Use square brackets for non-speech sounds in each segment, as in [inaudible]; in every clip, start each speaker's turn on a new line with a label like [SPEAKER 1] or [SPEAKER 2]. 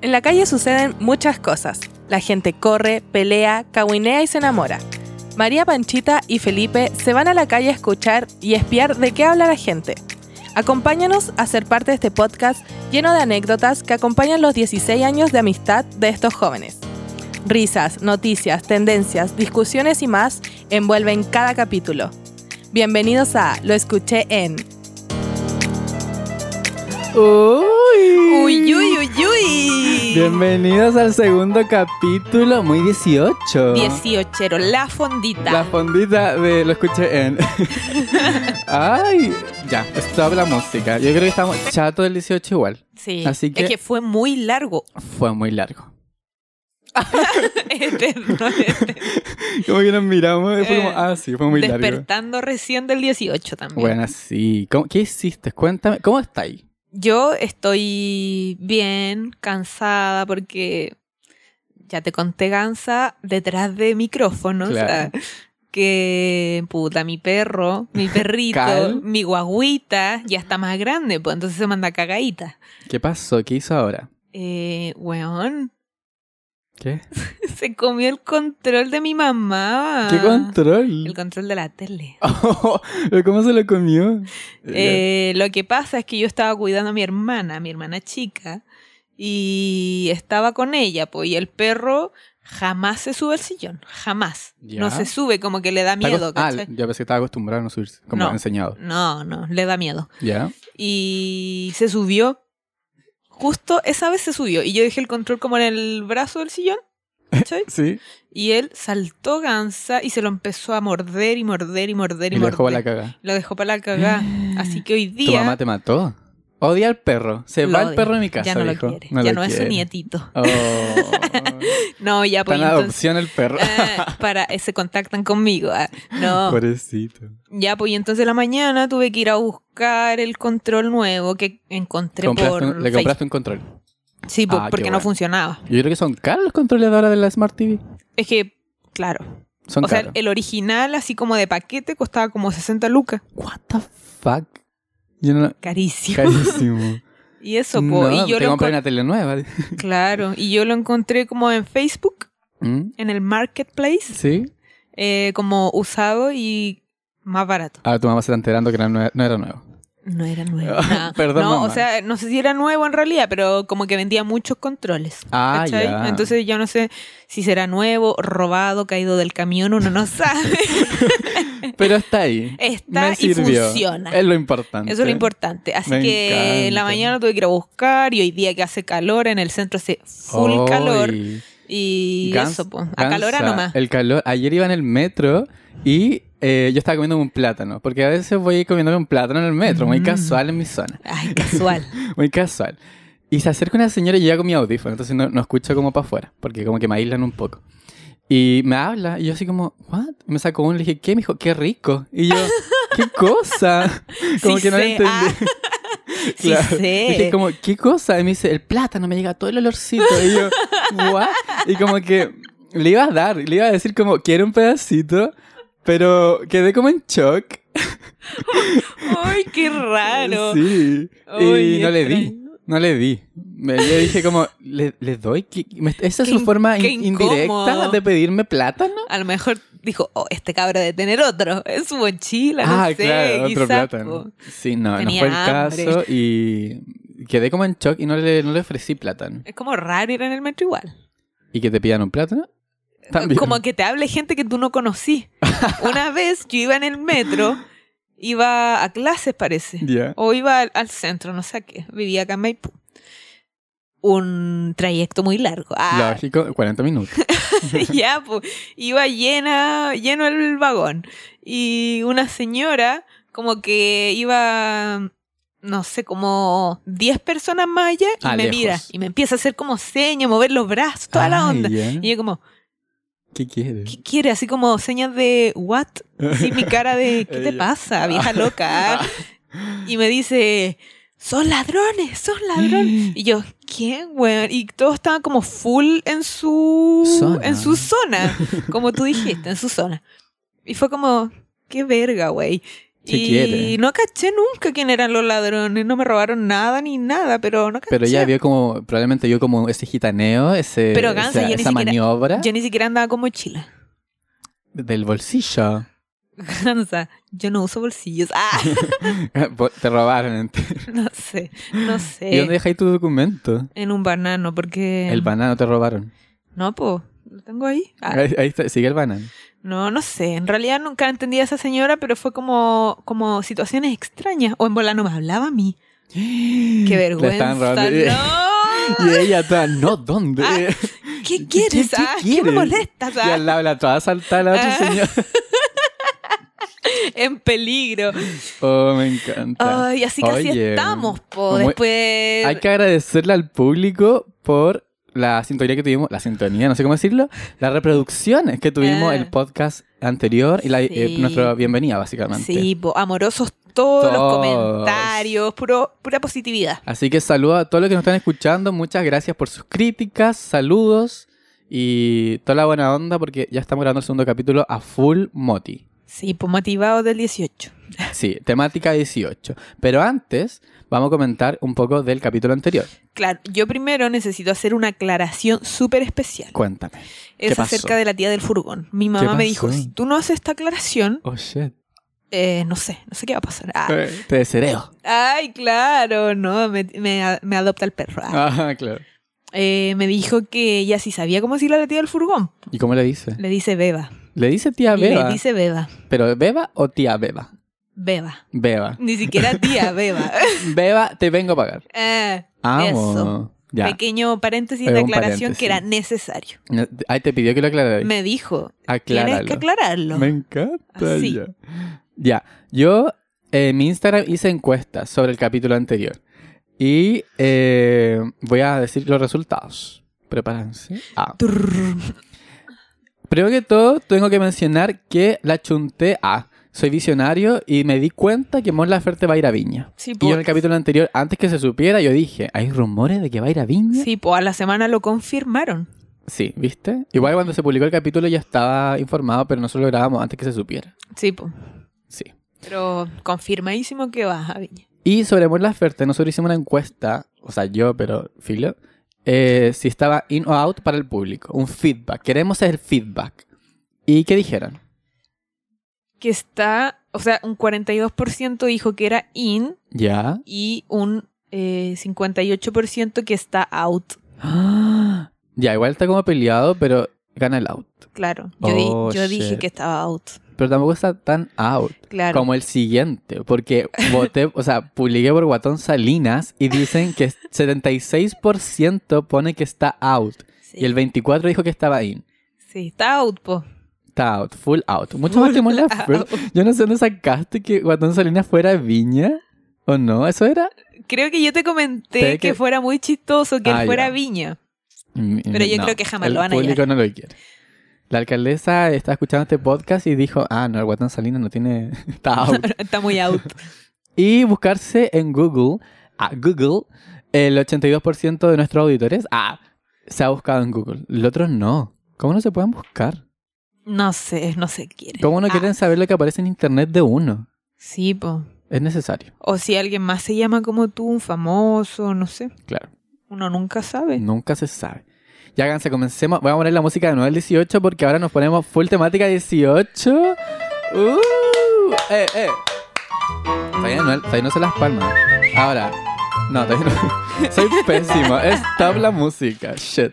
[SPEAKER 1] En la calle suceden muchas cosas. La gente corre, pelea, caguinea y se enamora. María Panchita y Felipe se van a la calle a escuchar y espiar de qué habla la gente. Acompáñanos a ser parte de este podcast lleno de anécdotas que acompañan los 16 años de amistad de estos jóvenes. Risas, noticias, tendencias, discusiones y más envuelven cada capítulo. Bienvenidos a Lo escuché en...
[SPEAKER 2] Uy.
[SPEAKER 1] ¡Uy, uy, uy, uy!
[SPEAKER 2] Bienvenidos al segundo capítulo, muy 18.
[SPEAKER 1] 18, la fondita.
[SPEAKER 2] La fondita de lo escuché en. Ay, ya, stop la música. Yo creo que estamos chato del 18 igual.
[SPEAKER 3] Sí.
[SPEAKER 2] Así que-
[SPEAKER 3] Es que fue muy largo. [laughs]
[SPEAKER 2] Fue muy largo.
[SPEAKER 3] Eterno, eterno.
[SPEAKER 2] Como que nos miramos y fue como,
[SPEAKER 3] Eh,
[SPEAKER 2] ah, sí, fue muy largo.
[SPEAKER 3] Despertando recién del 18 también.
[SPEAKER 2] Bueno, sí. ¿Cómo- ¿Qué hiciste? Cuéntame, ¿cómo está ahí?
[SPEAKER 3] Yo estoy bien, cansada, porque ya te conté gansa detrás de micrófonos.
[SPEAKER 2] Claro.
[SPEAKER 3] ah, Que puta, mi perro, mi
[SPEAKER 2] [laughs]
[SPEAKER 3] perrito,
[SPEAKER 2] Cal.
[SPEAKER 3] mi guaguita ya está más grande, pues entonces se manda cagadita.
[SPEAKER 2] ¿Qué pasó? ¿Qué hizo ahora?
[SPEAKER 3] Eh, weón, [laughs]
[SPEAKER 2] ¿Qué?
[SPEAKER 3] se comió el control de mi mamá.
[SPEAKER 2] ¿Qué
[SPEAKER 3] Ah, El
[SPEAKER 2] control?
[SPEAKER 3] control de la tele.
[SPEAKER 2] ¿Pero [laughs] ¿Cómo se lo comió?
[SPEAKER 3] Eh, lo que pasa es que yo estaba cuidando a mi hermana, a mi hermana chica, y estaba con ella, pues, y el perro jamás se sube al sillón, jamás.
[SPEAKER 2] Ya.
[SPEAKER 3] No se sube, como que le da
[SPEAKER 2] Está ah,
[SPEAKER 3] miedo,
[SPEAKER 2] acost- ah,
[SPEAKER 3] ¿cachai?
[SPEAKER 2] yo pensé que estaba acostumbrado a no subirse, como
[SPEAKER 3] No.
[SPEAKER 2] enseñado.
[SPEAKER 3] No, no, le da miedo.
[SPEAKER 2] ¿Ya?
[SPEAKER 3] Y se subió. Justo esa vez se subió, y yo dejé el control como en el brazo
[SPEAKER 2] [laughs]
[SPEAKER 3] del sillón, ¿cachai?
[SPEAKER 2] Sí.
[SPEAKER 3] y él saltó gansa y se lo empezó a morder y morder y morder y,
[SPEAKER 2] Y le
[SPEAKER 3] morder.
[SPEAKER 2] dejó la caga.
[SPEAKER 3] Lo dejó para la cagada.
[SPEAKER 2] [gasps]
[SPEAKER 3] Así que hoy
[SPEAKER 2] Tu
[SPEAKER 3] día...
[SPEAKER 2] mamá te mató. Odia al perro. Se
[SPEAKER 3] Lo
[SPEAKER 2] va el
[SPEAKER 3] odia.
[SPEAKER 2] perro de mi casa.
[SPEAKER 3] Ya no
[SPEAKER 2] dijo.
[SPEAKER 3] lo quiere. ya
[SPEAKER 2] lo
[SPEAKER 3] no es su
[SPEAKER 2] quiere.
[SPEAKER 3] nietito. [laughs]
[SPEAKER 2] Oh,
[SPEAKER 3] No, ya
[SPEAKER 2] está
[SPEAKER 3] pues
[SPEAKER 2] en
[SPEAKER 3] entonces,
[SPEAKER 2] adopción el perro.
[SPEAKER 3] eh, para eh, se contactan conmigo. ah. [laughs]
[SPEAKER 2] [laughs]
[SPEAKER 3] No,
[SPEAKER 2] Pobrecito.
[SPEAKER 3] ya pues y entonces la mañana tuve que ir a buscar el control nuevo que encontré
[SPEAKER 2] Compraste
[SPEAKER 3] por
[SPEAKER 2] un- le
[SPEAKER 3] Facebook.
[SPEAKER 2] compraste un control.
[SPEAKER 3] Sí, pues,
[SPEAKER 2] Ah, qué
[SPEAKER 3] porque no
[SPEAKER 2] bueno.
[SPEAKER 3] funcionaba.
[SPEAKER 2] Yo creo que son caros los controles de ahora de la Smart TV.
[SPEAKER 3] Es que claro,
[SPEAKER 2] Son
[SPEAKER 3] o sea, eh,
[SPEAKER 2] caros.
[SPEAKER 3] el original así como de paquete costaba como 60 lucas,
[SPEAKER 2] What the fuck? Yo no... [laughs]
[SPEAKER 3] carísimo. [laughs]
[SPEAKER 2] Carísimo.
[SPEAKER 3] y eso pues,
[SPEAKER 2] no,
[SPEAKER 3] y yo
[SPEAKER 2] te
[SPEAKER 3] lo
[SPEAKER 2] compré
[SPEAKER 3] encon-
[SPEAKER 2] una tele nueva.
[SPEAKER 3] claro, y yo lo encontré como en Facebook,
[SPEAKER 2] ¿Mm?
[SPEAKER 3] en el marketplace,
[SPEAKER 2] ¿Sí?
[SPEAKER 3] eh, como usado y más barato.
[SPEAKER 2] Ahora Ah, tu mamá se está enterando que era nue- no era nuevo.
[SPEAKER 3] [laughs]
[SPEAKER 2] [laughs]
[SPEAKER 3] No era nuevo.
[SPEAKER 2] Ah,
[SPEAKER 3] no.
[SPEAKER 2] perdón,
[SPEAKER 3] No, o
[SPEAKER 2] mamá.
[SPEAKER 3] sea, no sé si era nuevo en realidad, pero como que vendía muchos controles.
[SPEAKER 2] Ah,
[SPEAKER 3] ¿cachai?
[SPEAKER 2] ya.
[SPEAKER 3] Entonces yo no sé si será nuevo, robado, caído del camión, uno no [laughs] sabe.
[SPEAKER 2] Pero está ahí.
[SPEAKER 3] Está
[SPEAKER 2] Me
[SPEAKER 3] y
[SPEAKER 2] sirvió.
[SPEAKER 3] funciona.
[SPEAKER 2] Es lo importante.
[SPEAKER 3] Eso es lo importante. Así
[SPEAKER 2] Me
[SPEAKER 3] que en la
[SPEAKER 2] encanta.
[SPEAKER 3] mañana tuve que ir a buscar y hoy día que hace calor, en el centro hace full
[SPEAKER 2] Oy.
[SPEAKER 3] calor. Y
[SPEAKER 2] Gans-
[SPEAKER 3] eso, pues,
[SPEAKER 2] gansa, [laughs]
[SPEAKER 3] acalora nomás.
[SPEAKER 2] El calor. Ayer iba en el metro y eh, yo estaba comiendo un plátano. Porque a veces voy comiéndome un plátano en el metro. Muy
[SPEAKER 3] Mm.
[SPEAKER 2] casual en mi zona.
[SPEAKER 3] Ay, casual.
[SPEAKER 2] Muy casual. Y se acerca una señora y llega con mi audífono. Entonces no, no escucho como para afuera. Porque como que me aíslan un poco. Y me habla. Y yo así como, ¿what? Y me sacó uno y le dije, ¿qué? Me dijo, qué rico.
[SPEAKER 3] [laughs]
[SPEAKER 2] Y yo, ¿qué cosa? Como
[SPEAKER 3] Sí
[SPEAKER 2] que no lo
[SPEAKER 3] sé,
[SPEAKER 2] entendí.
[SPEAKER 3] ah. Sí
[SPEAKER 2] Claro.
[SPEAKER 3] sé.
[SPEAKER 2] Dije como, ¿qué cosa? Y me dice, el plátano me llega todo el olorcito. Y yo, ¿what? Y como que le iba a dar, le iba a decir como, quiero un pedacito, pero quedé como en shock.
[SPEAKER 3] Ay, qué raro.
[SPEAKER 2] Sí.
[SPEAKER 3] Ay,
[SPEAKER 2] y no le di,
[SPEAKER 3] extraño.
[SPEAKER 2] no le di. Me, yo dije como, ¿le, le doy? ¿Qué- me- ¿Esa es
[SPEAKER 3] Qué
[SPEAKER 2] su
[SPEAKER 3] in-
[SPEAKER 2] forma
[SPEAKER 3] qué
[SPEAKER 2] in- indirecta
[SPEAKER 3] incómodo.
[SPEAKER 2] de pedirme plátano?
[SPEAKER 3] A lo mejor dijo, oh, este cabra de tener otro. Es su mochila, no
[SPEAKER 2] ah,
[SPEAKER 3] sé,
[SPEAKER 2] claro, otro
[SPEAKER 3] quizás,
[SPEAKER 2] plátano.
[SPEAKER 3] po.
[SPEAKER 2] Sí, no,
[SPEAKER 3] Tenía
[SPEAKER 2] no fue el
[SPEAKER 3] hambre.
[SPEAKER 2] caso y quedé como en shock y no le, no le ofrecí plátano.
[SPEAKER 3] Es como raro ir en el metro igual.
[SPEAKER 2] ¿Y que te pidan un plátano? También.
[SPEAKER 3] Como que te hable gente que tú
[SPEAKER 2] [laughs]
[SPEAKER 3] no conocí. Una vez yo iba en el metro, iba a clases parece,
[SPEAKER 2] Ya.
[SPEAKER 3] o iba al, al centro, no sé a qué, vivía acá en Maipú. Un trayecto muy largo. Ah,
[SPEAKER 2] Lógico, 40 minutos.
[SPEAKER 3] ya, pues, iba llena, lleno el vagón. Y una señora, como que iba, no sé, como 10 personas más allá, y
[SPEAKER 2] Ah,
[SPEAKER 3] me
[SPEAKER 2] lejos.
[SPEAKER 3] mira. Y me empieza a hacer como señas, mover los brazos, [laughs] toda la
[SPEAKER 2] Ah,
[SPEAKER 3] onda.
[SPEAKER 2] ya.
[SPEAKER 3] Y yo como,
[SPEAKER 2] ¿Qué quieres?
[SPEAKER 3] ¿qué quiere? Así como señas de, ¿what? Sí, mi cara de, ¿qué
[SPEAKER 2] [laughs]
[SPEAKER 3] te
[SPEAKER 2] Ella. Ah.
[SPEAKER 3] pasa, vieja loca? Y me dice, son ladrones, son
[SPEAKER 2] [gasps]
[SPEAKER 3] ladrones. Y yo, ¿quién, weón? Y todos estaban como full en su,
[SPEAKER 2] Zona.
[SPEAKER 3] en su zona, como tú dijiste, en su zona. Y fue como, qué verga, güey.
[SPEAKER 2] Si
[SPEAKER 3] y
[SPEAKER 2] quiere.
[SPEAKER 3] no caché nunca quién eran los ladrones, no me robaron nada ni nada, pero no caché.
[SPEAKER 2] Pero ella vio como, probablemente vio como ese gitaneo, ese,
[SPEAKER 3] Pero, Gansa,
[SPEAKER 2] esa,
[SPEAKER 3] yo ni
[SPEAKER 2] esa
[SPEAKER 3] siquiera-
[SPEAKER 2] maniobra
[SPEAKER 3] Yo ni siquiera andaba con [laughs] mochila.
[SPEAKER 2] del bolsillo. [laughs]
[SPEAKER 3] Gansa, yo no uso bolsillos. Ah, [laughs]
[SPEAKER 2] Te robaron. ent-
[SPEAKER 3] no sé, no sé.
[SPEAKER 2] [laughs] ¿Y dónde dejáis tu documento?
[SPEAKER 3] En un banano, porque...
[SPEAKER 2] El banano te robaron.
[SPEAKER 3] No, pues, lo tengo ahí. Ah,
[SPEAKER 2] Ahí, ahí está, sigue el banano.
[SPEAKER 3] no, no sé. En realidad nunca entendí a esa señora, pero fue como, como situaciones extrañas. O en bola no me hablaba a mí. [gasps] Qué
[SPEAKER 2] [gasps] Le
[SPEAKER 3] vergüenza.
[SPEAKER 2] estaban robando. [laughs]
[SPEAKER 3] No.
[SPEAKER 2] Y ella toda, no, ¿dónde?
[SPEAKER 3] Ah, ¿Qué quieres?
[SPEAKER 2] qué
[SPEAKER 3] ah? ¿Qué, me
[SPEAKER 2] quieres?
[SPEAKER 3] molestas?
[SPEAKER 2] [laughs] Y
[SPEAKER 3] ah?
[SPEAKER 2] al lado la toda asaltada la otra
[SPEAKER 3] Ah.
[SPEAKER 2] señora.
[SPEAKER 3] [laughs] En peligro.
[SPEAKER 2] Oh, me encanta.
[SPEAKER 3] Ay, así que así
[SPEAKER 2] Oye,
[SPEAKER 3] estamos, po.
[SPEAKER 2] muy-
[SPEAKER 3] Después.
[SPEAKER 2] Hay que agradecerle al público por la sintonía que tuvimos, la sintonía, no sé cómo decirlo, las reproducciones que tuvimos
[SPEAKER 3] Ah.
[SPEAKER 2] el podcast anterior y la, eh,
[SPEAKER 3] Sí.
[SPEAKER 2] nuestra bienvenida, básicamente.
[SPEAKER 3] Sí, po, amorosos todos, los
[SPEAKER 2] Todos.
[SPEAKER 3] comentarios, puro, pura positividad.
[SPEAKER 2] Así que saludo a todos los que nos están escuchando, muchas gracias por sus críticas, saludos y toda la buena onda porque ya estamos grabando el segundo capítulo a full moti.
[SPEAKER 3] Sí, pues motivados del 18.
[SPEAKER 2] Sí, [laughs] temática 18. Pero antes vamos a comentar un poco del capítulo anterior.
[SPEAKER 3] Claro, yo primero necesito hacer una aclaración súper especial.
[SPEAKER 2] Cuéntame.
[SPEAKER 3] Es
[SPEAKER 2] pasó?
[SPEAKER 3] acerca de la tía del furgón. Mi mamá me dijo,
[SPEAKER 2] pasó?
[SPEAKER 3] si tú no haces esta aclaración,
[SPEAKER 2] Oh, shit.
[SPEAKER 3] eh, no sé, no sé qué va a pasar. Ah,
[SPEAKER 2] Te deshereo.
[SPEAKER 3] ay, claro, no, me, me- me adopta el perro. Ah.
[SPEAKER 2] [laughs] Ah, claro.
[SPEAKER 3] Eh, me dijo que ella sí sabía cómo decirle a la tía del furgón.
[SPEAKER 2] ¿Y cómo le dice?
[SPEAKER 3] Le dice beba.
[SPEAKER 2] Le dice tía
[SPEAKER 3] Y le
[SPEAKER 2] Ah, Beba.
[SPEAKER 3] dice beba.
[SPEAKER 2] Pero Beba o tía Beba.
[SPEAKER 3] Beba.
[SPEAKER 2] Beba.
[SPEAKER 3] Ni
[SPEAKER 2] [laughs]
[SPEAKER 3] siquiera tía beba.
[SPEAKER 2] Beba, te vengo a pagar.
[SPEAKER 3] Ah,
[SPEAKER 2] Amo.
[SPEAKER 3] Eso.
[SPEAKER 2] Ya.
[SPEAKER 3] Pequeño paréntesis
[SPEAKER 2] Es
[SPEAKER 3] de
[SPEAKER 2] un
[SPEAKER 3] aclaración
[SPEAKER 2] paréntesis.
[SPEAKER 3] que era necesario.
[SPEAKER 2] Ay, te pidió que lo aclarara.
[SPEAKER 3] Me dijo, tienes que
[SPEAKER 2] Acláralo.
[SPEAKER 3] aclararlo.
[SPEAKER 2] Me encanta.
[SPEAKER 3] Así.
[SPEAKER 2] Ya. Ya. Yo eh, en mi Instagram hice encuestas sobre el capítulo anterior. Y eh, voy a decir los resultados. Prepárense. Ah.
[SPEAKER 3] Turr.
[SPEAKER 2] Primero que todo, tengo que mencionar que la chunté a. Soy visionario y me di cuenta que Mon Laferte va a ir a Viña.
[SPEAKER 3] Sí,
[SPEAKER 2] Y yo
[SPEAKER 3] po,
[SPEAKER 2] en el capítulo anterior, antes que se supiera, yo dije, ¿hay rumores de que va a ir a Viña?
[SPEAKER 3] sí, po, a la semana lo confirmaron.
[SPEAKER 2] Sí, ¿viste? Igual cuando se publicó el capítulo ya estaba informado, pero nosotros lo grabamos antes que se supiera.
[SPEAKER 3] Sí, po.
[SPEAKER 2] Sí.
[SPEAKER 3] pero confirmadísimo que vas a Viña.
[SPEAKER 2] Y sobre Mon Laferte, nosotros hicimos una encuesta, o sea, yo, pero filo, eh, si estaba in o out para el público. Un feedback. Queremos el feedback. ¿Y qué dijeron?
[SPEAKER 3] Que está, o sea, un 42% dijo que era in
[SPEAKER 2] Ya. [gasps]
[SPEAKER 3] y un eh, 58% que está out.
[SPEAKER 2] Ya, igual está como peleado, pero gana el out.
[SPEAKER 3] Claro, yo, di-
[SPEAKER 2] Oh,
[SPEAKER 3] yo dije
[SPEAKER 2] shit.
[SPEAKER 3] que estaba out.
[SPEAKER 2] Pero tampoco está tan out.
[SPEAKER 3] Claro.
[SPEAKER 2] Como el siguiente, porque voté, o sea, publiqué por Guatón Salinas y dicen que 76% pone que está out
[SPEAKER 3] Sí,
[SPEAKER 2] y el 24% dijo que estaba in.
[SPEAKER 3] sí, está out, po.
[SPEAKER 2] Está out, full out. Mucho más que
[SPEAKER 3] [laughs]
[SPEAKER 2] Mon Laferte.
[SPEAKER 3] Out.
[SPEAKER 2] Yo no sé dónde sacaste que Guatón Salinas fuera Viña o no, eso era.
[SPEAKER 3] Creo que yo te comenté
[SPEAKER 2] Te-
[SPEAKER 3] que
[SPEAKER 2] que-
[SPEAKER 3] fuera muy chistoso que
[SPEAKER 2] Ah,
[SPEAKER 3] él
[SPEAKER 2] ya.
[SPEAKER 3] fuera Viña.
[SPEAKER 2] Pero
[SPEAKER 3] yo creo que jamás lo van a
[SPEAKER 2] Mm, El público
[SPEAKER 3] hallar.
[SPEAKER 2] no lo quiere. La alcaldesa está escuchando este podcast y dijo, ah, no, el Guatón Salinas no tiene... [laughs] Está
[SPEAKER 3] [laughs]
[SPEAKER 2] out.
[SPEAKER 3] Está muy out.
[SPEAKER 2] Y buscarse en Google, a Google, el 82% de nuestros auditores ah, se ha buscado en Google. Los otros no. ¿Cómo no se pueden buscar?
[SPEAKER 3] No sé, no sé qué quiere.
[SPEAKER 2] ¿Cómo no
[SPEAKER 3] Ah,
[SPEAKER 2] quieren saber lo que aparece en internet de uno?
[SPEAKER 3] Sí, po.
[SPEAKER 2] Es necesario,
[SPEAKER 3] O si alguien más se llama como tú, un famoso, no sé.
[SPEAKER 2] claro.
[SPEAKER 3] Uno nunca sabe.
[SPEAKER 2] Nunca se sabe. Ya, Gansa, comencemos. Voy a poner la música de nuevo el 18 porque ahora nos ponemos full temática 18. ¡Uh! ¡Eh, eh! Todavía no, todavía no se las palmas. Ahora. No, todavía no. [laughs] Soy pésimo. Es tabla música. Shit.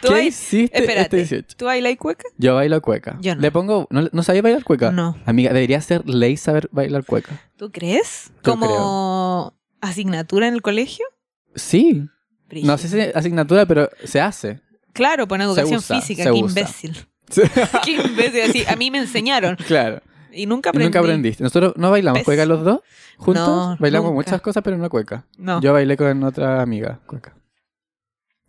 [SPEAKER 3] ¿Tú,
[SPEAKER 2] ¿Qué
[SPEAKER 3] bail-
[SPEAKER 2] hiciste este
[SPEAKER 3] Espérate,
[SPEAKER 2] 18?
[SPEAKER 3] ¿tú bailas cueca?
[SPEAKER 2] Yo bailo cueca.
[SPEAKER 3] Yo no.
[SPEAKER 2] Le pongo... ¿No, no sabía bailar cueca?
[SPEAKER 3] No.
[SPEAKER 2] Amiga, debería ser ley saber bailar cueca.
[SPEAKER 3] ¿Tú crees?
[SPEAKER 2] Yo
[SPEAKER 3] ¿Como asignatura en el colegio?
[SPEAKER 2] Sí. No
[SPEAKER 3] Brígido.
[SPEAKER 2] sé si es asignatura, pero se hace.
[SPEAKER 3] Claro, por educación
[SPEAKER 2] usa,
[SPEAKER 3] física,
[SPEAKER 2] se
[SPEAKER 3] qué
[SPEAKER 2] usa.
[SPEAKER 3] imbécil. [laughs] qué imbécil, así. A mí me enseñaron
[SPEAKER 2] [laughs] claro.
[SPEAKER 3] y nunca
[SPEAKER 2] Y
[SPEAKER 3] aprendí.
[SPEAKER 2] Nunca aprendiste. Nosotros no bailamos
[SPEAKER 3] Pésimo.
[SPEAKER 2] cueca los dos juntos.
[SPEAKER 3] No,
[SPEAKER 2] bailamos
[SPEAKER 3] nunca.
[SPEAKER 2] muchas cosas, pero no cueca.
[SPEAKER 3] No,
[SPEAKER 2] Yo bailé con otra amiga cueca.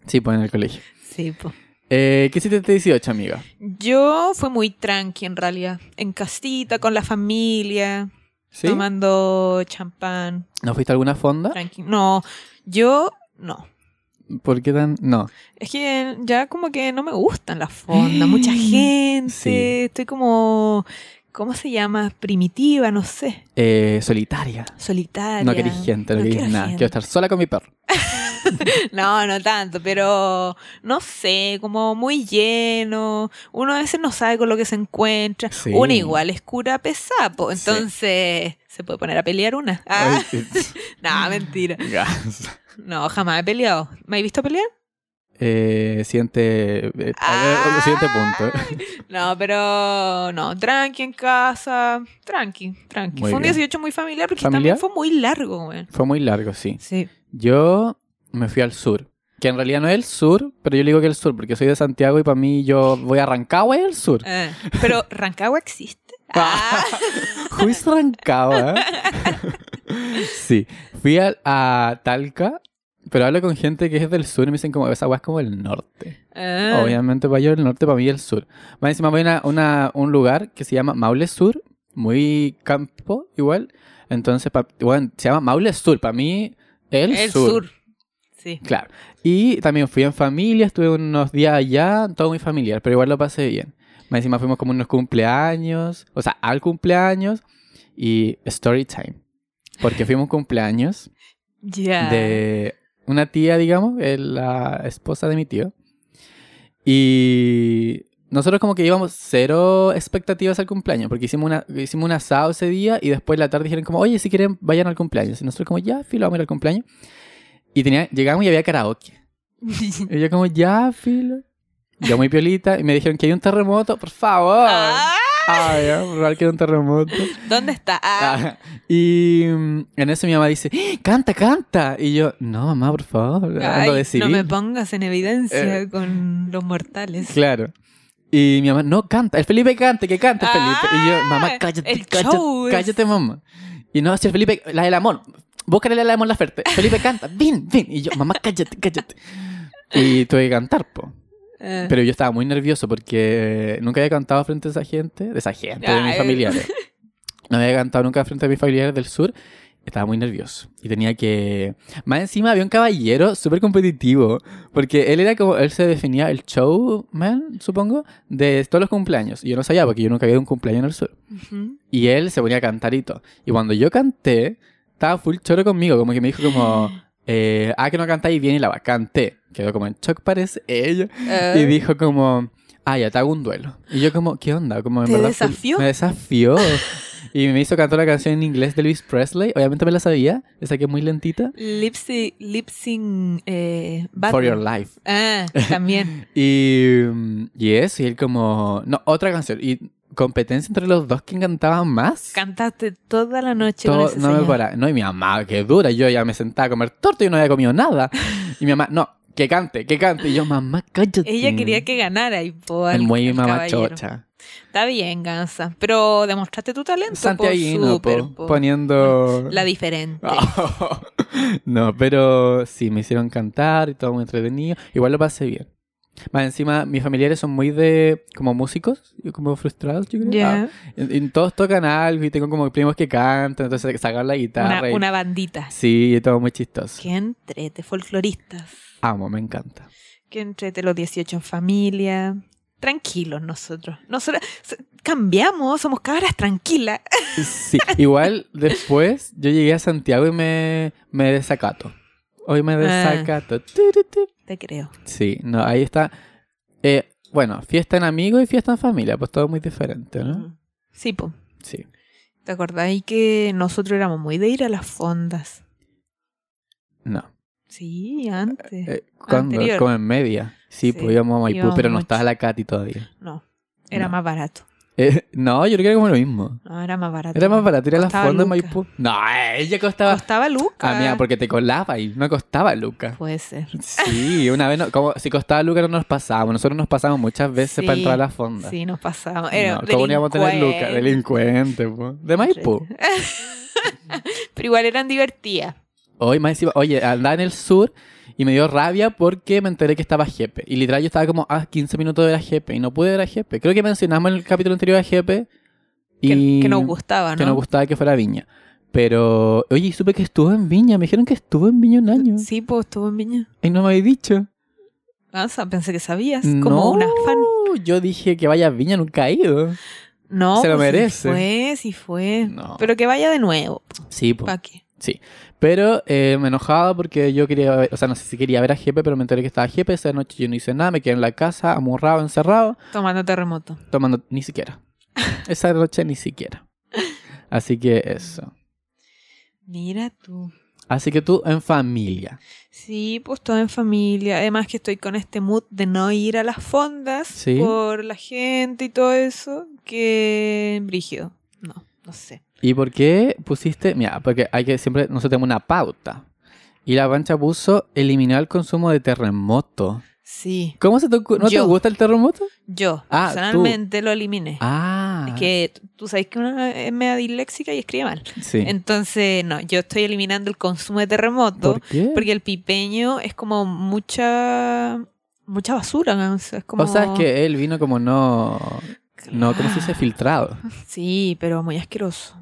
[SPEAKER 2] Sí, pues en el colegio.
[SPEAKER 3] sí, po.
[SPEAKER 2] Eh, ¿Qué hiciste este 18, amiga?
[SPEAKER 3] Yo fue muy tranqui en realidad. En casita, con la familia,
[SPEAKER 2] ¿Sí? Ah.
[SPEAKER 3] tomando champán.
[SPEAKER 2] ¿No fuiste a alguna fonda?
[SPEAKER 3] Tranqui. No, yo no.
[SPEAKER 2] ¿Por qué tan.? No.
[SPEAKER 3] Es que
[SPEAKER 2] [gasps]
[SPEAKER 3] ya como que no me gustan las fondas, mucha gente.
[SPEAKER 2] Sí.
[SPEAKER 3] Estoy como ¿Cómo se llama? Primitiva, no sé.
[SPEAKER 2] Eh, solitaria.
[SPEAKER 3] Solitaria.
[SPEAKER 2] No querís gente, no, querís
[SPEAKER 3] quiero
[SPEAKER 2] nada.
[SPEAKER 3] gente.
[SPEAKER 2] Quiero estar sola con mi perro.
[SPEAKER 3] No, no tanto, pero no sé, como muy lleno. Uno a veces no sabe con lo que se encuentra.
[SPEAKER 2] Sí.
[SPEAKER 3] Una igual es cura pesapo.
[SPEAKER 2] Sí.
[SPEAKER 3] Entonces, ¿se puede poner a pelear una? Ah,
[SPEAKER 2] Ay,
[SPEAKER 3] [laughs] no, mentira.
[SPEAKER 2] gas.
[SPEAKER 3] No, jamás he peleado. ¿Me has visto pelear?
[SPEAKER 2] [laughs] Eh, siguiente, eh, a ver, siguiente punto. [laughs]
[SPEAKER 3] No, pero no, tranqui en casa. Tranqui, tranqui.
[SPEAKER 2] Muy
[SPEAKER 3] fue un
[SPEAKER 2] bien.
[SPEAKER 3] 18 muy familiar porque
[SPEAKER 2] ¿Familiar?
[SPEAKER 3] también fue muy largo, güey.
[SPEAKER 2] Fue muy largo, sí.
[SPEAKER 3] Sí.
[SPEAKER 2] Yo me fui al sur. Que en realidad no es el sur, pero yo le digo que el sur, porque soy de Santiago y para mí yo voy a Rancagua y el
[SPEAKER 3] [laughs]
[SPEAKER 2] sur.
[SPEAKER 3] Eh, pero Rancagua existe.
[SPEAKER 2] [laughs]
[SPEAKER 3] Ah,
[SPEAKER 2] Juiz Rancagua. sí. Fui a, a Talca, pero hablo con gente que es del sur y me dicen como esa agua es como el norte.
[SPEAKER 3] ah.
[SPEAKER 2] Obviamente para yo el norte, para mí el sur. Más encima voy a una- una- un lugar que se llama Maule Sur, muy campo igual. Entonces, pa- bueno, se llama Maule Sur, para mí el,
[SPEAKER 3] El
[SPEAKER 2] sur.
[SPEAKER 3] sur. Sí.
[SPEAKER 2] Claro. Y también fui en familia, estuve unos días allá, todo muy familiar, pero igual lo pasé bien. Más encima fuimos como unos cumpleaños, o sea, al cumpleaños y story time. Porque fuimos a un cumpleaños
[SPEAKER 3] Ya. [laughs]
[SPEAKER 2] de una tía, digamos, eh, la esposa de mi tío. Y nosotros como que íbamos cero expectativas al cumpleaños, porque hicimos, una, hicimos un asado ese día y después la tarde dijeron como, oye, si quieren, vayan al cumpleaños. Y nosotros como, ya, filo, vamos a ir al cumpleaños. Y tenía, llegamos y había karaoke. Y yo como, ya, filo. Yo muy piolita y me dijeron que hay un terremoto, por favor.
[SPEAKER 3] Ah,
[SPEAKER 2] Ay, ya, por favor, que hay un terremoto.
[SPEAKER 3] ¿Dónde está? Ah,
[SPEAKER 2] Ah, y mm, en eso mi mamá dice, "¡Ah! canta, canta. Y yo, no, mamá, por favor,
[SPEAKER 3] ay,
[SPEAKER 2] Ah, ando de
[SPEAKER 3] no
[SPEAKER 2] civil".
[SPEAKER 3] me pongas en evidencia
[SPEAKER 2] Eh.
[SPEAKER 3] con los mortales.
[SPEAKER 2] Claro. Y mi mamá, no, canta, el Felipe cante, que cante el Felipe. Y yo, mamá,
[SPEAKER 3] Ah,
[SPEAKER 2] cállate,
[SPEAKER 3] el
[SPEAKER 2] cállate,
[SPEAKER 3] show es-
[SPEAKER 2] cállate, mamá. Y no, si el Felipe, la del amor, búscale la del amor la oferta. Felipe canta, vin, vin. Y yo, mamá, cállate, cállate. Y tuve que cantar, po.
[SPEAKER 3] Ah. [laughs]
[SPEAKER 2] Pero yo estaba muy nervioso porque eh, nunca había cantado frente a esa gente, de esa gente, de mis
[SPEAKER 3] Ay.
[SPEAKER 2] familiares. No había cantado nunca frente a mis familiares del sur. Estaba muy nervioso. Y tenía que... Más encima había un caballero súper competitivo. Porque él era como... Él se definía el showman, supongo, de todos los cumpleaños. Y yo no sabía porque yo nunca había ido a un cumpleaños en el sur.
[SPEAKER 3] Ujú.
[SPEAKER 2] Y él se ponía a cantar y todo. Y cuando yo canté, estaba full choro conmigo. Como que me dijo
[SPEAKER 3] [gasps]
[SPEAKER 2] como... eh, ah, que no cantáis bien y la va. Canté. Quedó como en shock parece ella.
[SPEAKER 3] Ah,
[SPEAKER 2] Y dijo como, ah, ya te hago un duelo. Y yo como, ¿qué onda? Como, en
[SPEAKER 3] ¿Te
[SPEAKER 2] verdad,
[SPEAKER 3] desafió?
[SPEAKER 2] Me desafió. Y me hizo cantar la canción en inglés de Elvis Presley. Obviamente me la sabía, esa que es muy lentita.
[SPEAKER 3] Lipsy, lipsing eh, Batman.
[SPEAKER 2] For Your Life.
[SPEAKER 3] Ah,
[SPEAKER 2] [laughs]
[SPEAKER 3] también.
[SPEAKER 2] Y, mm, y eso, y él como, no, otra canción. Y competencia entre los dos, ¿quién cantaba más?
[SPEAKER 3] Cantaste toda la noche
[SPEAKER 2] Todo-
[SPEAKER 3] con ese
[SPEAKER 2] no me
[SPEAKER 3] señor.
[SPEAKER 2] para. No, y mi mamá, que dura. Yo ya me sentaba a comer torta y yo no había comido nada. Y mi mamá, no, que cante, que cante. Y yo, mamá, cállate.
[SPEAKER 3] Ella quería que ganara y po,
[SPEAKER 2] El
[SPEAKER 3] al-
[SPEAKER 2] muy
[SPEAKER 3] al
[SPEAKER 2] mamá
[SPEAKER 3] caballero.
[SPEAKER 2] chocha.
[SPEAKER 3] Está bien, Gansa. Pero demostraste tu talento.
[SPEAKER 2] Santiaguino,
[SPEAKER 3] po,
[SPEAKER 2] po, Ah,
[SPEAKER 3] súper, po.
[SPEAKER 2] poniendo... [laughs]
[SPEAKER 3] La diferente.
[SPEAKER 2] no, pero sí, me hicieron cantar y todo muy entretenido. Igual lo pasé bien. Más encima, mis familiares son muy de... como músicos, como frustrados, yo creo.
[SPEAKER 3] Ya.
[SPEAKER 2] Ah, y- y todos tocan algo y tengo como primos que cantan, entonces sacar la guitarra
[SPEAKER 3] Una,
[SPEAKER 2] y...
[SPEAKER 3] una bandita.
[SPEAKER 2] Sí, y todo muy chistoso.
[SPEAKER 3] Qué entrete, folcloristas.
[SPEAKER 2] Amo, me encanta.
[SPEAKER 3] que entrete los 18 en familia. Tranquilos nosotros. Nosotros s- cambiamos, somos cabras tranquilas. [laughs]
[SPEAKER 2] Sí, igual después yo llegué a Santiago y me, me desacato. Hoy
[SPEAKER 3] Ah.
[SPEAKER 2] me desacato. Tu, tu, tu.
[SPEAKER 3] Te creo.
[SPEAKER 2] Sí, no, ahí está. Eh, bueno, fiesta en amigos y fiesta en familia, pues todo muy diferente, ¿no?
[SPEAKER 3] Mm. Sí, po.
[SPEAKER 2] Sí.
[SPEAKER 3] ¿Te acordáis que nosotros éramos muy de ir a las fondas?
[SPEAKER 2] No.
[SPEAKER 3] Sí, antes.
[SPEAKER 2] Eh, ¿Cuándo?
[SPEAKER 3] Anterior.
[SPEAKER 2] Como en media. Sí,
[SPEAKER 3] Sí,
[SPEAKER 2] pues íbamos a Maipú,
[SPEAKER 3] íbamos
[SPEAKER 2] pero no
[SPEAKER 3] mucho.
[SPEAKER 2] estaba la Katy todavía.
[SPEAKER 3] No, era
[SPEAKER 2] no.
[SPEAKER 3] más barato.
[SPEAKER 2] Eh, no, yo creo que era como lo mismo.
[SPEAKER 3] No, era más barato.
[SPEAKER 2] Era más barato ir a las
[SPEAKER 3] Costaba
[SPEAKER 2] fondas de
[SPEAKER 3] lucas.
[SPEAKER 2] Maipú. No, ella costaba.
[SPEAKER 3] Costaba lucas.
[SPEAKER 2] Ah, mira, porque te colaba y no costaba Luca.
[SPEAKER 3] Puede ser.
[SPEAKER 2] Sí, una vez no, como si costaba Luca no nos pasábamos. Nosotros nos pasábamos muchas veces
[SPEAKER 3] Sí,
[SPEAKER 2] para entrar a las fondas.
[SPEAKER 3] Sí, nos pasamos. Era
[SPEAKER 2] no, ¿cómo no íbamos a tener Luca?
[SPEAKER 3] delincuente.
[SPEAKER 2] Delincuente, pues. De Maipú.
[SPEAKER 3] [laughs] Pero igual eran divertidas.
[SPEAKER 2] Hoy más encima, oye, andaba en el sur y me dio rabia porque me enteré que estaba Jepe. Y literal yo estaba como a 15 minutos de la Jepe y no pude ver a Jepe. Creo que mencionamos en el capítulo anterior a Jepe
[SPEAKER 3] Que,
[SPEAKER 2] y
[SPEAKER 3] que nos gustaba, ¿no?
[SPEAKER 2] que nos gustaba que fuera Viña. Pero, oye, y supe que estuvo en Viña. Me dijeron que estuvo en Viña un año.
[SPEAKER 3] Sí, pues estuvo en Viña.
[SPEAKER 2] Y no me habéis dicho.
[SPEAKER 3] Ah, o sea, pensé que sabías.
[SPEAKER 2] no,
[SPEAKER 3] Como una fan.
[SPEAKER 2] yo dije que vaya a Viña, nunca he ido.
[SPEAKER 3] No,
[SPEAKER 2] Se lo
[SPEAKER 3] pues sí
[SPEAKER 2] merece.
[SPEAKER 3] fue, sí fue.
[SPEAKER 2] No. Pues,
[SPEAKER 3] Pero que vaya de nuevo.
[SPEAKER 2] Sí, po.
[SPEAKER 3] ¿Para qué?
[SPEAKER 2] Pero eh, me enojaba porque yo quería ver, o sea, no sé si quería ver a Jepe, pero me enteré que estaba Jepe. Esa noche yo no hice nada, me quedé en la casa, amurrado, encerrado,
[SPEAKER 3] Tomando terremoto.
[SPEAKER 2] tomando ni
[SPEAKER 3] [laughs]
[SPEAKER 2] siquiera. Esa noche ni siquiera. Así que eso.
[SPEAKER 3] Mira tú.
[SPEAKER 2] Así que tú en familia.
[SPEAKER 3] Sí, pues todo en familia. Además que estoy con este mood de no ir a las fondas
[SPEAKER 2] Sí.
[SPEAKER 3] por la gente y todo eso. Que brígido. No, no sé.
[SPEAKER 2] ¿Y por qué pusiste? Mira, porque hay que siempre nosotros tenemos una pauta. Y la pancha puso eliminar el consumo de terremoto.
[SPEAKER 3] Sí,
[SPEAKER 2] ¿Cómo se te ocurre? ¿No
[SPEAKER 3] Yo.
[SPEAKER 2] te gusta el terremoto?
[SPEAKER 3] yo
[SPEAKER 2] Ah, tú.
[SPEAKER 3] personalmente lo eliminé.
[SPEAKER 2] Ah.
[SPEAKER 3] Es que t- tú sabes que una es media disléxica y escribe mal.
[SPEAKER 2] sí.
[SPEAKER 3] Entonces, no, yo estoy eliminando el consumo de terremoto.
[SPEAKER 2] ¿Por qué?
[SPEAKER 3] Porque el pipeño es como mucha mucha basura, ¿no? O sea, es como...
[SPEAKER 2] O sea, es que él vino como no. No, ¿cómo se
[SPEAKER 3] Ah.
[SPEAKER 2] dice? Filtrado.
[SPEAKER 3] Sí, pero muy asqueroso.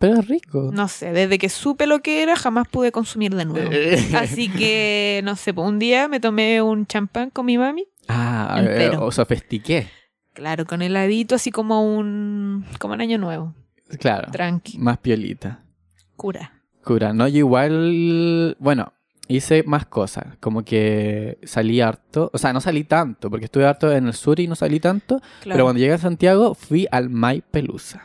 [SPEAKER 2] Pero es rico. [laughs]
[SPEAKER 3] No sé, desde que supe lo que era, jamás pude consumir de nuevo.
[SPEAKER 2] Eh,
[SPEAKER 3] Así que, no sé, pues, un día me tomé un champán con mi mami.
[SPEAKER 2] ah, eh,
[SPEAKER 3] entero.
[SPEAKER 2] o sofistiqué.
[SPEAKER 3] Claro, con heladito, así como un... como un año nuevo.
[SPEAKER 2] Claro.
[SPEAKER 3] Tranqui,
[SPEAKER 2] Más piolita.
[SPEAKER 3] cura.
[SPEAKER 2] Cura, no, yo igual, bueno, hice más cosas, como que salí harto, o sea, no salí tanto, porque estuve harto en el sur y no salí tanto, pero
[SPEAKER 3] Claro.
[SPEAKER 2] cuando llegué a Santiago fui al May Pelusa.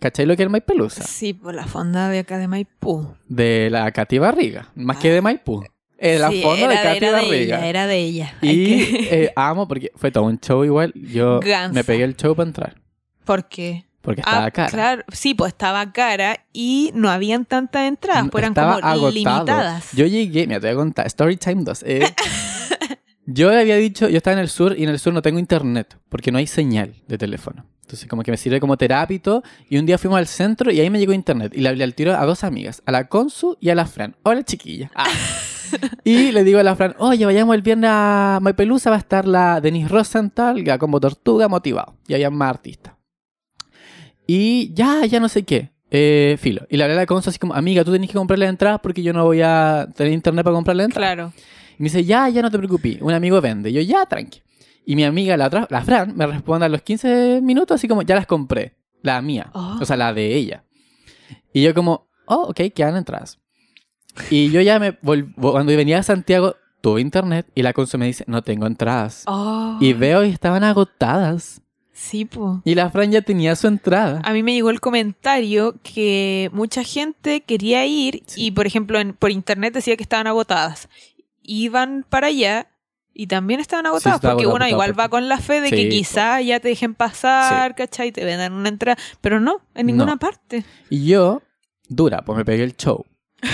[SPEAKER 2] ¿Cachai lo que es el May Pelusa?
[SPEAKER 3] Sí, por la fonda de acá de Maipú.
[SPEAKER 2] De la Katy Barriga, más que de Maipú. En la
[SPEAKER 3] Ah. Sí,
[SPEAKER 2] fondo de
[SPEAKER 3] era
[SPEAKER 2] Katy
[SPEAKER 3] era
[SPEAKER 2] Barriga.
[SPEAKER 3] ella, era de ella. Hay
[SPEAKER 2] y
[SPEAKER 3] que- [laughs]
[SPEAKER 2] eh, amo porque fue todo un show igual, yo
[SPEAKER 3] Gansa.
[SPEAKER 2] me pegué el show para entrar,
[SPEAKER 3] ¿Por qué?
[SPEAKER 2] porque estaba
[SPEAKER 3] Ah,
[SPEAKER 2] cara.
[SPEAKER 3] Claro, sí, pues estaba cara y no habían tantas entradas, pues eran
[SPEAKER 2] Estaba
[SPEAKER 3] como
[SPEAKER 2] agotado.
[SPEAKER 3] limitadas.
[SPEAKER 2] Yo llegué, mira, te voy a contar, Storytime 2.
[SPEAKER 3] [laughs]
[SPEAKER 2] eh. yo había dicho, yo estaba en el sur y en el sur no tengo internet porque no hay señal de teléfono. Entonces, como que me sirve como terapia y todo. Y un día fuimos al centro y ahí me llegó internet. Y le hablé al tiro a dos amigas, a la Consu y a la Fran. Hola, chiquilla. Ah. y le digo a la Fran, oye, vayamos el viernes a My Pelusa, va a estar la Denise Rosenthal, la Combo Tortuga, motivado. Y había más artistas. Y ya, ya no sé qué. Eh, filo. Y le hablé a la Consu así como, amiga, tú tenés que comprar las entradas porque yo no voy a tener internet para comprar las entradas.
[SPEAKER 3] claro.
[SPEAKER 2] Y me dice, ya, ya no te preocupes, un amigo vende. Y yo, ya, tranqui. Y mi amiga, la otra, la Fran, me responde a los 15 minutos así como, ya las compré. La mía.
[SPEAKER 3] Oh.
[SPEAKER 2] O sea, la de ella. Y yo como, oh, ok, quedan entradas. Y yo ya me vol- vo- cuando venía a Santiago, tuve internet y la consu me dice, no tengo entradas.
[SPEAKER 3] Oh,
[SPEAKER 2] Y veo y estaban agotadas.
[SPEAKER 3] sí, pues.
[SPEAKER 2] Y la Fran ya tenía su entrada.
[SPEAKER 3] A mí me llegó el comentario que mucha gente quería ir
[SPEAKER 2] Sí.
[SPEAKER 3] y, por ejemplo, en- por internet decía que estaban agotadas. Iban para allá y también estaban agotadas
[SPEAKER 2] está
[SPEAKER 3] porque
[SPEAKER 2] agotado,
[SPEAKER 3] uno
[SPEAKER 2] agotado,
[SPEAKER 3] igual
[SPEAKER 2] porque-
[SPEAKER 3] va con la fe de
[SPEAKER 2] Sí,
[SPEAKER 3] que
[SPEAKER 2] po.
[SPEAKER 3] quizá ya te dejen pasar, ¿cachai? Te vendan una entrada, pero no, en
[SPEAKER 2] No.
[SPEAKER 3] ninguna parte.
[SPEAKER 2] Y yo, dura, pues me pegué el show.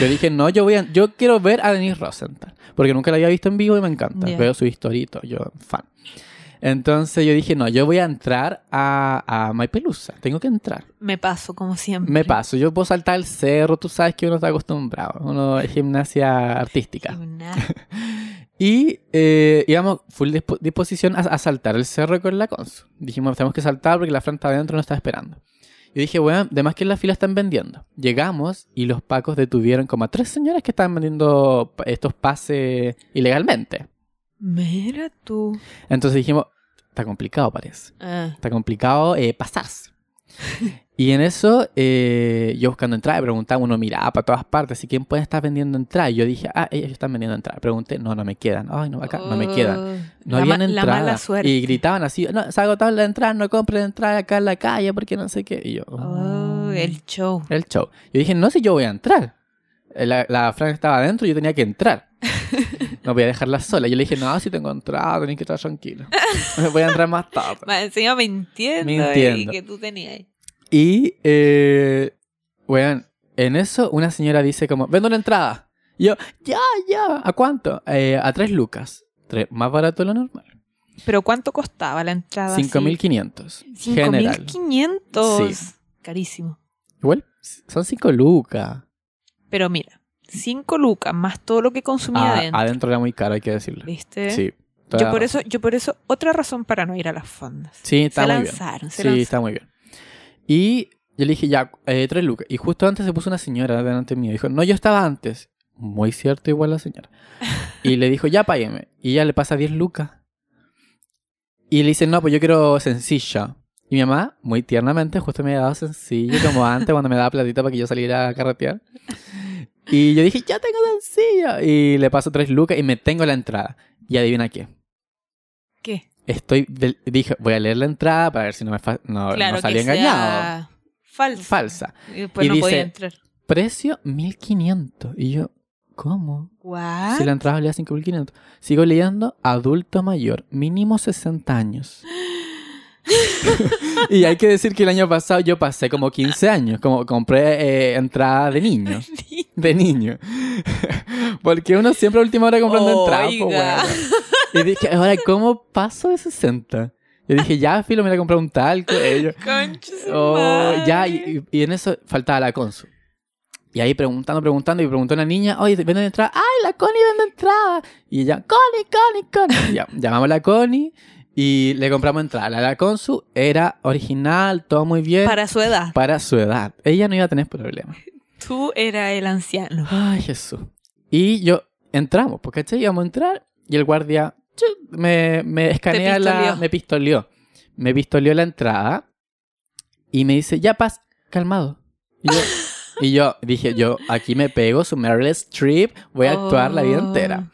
[SPEAKER 2] Yo dije, no, yo voy a, yo quiero ver a Denise Rosenthal. Porque nunca la había visto en vivo y me encanta.
[SPEAKER 3] Ya.
[SPEAKER 2] Veo su historito, yo fan. Entonces yo dije, no, yo voy a entrar a, a My Pelusa. Tengo que entrar.
[SPEAKER 3] Me paso, como siempre.
[SPEAKER 2] Me paso, yo puedo saltar el cerro, tú sabes que uno está acostumbrado. Uno es gimnasia artística.
[SPEAKER 3] Gimnasio.
[SPEAKER 2] Y eh, íbamos full dispo- disposición a, a saltar el cerro con la consu. Dijimos, tenemos que saltar porque la Fran está adentro y nos está esperando. Y dije, bueno, además que en la fila están vendiendo. Llegamos y los pacos detuvieron como a tres señoras que estaban vendiendo pa- estos pases ilegalmente.
[SPEAKER 3] Mira tú.
[SPEAKER 2] Entonces dijimos, está complicado parece.
[SPEAKER 3] Ah.
[SPEAKER 2] Está complicado eh, pasarse. Y en eso, eh, yo buscando entrada, preguntaba, uno miraba para todas partes, ¿y quién puede estar vendiendo entrada? Y yo dije, ah, ellos están vendiendo entrada. Pregunté, no, no me quedan. Ay, no, acá, no
[SPEAKER 3] Oh.
[SPEAKER 2] me quedan. No
[SPEAKER 3] la,
[SPEAKER 2] habían
[SPEAKER 3] ma- la
[SPEAKER 2] entrada.
[SPEAKER 3] mala suerte.
[SPEAKER 2] Y gritaban así, no, se ha agotado la entrada, no compren entrada acá en la calle porque no sé qué. Y yo,
[SPEAKER 3] Oh,
[SPEAKER 2] "Mm".
[SPEAKER 3] el show.
[SPEAKER 2] El show. Yo dije, no sé, yo voy a entrar. Eh, La, la Fran estaba adentro y yo tenía que
[SPEAKER 3] [laughs]
[SPEAKER 2] entrar. No voy a dejarla sola. Yo le dije, no, si te encontraba, tenés que estar tranquilo. [laughs] Voy a entrar más tarde.
[SPEAKER 3] [laughs] Ma, Encima mintiendo.
[SPEAKER 2] Mintiendo.
[SPEAKER 3] Y que tú tenías.
[SPEAKER 2] Y, eh, weón, en eso una señora dice como, vendo una entrada. Y yo, ya, ya, ¿a cuánto? Eh, a tres lucas. Tres, más barato de lo normal.
[SPEAKER 3] Pero ¿cuánto costaba la entrada? así?
[SPEAKER 2] 5.500. General.
[SPEAKER 3] 5.500.
[SPEAKER 2] Sí.
[SPEAKER 3] Carísimo.
[SPEAKER 2] Igual son 5 lucas.
[SPEAKER 3] Pero mira, 5 lucas más todo lo que consumía
[SPEAKER 2] Ah,
[SPEAKER 3] adentro.
[SPEAKER 2] adentro era muy caro, hay que decirlo.
[SPEAKER 3] ¿Viste?
[SPEAKER 2] Sí. toda
[SPEAKER 3] Yo
[SPEAKER 2] la
[SPEAKER 3] por,
[SPEAKER 2] razón.
[SPEAKER 3] eso, yo por eso, otra razón para no ir a las fondas.
[SPEAKER 2] Sí, está
[SPEAKER 3] se
[SPEAKER 2] muy
[SPEAKER 3] lanzaron,
[SPEAKER 2] bien.
[SPEAKER 3] se
[SPEAKER 2] sí,
[SPEAKER 3] lanzaron.
[SPEAKER 2] está muy bien. Y yo le dije, ya, eh, tres lucas. Y justo antes se puso una señora delante mío. Dijo, no, yo estaba antes. Muy cierto, igual la señora. Y le dijo, ya págueme. Y ella le pasa 10 lucas. Y le dice, no, pues yo quiero sencilla. Y mi mamá, muy tiernamente, justo me había dado sencillo, como antes, cuando me daba platita para que yo saliera a carretear. Y yo dije, ya tengo sencillo. Y le paso tres lucas y me tengo la entrada. Y adivina qué.
[SPEAKER 3] ¿Qué?
[SPEAKER 2] Estoy, del- dije, voy a leer la entrada para ver si no me fa- no, no salí engañado.
[SPEAKER 3] sea falsa.
[SPEAKER 2] Falsa.
[SPEAKER 3] Y después
[SPEAKER 2] Y
[SPEAKER 3] no podía
[SPEAKER 2] dice-
[SPEAKER 3] entrar.
[SPEAKER 2] Precio 1500. Y yo, ¿cómo?
[SPEAKER 3] ¿What?
[SPEAKER 2] Si la entrada valía 5.500. Sigo leyendo adulto mayor, mínimo 60 años. [laughs] y hay que decir que el año pasado yo pasé como 15 años, como compré eh, entrada de niño. [laughs] De niño. [laughs] Porque uno siempre a última hora comprando entradas. po,
[SPEAKER 3] Oiga.
[SPEAKER 2] weona. Y dije, ahora, ¿cómo paso de 60? Yo dije, ya, filo, me voy a comprar un talco. eh, yo-
[SPEAKER 3] Concha su
[SPEAKER 2] Oh, ya,
[SPEAKER 3] madre.
[SPEAKER 2] y, y en eso faltaba la consu. Y ahí preguntando, preguntando, y preguntó una niña, oye, ¿venden entrada? ¡Ay, la Connie vende entrada! Y ella, Connie, Connie, Connie. Y ya, llamamos a la Connie y le compramos entrada. La, la consu era original, todo muy bien. Para...
[SPEAKER 3] Para su edad.
[SPEAKER 2] su edad. Ella no iba a tener problemas.
[SPEAKER 3] Tú eras el anciano.
[SPEAKER 2] Ay, Jesús. Y yo, entramos, porque ¿cachai? Íbamos a entrar y el guardia chuc, me, me escanea la...
[SPEAKER 3] pistoleó.
[SPEAKER 2] Me pistoleó. Me pistoleó la entrada y me dice, ya paz, calmado. Y yo, y yo dije, yo aquí me pego su Meryl Streep, voy a actuar la vida
[SPEAKER 3] Oh.
[SPEAKER 2] entera.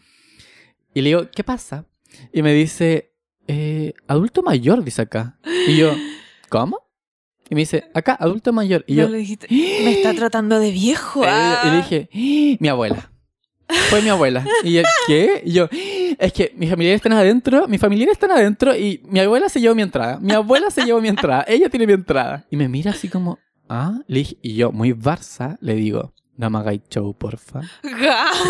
[SPEAKER 2] Y le digo, ¿qué pasa? Y me dice, "Eh, adulto mayor, dice acá. Y yo, ¿cómo? Y me dice, acá, adulto mayor. Y
[SPEAKER 3] No
[SPEAKER 2] yo, Eh,
[SPEAKER 3] le dijiste, me está tratando de viejo. ah".
[SPEAKER 2] y, y dije, "Ah, mi abuela. Fue mi abuela. Y yo, ¿qué? Y yo, "Ah, es que mis familiares están adentro, mis familiares están adentro y mi abuela se llevó mi entrada. Mi abuela se llevó mi entrada. Ella tiene mi entrada. Y me mira así como, ah, le dije- y yo, muy barza, le digo, no me hagáis show, porfa.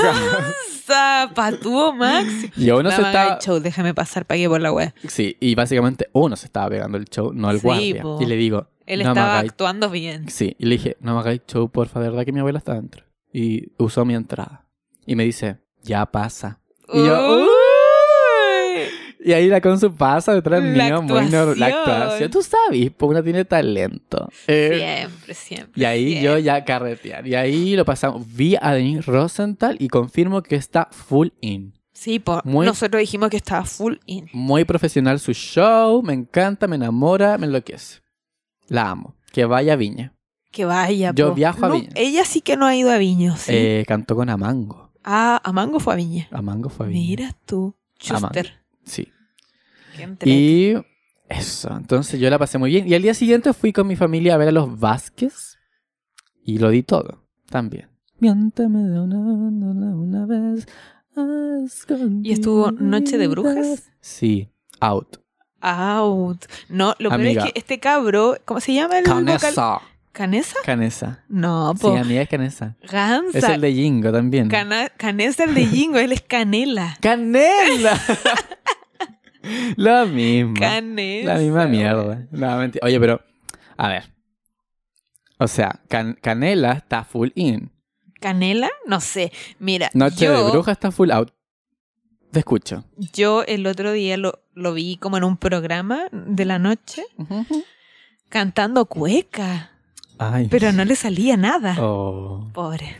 [SPEAKER 3] Gansa, patúo Max.
[SPEAKER 2] Y aún no
[SPEAKER 3] La
[SPEAKER 2] se
[SPEAKER 3] maga del
[SPEAKER 2] estaba.
[SPEAKER 3] show, déjame pasar para que por la web.
[SPEAKER 2] Sí, y básicamente uno se estaba pegando el show, no el
[SPEAKER 3] Sí,
[SPEAKER 2] guardia.
[SPEAKER 3] po.
[SPEAKER 2] Y le digo,
[SPEAKER 3] Él
[SPEAKER 2] no me
[SPEAKER 3] estaba
[SPEAKER 2] hagáis
[SPEAKER 3] actuando bien.
[SPEAKER 2] Sí, y le dije, no me hagáis show, porfa, de verdad que mi abuela está adentro. Y usó mi entrada. Y me dice, ya pasa. Y yo, "Uh".
[SPEAKER 3] Uh, Uy.
[SPEAKER 2] Y ahí la consu pasa detrás
[SPEAKER 3] La
[SPEAKER 2] mío, muy nor- la
[SPEAKER 3] actuación.
[SPEAKER 2] actuación. Tú sabes, pues una tiene talento. Eh,
[SPEAKER 3] Siempre, siempre.
[SPEAKER 2] y ahí yo
[SPEAKER 3] siempre.
[SPEAKER 2] ya carretear. Y ahí lo pasamos. Vi a Denise Rosenthal y confirmo que está full in.
[SPEAKER 3] Sí, po.
[SPEAKER 2] Muy-
[SPEAKER 3] nosotros dijimos que estaba full in.
[SPEAKER 2] Muy profesional su show. Me encanta, me enamora, me enloquece. La amo. Que vaya a Viña.
[SPEAKER 3] Que vaya.
[SPEAKER 2] Yo
[SPEAKER 3] po.
[SPEAKER 2] viajo a
[SPEAKER 3] No,
[SPEAKER 2] Viña.
[SPEAKER 3] Ella sí que no ha ido a Viña, sí.
[SPEAKER 2] Eh, cantó con Amango.
[SPEAKER 3] ah, a Mango fue a Viña.
[SPEAKER 2] Amango fue a Viña.
[SPEAKER 3] Mira
[SPEAKER 2] A
[SPEAKER 3] tú,
[SPEAKER 2] Mango.
[SPEAKER 3] Schuster.
[SPEAKER 2] Sí.
[SPEAKER 3] Qué entrete.
[SPEAKER 2] Y eso, entonces yo la pasé muy bien. Y al día siguiente fui con mi familia a ver a los Vázquez y lo di todo también. Miéntame de una, una, una vez. a
[SPEAKER 3] ¿Y estuvo Noche de Brujas?
[SPEAKER 2] escondidas. Sí, out.
[SPEAKER 3] Out. No, lo peor
[SPEAKER 2] Amiga.
[SPEAKER 3] es que este cabro, ¿cómo se llama el vocal?
[SPEAKER 2] Canesa.
[SPEAKER 3] ¿Canesa? [laughs]
[SPEAKER 2] Canesa.
[SPEAKER 3] No,
[SPEAKER 2] Sí,
[SPEAKER 3] po.
[SPEAKER 2] amiga es Canesa.
[SPEAKER 3] Gansa.
[SPEAKER 2] Es el de Jingo también.
[SPEAKER 3] Cana- Canesa el de Jingo, él es Canela. [laughs]
[SPEAKER 2] ¡Canela! [laughs] lo mismo.
[SPEAKER 3] Canela.
[SPEAKER 2] La misma mierda. No, mentira. Oye, pero, a ver. O sea, Can- Canela está full in.
[SPEAKER 3] ¿Canela? No sé. Mira,
[SPEAKER 2] Noche
[SPEAKER 3] yo,
[SPEAKER 2] de Bruja está full out. Te escucho.
[SPEAKER 3] yo el otro día lo, lo vi como en un programa de la noche cantando cueca,
[SPEAKER 2] Ay.
[SPEAKER 3] pero no le salía nada.
[SPEAKER 2] Oh.
[SPEAKER 3] Pobre.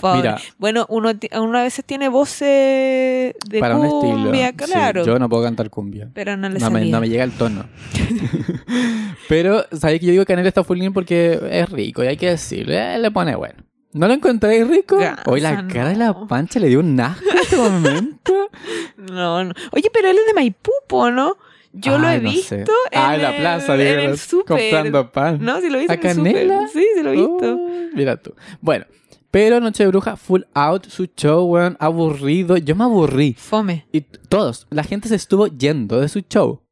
[SPEAKER 3] Pobre.
[SPEAKER 2] Mira.
[SPEAKER 3] Bueno, uno, ti- uno a veces tiene voces de
[SPEAKER 2] Para un estilo.
[SPEAKER 3] cumbia,
[SPEAKER 2] Sí,
[SPEAKER 3] claro,
[SPEAKER 2] yo no puedo cantar cumbia.
[SPEAKER 3] pero no le
[SPEAKER 2] No me,
[SPEAKER 3] salía.
[SPEAKER 2] no me llega el tono. [laughs] pero, ¿sabes que yo digo Canela está full in porque es rico y hay que decirlo? Eh, le pone bueno. ¿No lo encontré rico?
[SPEAKER 3] Gansa,
[SPEAKER 2] Hoy la cara de la
[SPEAKER 3] no.
[SPEAKER 2] pancha le dio un asco en este momento.
[SPEAKER 3] No, no. Oye, pero él es de Maipupo, ¿no? Yo lo
[SPEAKER 2] Ay,
[SPEAKER 3] he
[SPEAKER 2] no
[SPEAKER 3] visto
[SPEAKER 2] sé.
[SPEAKER 3] en,
[SPEAKER 2] Ah, en la
[SPEAKER 3] el-
[SPEAKER 2] plaza,
[SPEAKER 3] en
[SPEAKER 2] digo,
[SPEAKER 3] el súper.
[SPEAKER 2] comprando pan.
[SPEAKER 3] No, sí lo he visto
[SPEAKER 2] ¿A
[SPEAKER 3] en el súper.
[SPEAKER 2] Canela?
[SPEAKER 3] Sí, sí lo he visto.
[SPEAKER 2] Oh, mira tú. Bueno, pero Noche de Bruja, full out, su show, weón, aburrido. Yo me aburrí.
[SPEAKER 3] Fome.
[SPEAKER 2] Y t- todos, la gente se estuvo yendo de su show.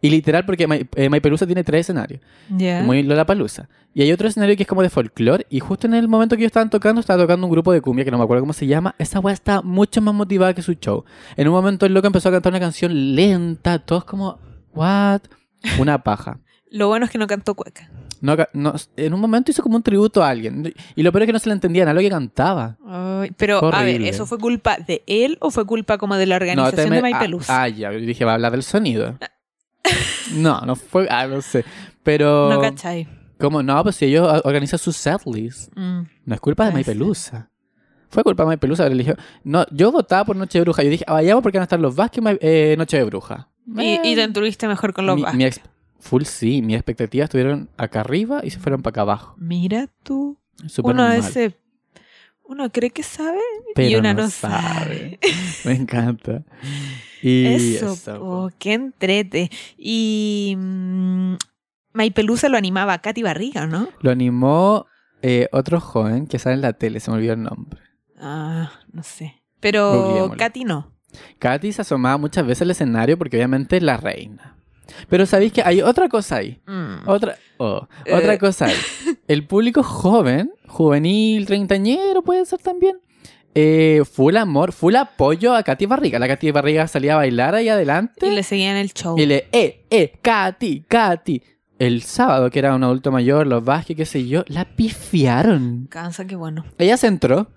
[SPEAKER 2] Y literal, porque May, eh, Maypelusa tiene tres escenarios.
[SPEAKER 3] Ya.
[SPEAKER 2] Muy Lola Palusa. Y hay otro escenario que es como de folclore. Y justo en el momento que ellos estaban tocando, estaba tocando un grupo de cumbia que no me acuerdo cómo se llama. Esa weá está mucho más motivada que su show. En un momento el loco empezó a cantar una canción lenta. Todos como, ¿what? Una paja.
[SPEAKER 3] Lo bueno es que no cantó cueca.
[SPEAKER 2] No, ca- no, en un momento hizo como un tributo a alguien. Y lo peor es que no se le entendía nada lo que cantaba.
[SPEAKER 3] Ay, pero,
[SPEAKER 2] Fue
[SPEAKER 3] a ver,
[SPEAKER 2] horrible.
[SPEAKER 3] ¿eso fue culpa de él o fue culpa como de la
[SPEAKER 2] No,
[SPEAKER 3] organización
[SPEAKER 2] teme-
[SPEAKER 3] de Maipelusa?
[SPEAKER 2] Ah, ah, ya. Yo dije, va a hablar del sonido. No, no fue. Ah, no sé. Pero.
[SPEAKER 3] no cachai.
[SPEAKER 2] como no, pues si ellos o- organizan su setlist.
[SPEAKER 3] Mm.
[SPEAKER 2] No es culpa de
[SPEAKER 3] Puede
[SPEAKER 2] May
[SPEAKER 3] ser.
[SPEAKER 2] Pelusa. Fue culpa de May Pelusa haber elegido- No, yo votaba por Noche de Bruja. Yo dije, ah, vayamos porque van a estar los Vázquez May- eh, Noche de Bruja.
[SPEAKER 3] Y, y te
[SPEAKER 2] Eh,
[SPEAKER 3] entuviste mejor con los
[SPEAKER 2] mi,
[SPEAKER 3] Vázquez.
[SPEAKER 2] mi ex- full sí. Mis expectativas estuvieron acá arriba y se fueron para acá abajo.
[SPEAKER 3] Mira tú.
[SPEAKER 2] Súper
[SPEAKER 3] uno a
[SPEAKER 2] normal.
[SPEAKER 3] veces. Uno cree que sabe.
[SPEAKER 2] pero
[SPEAKER 3] y una
[SPEAKER 2] no
[SPEAKER 3] no sabe.
[SPEAKER 2] sabe. [laughs] Me encanta. Y
[SPEAKER 3] eso.
[SPEAKER 2] eso. pues.
[SPEAKER 3] po, qué entrete. Y. mm, May Pelusa lo animaba a Katy Barriga, ¿no?
[SPEAKER 2] Lo animó eh, otro joven que sale en la tele, se me olvidó el nombre.
[SPEAKER 3] Ah, no sé. Pero
[SPEAKER 2] Googleémoslo.
[SPEAKER 3] Katy no.
[SPEAKER 2] Katy se asomaba muchas veces al escenario porque obviamente es la reina. Pero sabéis que hay otra cosa ahí.
[SPEAKER 3] Mm.
[SPEAKER 2] Otra, oh, otra
[SPEAKER 3] Eh.
[SPEAKER 2] cosa
[SPEAKER 3] [laughs]
[SPEAKER 2] ahí. El público joven, juvenil, treintañero puede ser también. eh, full amor, full apoyo a Katy Barriga. La Katy Barriga salía a bailar ahí adelante.
[SPEAKER 3] Y le seguían el show.
[SPEAKER 2] Y le, eh, eh, Katy, Katy. El sábado, que era un adulto mayor, los Vázquez, qué sé yo, la pifiaron.
[SPEAKER 3] Cansa, qué bueno.
[SPEAKER 2] Ella se entró.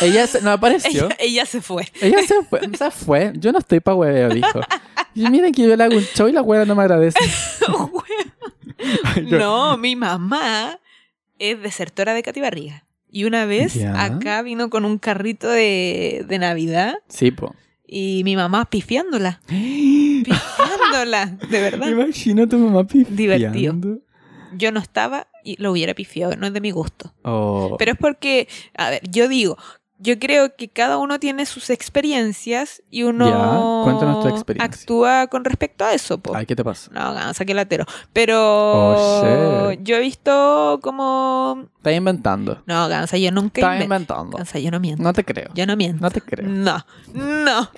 [SPEAKER 2] Ella se- no apareció.
[SPEAKER 3] Ella, [laughs] ella se fue.
[SPEAKER 2] Ella se fue. Se fue. Yo no estoy pa' hueveo, dijo. Y miren que yo le hago un show y la hueva no me
[SPEAKER 3] [laughs]
[SPEAKER 2] agradece. Yo-
[SPEAKER 3] no, mi mamá es desertora de Katy Barriga. Y una vez
[SPEAKER 2] Ya.
[SPEAKER 3] acá vino con un carrito de, de Navidad
[SPEAKER 2] Sí,
[SPEAKER 3] [gasps]
[SPEAKER 2] po. [gasps]
[SPEAKER 3] y mi mamá pifiándola.
[SPEAKER 2] Me
[SPEAKER 3] Pifiándola, de verdad.
[SPEAKER 2] imagino a tu mamá pifiando.
[SPEAKER 3] Divertido. Yo no estaba y lo hubiera pifiado, no es de mi gusto.
[SPEAKER 2] Oh.
[SPEAKER 3] Pero es porque, a ver, yo digo, yo creo que cada uno tiene sus experiencias y uno
[SPEAKER 2] Ya, cuéntanos tu experiencia.
[SPEAKER 3] actúa con respecto a eso. po.
[SPEAKER 2] Ay, ¿qué te pasa?
[SPEAKER 3] No, no, saqué latero. Pero
[SPEAKER 2] Oh, shit.
[SPEAKER 3] yo he visto como...
[SPEAKER 2] Estás inventando.
[SPEAKER 3] No, Gansa, yo nunca...
[SPEAKER 2] Estás
[SPEAKER 3] inven- Ah,
[SPEAKER 2] inventando.
[SPEAKER 3] Gansa, yo no miento.
[SPEAKER 2] No te creo.
[SPEAKER 3] Yo no miento.
[SPEAKER 2] No te creo.
[SPEAKER 3] No,
[SPEAKER 2] [laughs]
[SPEAKER 3] no.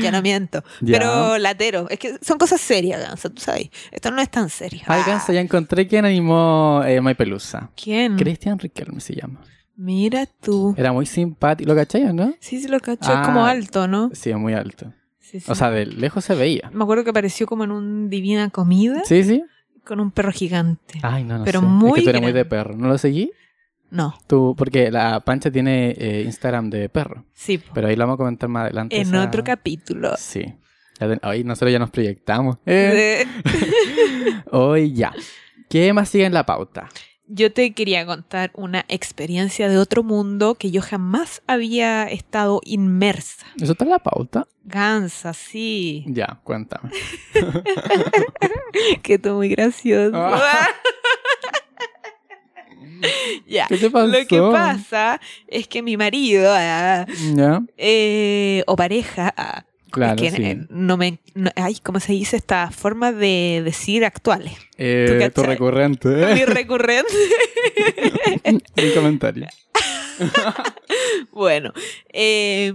[SPEAKER 3] yo no miento.
[SPEAKER 2] Ya.
[SPEAKER 3] Pero latero. Es que son cosas serias, Gansa, tú sabes. Esto no es tan serio.
[SPEAKER 2] Ay, Ganso, ya encontré quién animó eh, My Pelusa.
[SPEAKER 3] ¿Quién?
[SPEAKER 2] Cristian Riquelme se llama.
[SPEAKER 3] Mira tú.
[SPEAKER 2] Era muy simpático. ¿Lo cachai o no?
[SPEAKER 3] Sí, sí lo cacho.
[SPEAKER 2] Ah.
[SPEAKER 3] Es como alto, ¿no?
[SPEAKER 2] Sí, es muy alto.
[SPEAKER 3] Sí, sí.
[SPEAKER 2] O sea, de lejos se veía.
[SPEAKER 3] Me acuerdo que apareció como en un Divina Comida
[SPEAKER 2] Sí, Ah. sí.
[SPEAKER 3] con un perro gigante.
[SPEAKER 2] Ay, no, no
[SPEAKER 3] Pero
[SPEAKER 2] sé. es
[SPEAKER 3] muy
[SPEAKER 2] que tú eres muy de
[SPEAKER 3] grande.
[SPEAKER 2] perro. ¿No lo seguí?
[SPEAKER 3] No,
[SPEAKER 2] Tú, porque la Pancha tiene eh, Instagram de perro.
[SPEAKER 3] sí. po.
[SPEAKER 2] Pero ahí lo vamos a comentar más adelante.
[SPEAKER 3] en
[SPEAKER 2] esa-
[SPEAKER 3] otro capítulo. [laughs]
[SPEAKER 2] Sí. Ya ten- Hoy nosotros ya nos proyectamos. Eh,
[SPEAKER 3] Eh,
[SPEAKER 2] Hoy ya. ¿Qué más sigue en la pauta?
[SPEAKER 3] Yo te quería contar una experiencia de otro mundo que yo jamás había estado inmersa.
[SPEAKER 2] ¿Eso está en la pauta? [laughs]
[SPEAKER 3] Gansa, sí.
[SPEAKER 2] Ya, cuéntame.
[SPEAKER 3] Que tú muy gracioso.
[SPEAKER 2] Ah.
[SPEAKER 3] [laughs] ya.
[SPEAKER 2] ¿Qué te pasó?
[SPEAKER 3] Lo que pasa es que mi marido ah,
[SPEAKER 2] Ya,
[SPEAKER 3] eh, o pareja ah,
[SPEAKER 2] claro,
[SPEAKER 3] es que
[SPEAKER 2] sí.
[SPEAKER 3] eh, no me. no- ay, ¿cómo se dice esta forma de decir actuales?
[SPEAKER 2] Eh,
[SPEAKER 3] ¿tú cachai?
[SPEAKER 2] tu
[SPEAKER 3] [laughs]
[SPEAKER 2] recurrente, [laughs]
[SPEAKER 3] Mi
[SPEAKER 2] ¿eh?
[SPEAKER 3] recurrente.
[SPEAKER 2] [laughs]
[SPEAKER 3] [laughs]
[SPEAKER 2] Un comentario.
[SPEAKER 3] bueno, eh,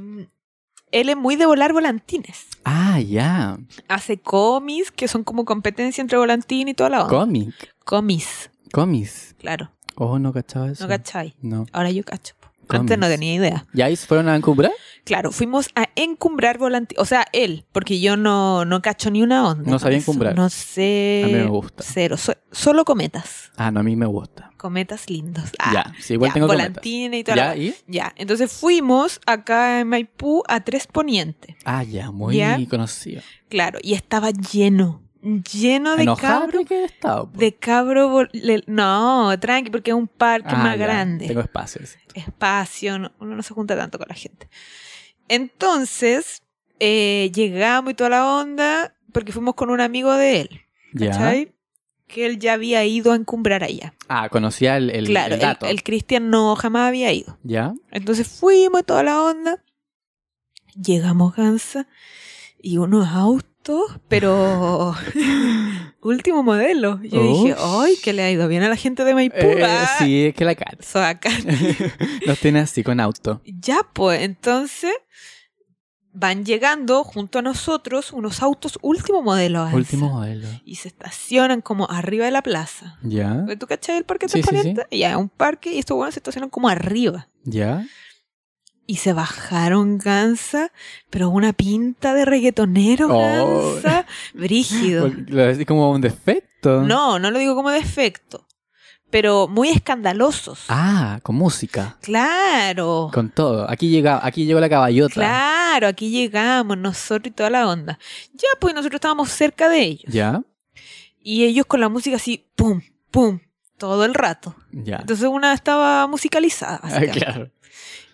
[SPEAKER 3] él es muy de volar volantines.
[SPEAKER 2] Ah, ya.
[SPEAKER 3] Hace comis, que son como competencia entre volantín y toda la onda.
[SPEAKER 2] Comic.
[SPEAKER 3] Comis,
[SPEAKER 2] Comis.
[SPEAKER 3] claro.
[SPEAKER 2] Oh, no cachaba eso.
[SPEAKER 3] No cachai.
[SPEAKER 2] No.
[SPEAKER 3] Ahora yo cacho. po.
[SPEAKER 2] Comis.
[SPEAKER 3] Antes no tenía idea.
[SPEAKER 2] ¿Y ahí se fueron a Vancouver?
[SPEAKER 3] Claro, fuimos a encumbrar volantines. O sea, él, porque yo no, no cacho ni una onda.
[SPEAKER 2] No
[SPEAKER 3] con
[SPEAKER 2] sabía
[SPEAKER 3] eso.
[SPEAKER 2] encumbrar.
[SPEAKER 3] No sé.
[SPEAKER 2] A mí me gusta.
[SPEAKER 3] Cero. So- solo cometas.
[SPEAKER 2] Ah, no, a mí me gusta.
[SPEAKER 3] Cometas lindos. Ah,
[SPEAKER 2] ya, sí, igual
[SPEAKER 3] ya,
[SPEAKER 2] tengo cometas.
[SPEAKER 3] volantines y toda la
[SPEAKER 2] ¿Ya? ¿Y?
[SPEAKER 3] Ya, entonces fuimos acá en Maipú a Tres Poniente.
[SPEAKER 2] Ah, ya, muy
[SPEAKER 3] Ya.
[SPEAKER 2] conocido.
[SPEAKER 3] Claro, y estaba lleno, lleno de
[SPEAKER 2] Enojado
[SPEAKER 3] cabro.
[SPEAKER 2] que he estado. po.
[SPEAKER 3] De cabro. vol- le- No, tranqui, porque es un parque
[SPEAKER 2] Ah,
[SPEAKER 3] más
[SPEAKER 2] ya,
[SPEAKER 3] grande.
[SPEAKER 2] Tengo espacio. es cierto.
[SPEAKER 3] Espacio, no- uno no se junta tanto con la gente. Entonces, eh, llegamos y toda la onda, porque fuimos con un amigo de él,
[SPEAKER 2] Ya.
[SPEAKER 3] ¿cachai? Que él ya había ido a encumbrar allá.
[SPEAKER 2] Ah, conocía el, el,
[SPEAKER 3] claro,
[SPEAKER 2] el dato.
[SPEAKER 3] el, Cristian no jamás había ido.
[SPEAKER 2] Ya.
[SPEAKER 3] Entonces fuimos y toda la onda. Llegamos Gansa y unos autos,
[SPEAKER 2] [laughs]
[SPEAKER 3] pero último modelo. Yo
[SPEAKER 2] Oh,
[SPEAKER 3] dije, ¡ay, que le ha ido bien a la gente de Maipú!
[SPEAKER 2] Eh,
[SPEAKER 3] ah".
[SPEAKER 2] sí, es que la cat.
[SPEAKER 3] So,
[SPEAKER 2] [laughs]
[SPEAKER 3] acá.
[SPEAKER 2] Los tiene así con auto.
[SPEAKER 3] Ya, pues, entonces van llegando junto a nosotros unos autos último modelo. Gansa.
[SPEAKER 2] Último modelo.
[SPEAKER 3] Y se estacionan como arriba de la plaza.
[SPEAKER 2] Ya.
[SPEAKER 3] ¿Tú cachai el parque de
[SPEAKER 2] Sí, sí, sí.
[SPEAKER 3] Transparente? Ya, es un parque y estos buenos se estacionan como arriba.
[SPEAKER 2] Ya.
[SPEAKER 3] Y se bajaron Gansa, pero una pinta de reggaetonero
[SPEAKER 2] Oh. [laughs]
[SPEAKER 3] Gansa, brígido.
[SPEAKER 2] Es como un defecto.
[SPEAKER 3] No, no lo digo como defecto, pero muy escandalosos.
[SPEAKER 2] Ah, con música.
[SPEAKER 3] Claro,
[SPEAKER 2] Con todo. Aquí llega, aquí llegó la caballota.
[SPEAKER 3] claro, aquí llegamos nosotros y toda la onda. Ya, pues nosotros estábamos cerca de ellos.
[SPEAKER 2] Ya.
[SPEAKER 3] Y ellos con la música así, pum, pum, todo el rato.
[SPEAKER 2] Ya.
[SPEAKER 3] Entonces una estaba musicalizada.
[SPEAKER 2] [laughs] Ah,
[SPEAKER 3] básicamente.
[SPEAKER 2] claro.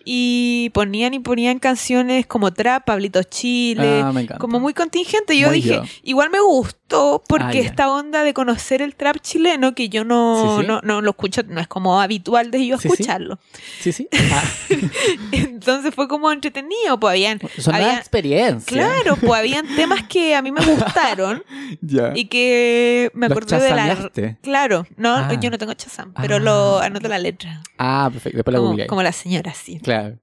[SPEAKER 3] y ponían y ponían canciones como trap, Pablito Chile,
[SPEAKER 2] Ah, me encanta.
[SPEAKER 3] como muy contingente. Yo
[SPEAKER 2] Muy
[SPEAKER 3] dije,
[SPEAKER 2] yo.
[SPEAKER 3] igual me gustó porque
[SPEAKER 2] Ah, ya.
[SPEAKER 3] esta onda de conocer el trap chileno que yo no,
[SPEAKER 2] Sí, sí.
[SPEAKER 3] no, no lo escucho, no es como habitual de yo
[SPEAKER 2] Sí, sí.
[SPEAKER 3] escucharlo. [laughs]
[SPEAKER 2] Sí, sí. Ah,
[SPEAKER 3] Entonces fue como entretenido, pues habían,
[SPEAKER 2] son
[SPEAKER 3] Había-
[SPEAKER 2] una experiencia.
[SPEAKER 3] claro, pues habían
[SPEAKER 2] [laughs]
[SPEAKER 3] temas que a mí me gustaron
[SPEAKER 2] Ya.
[SPEAKER 3] y que me
[SPEAKER 2] Los
[SPEAKER 3] acordé de la...
[SPEAKER 2] chasameaste.
[SPEAKER 3] Claro, no,
[SPEAKER 2] Ah.
[SPEAKER 3] yo no tengo chazam, pero lo
[SPEAKER 2] Ah.
[SPEAKER 3] anoto la letra.
[SPEAKER 2] Ah, perfecto. Después la
[SPEAKER 3] Como,
[SPEAKER 2] googleé.
[SPEAKER 3] como la señora, sí.
[SPEAKER 2] Claro.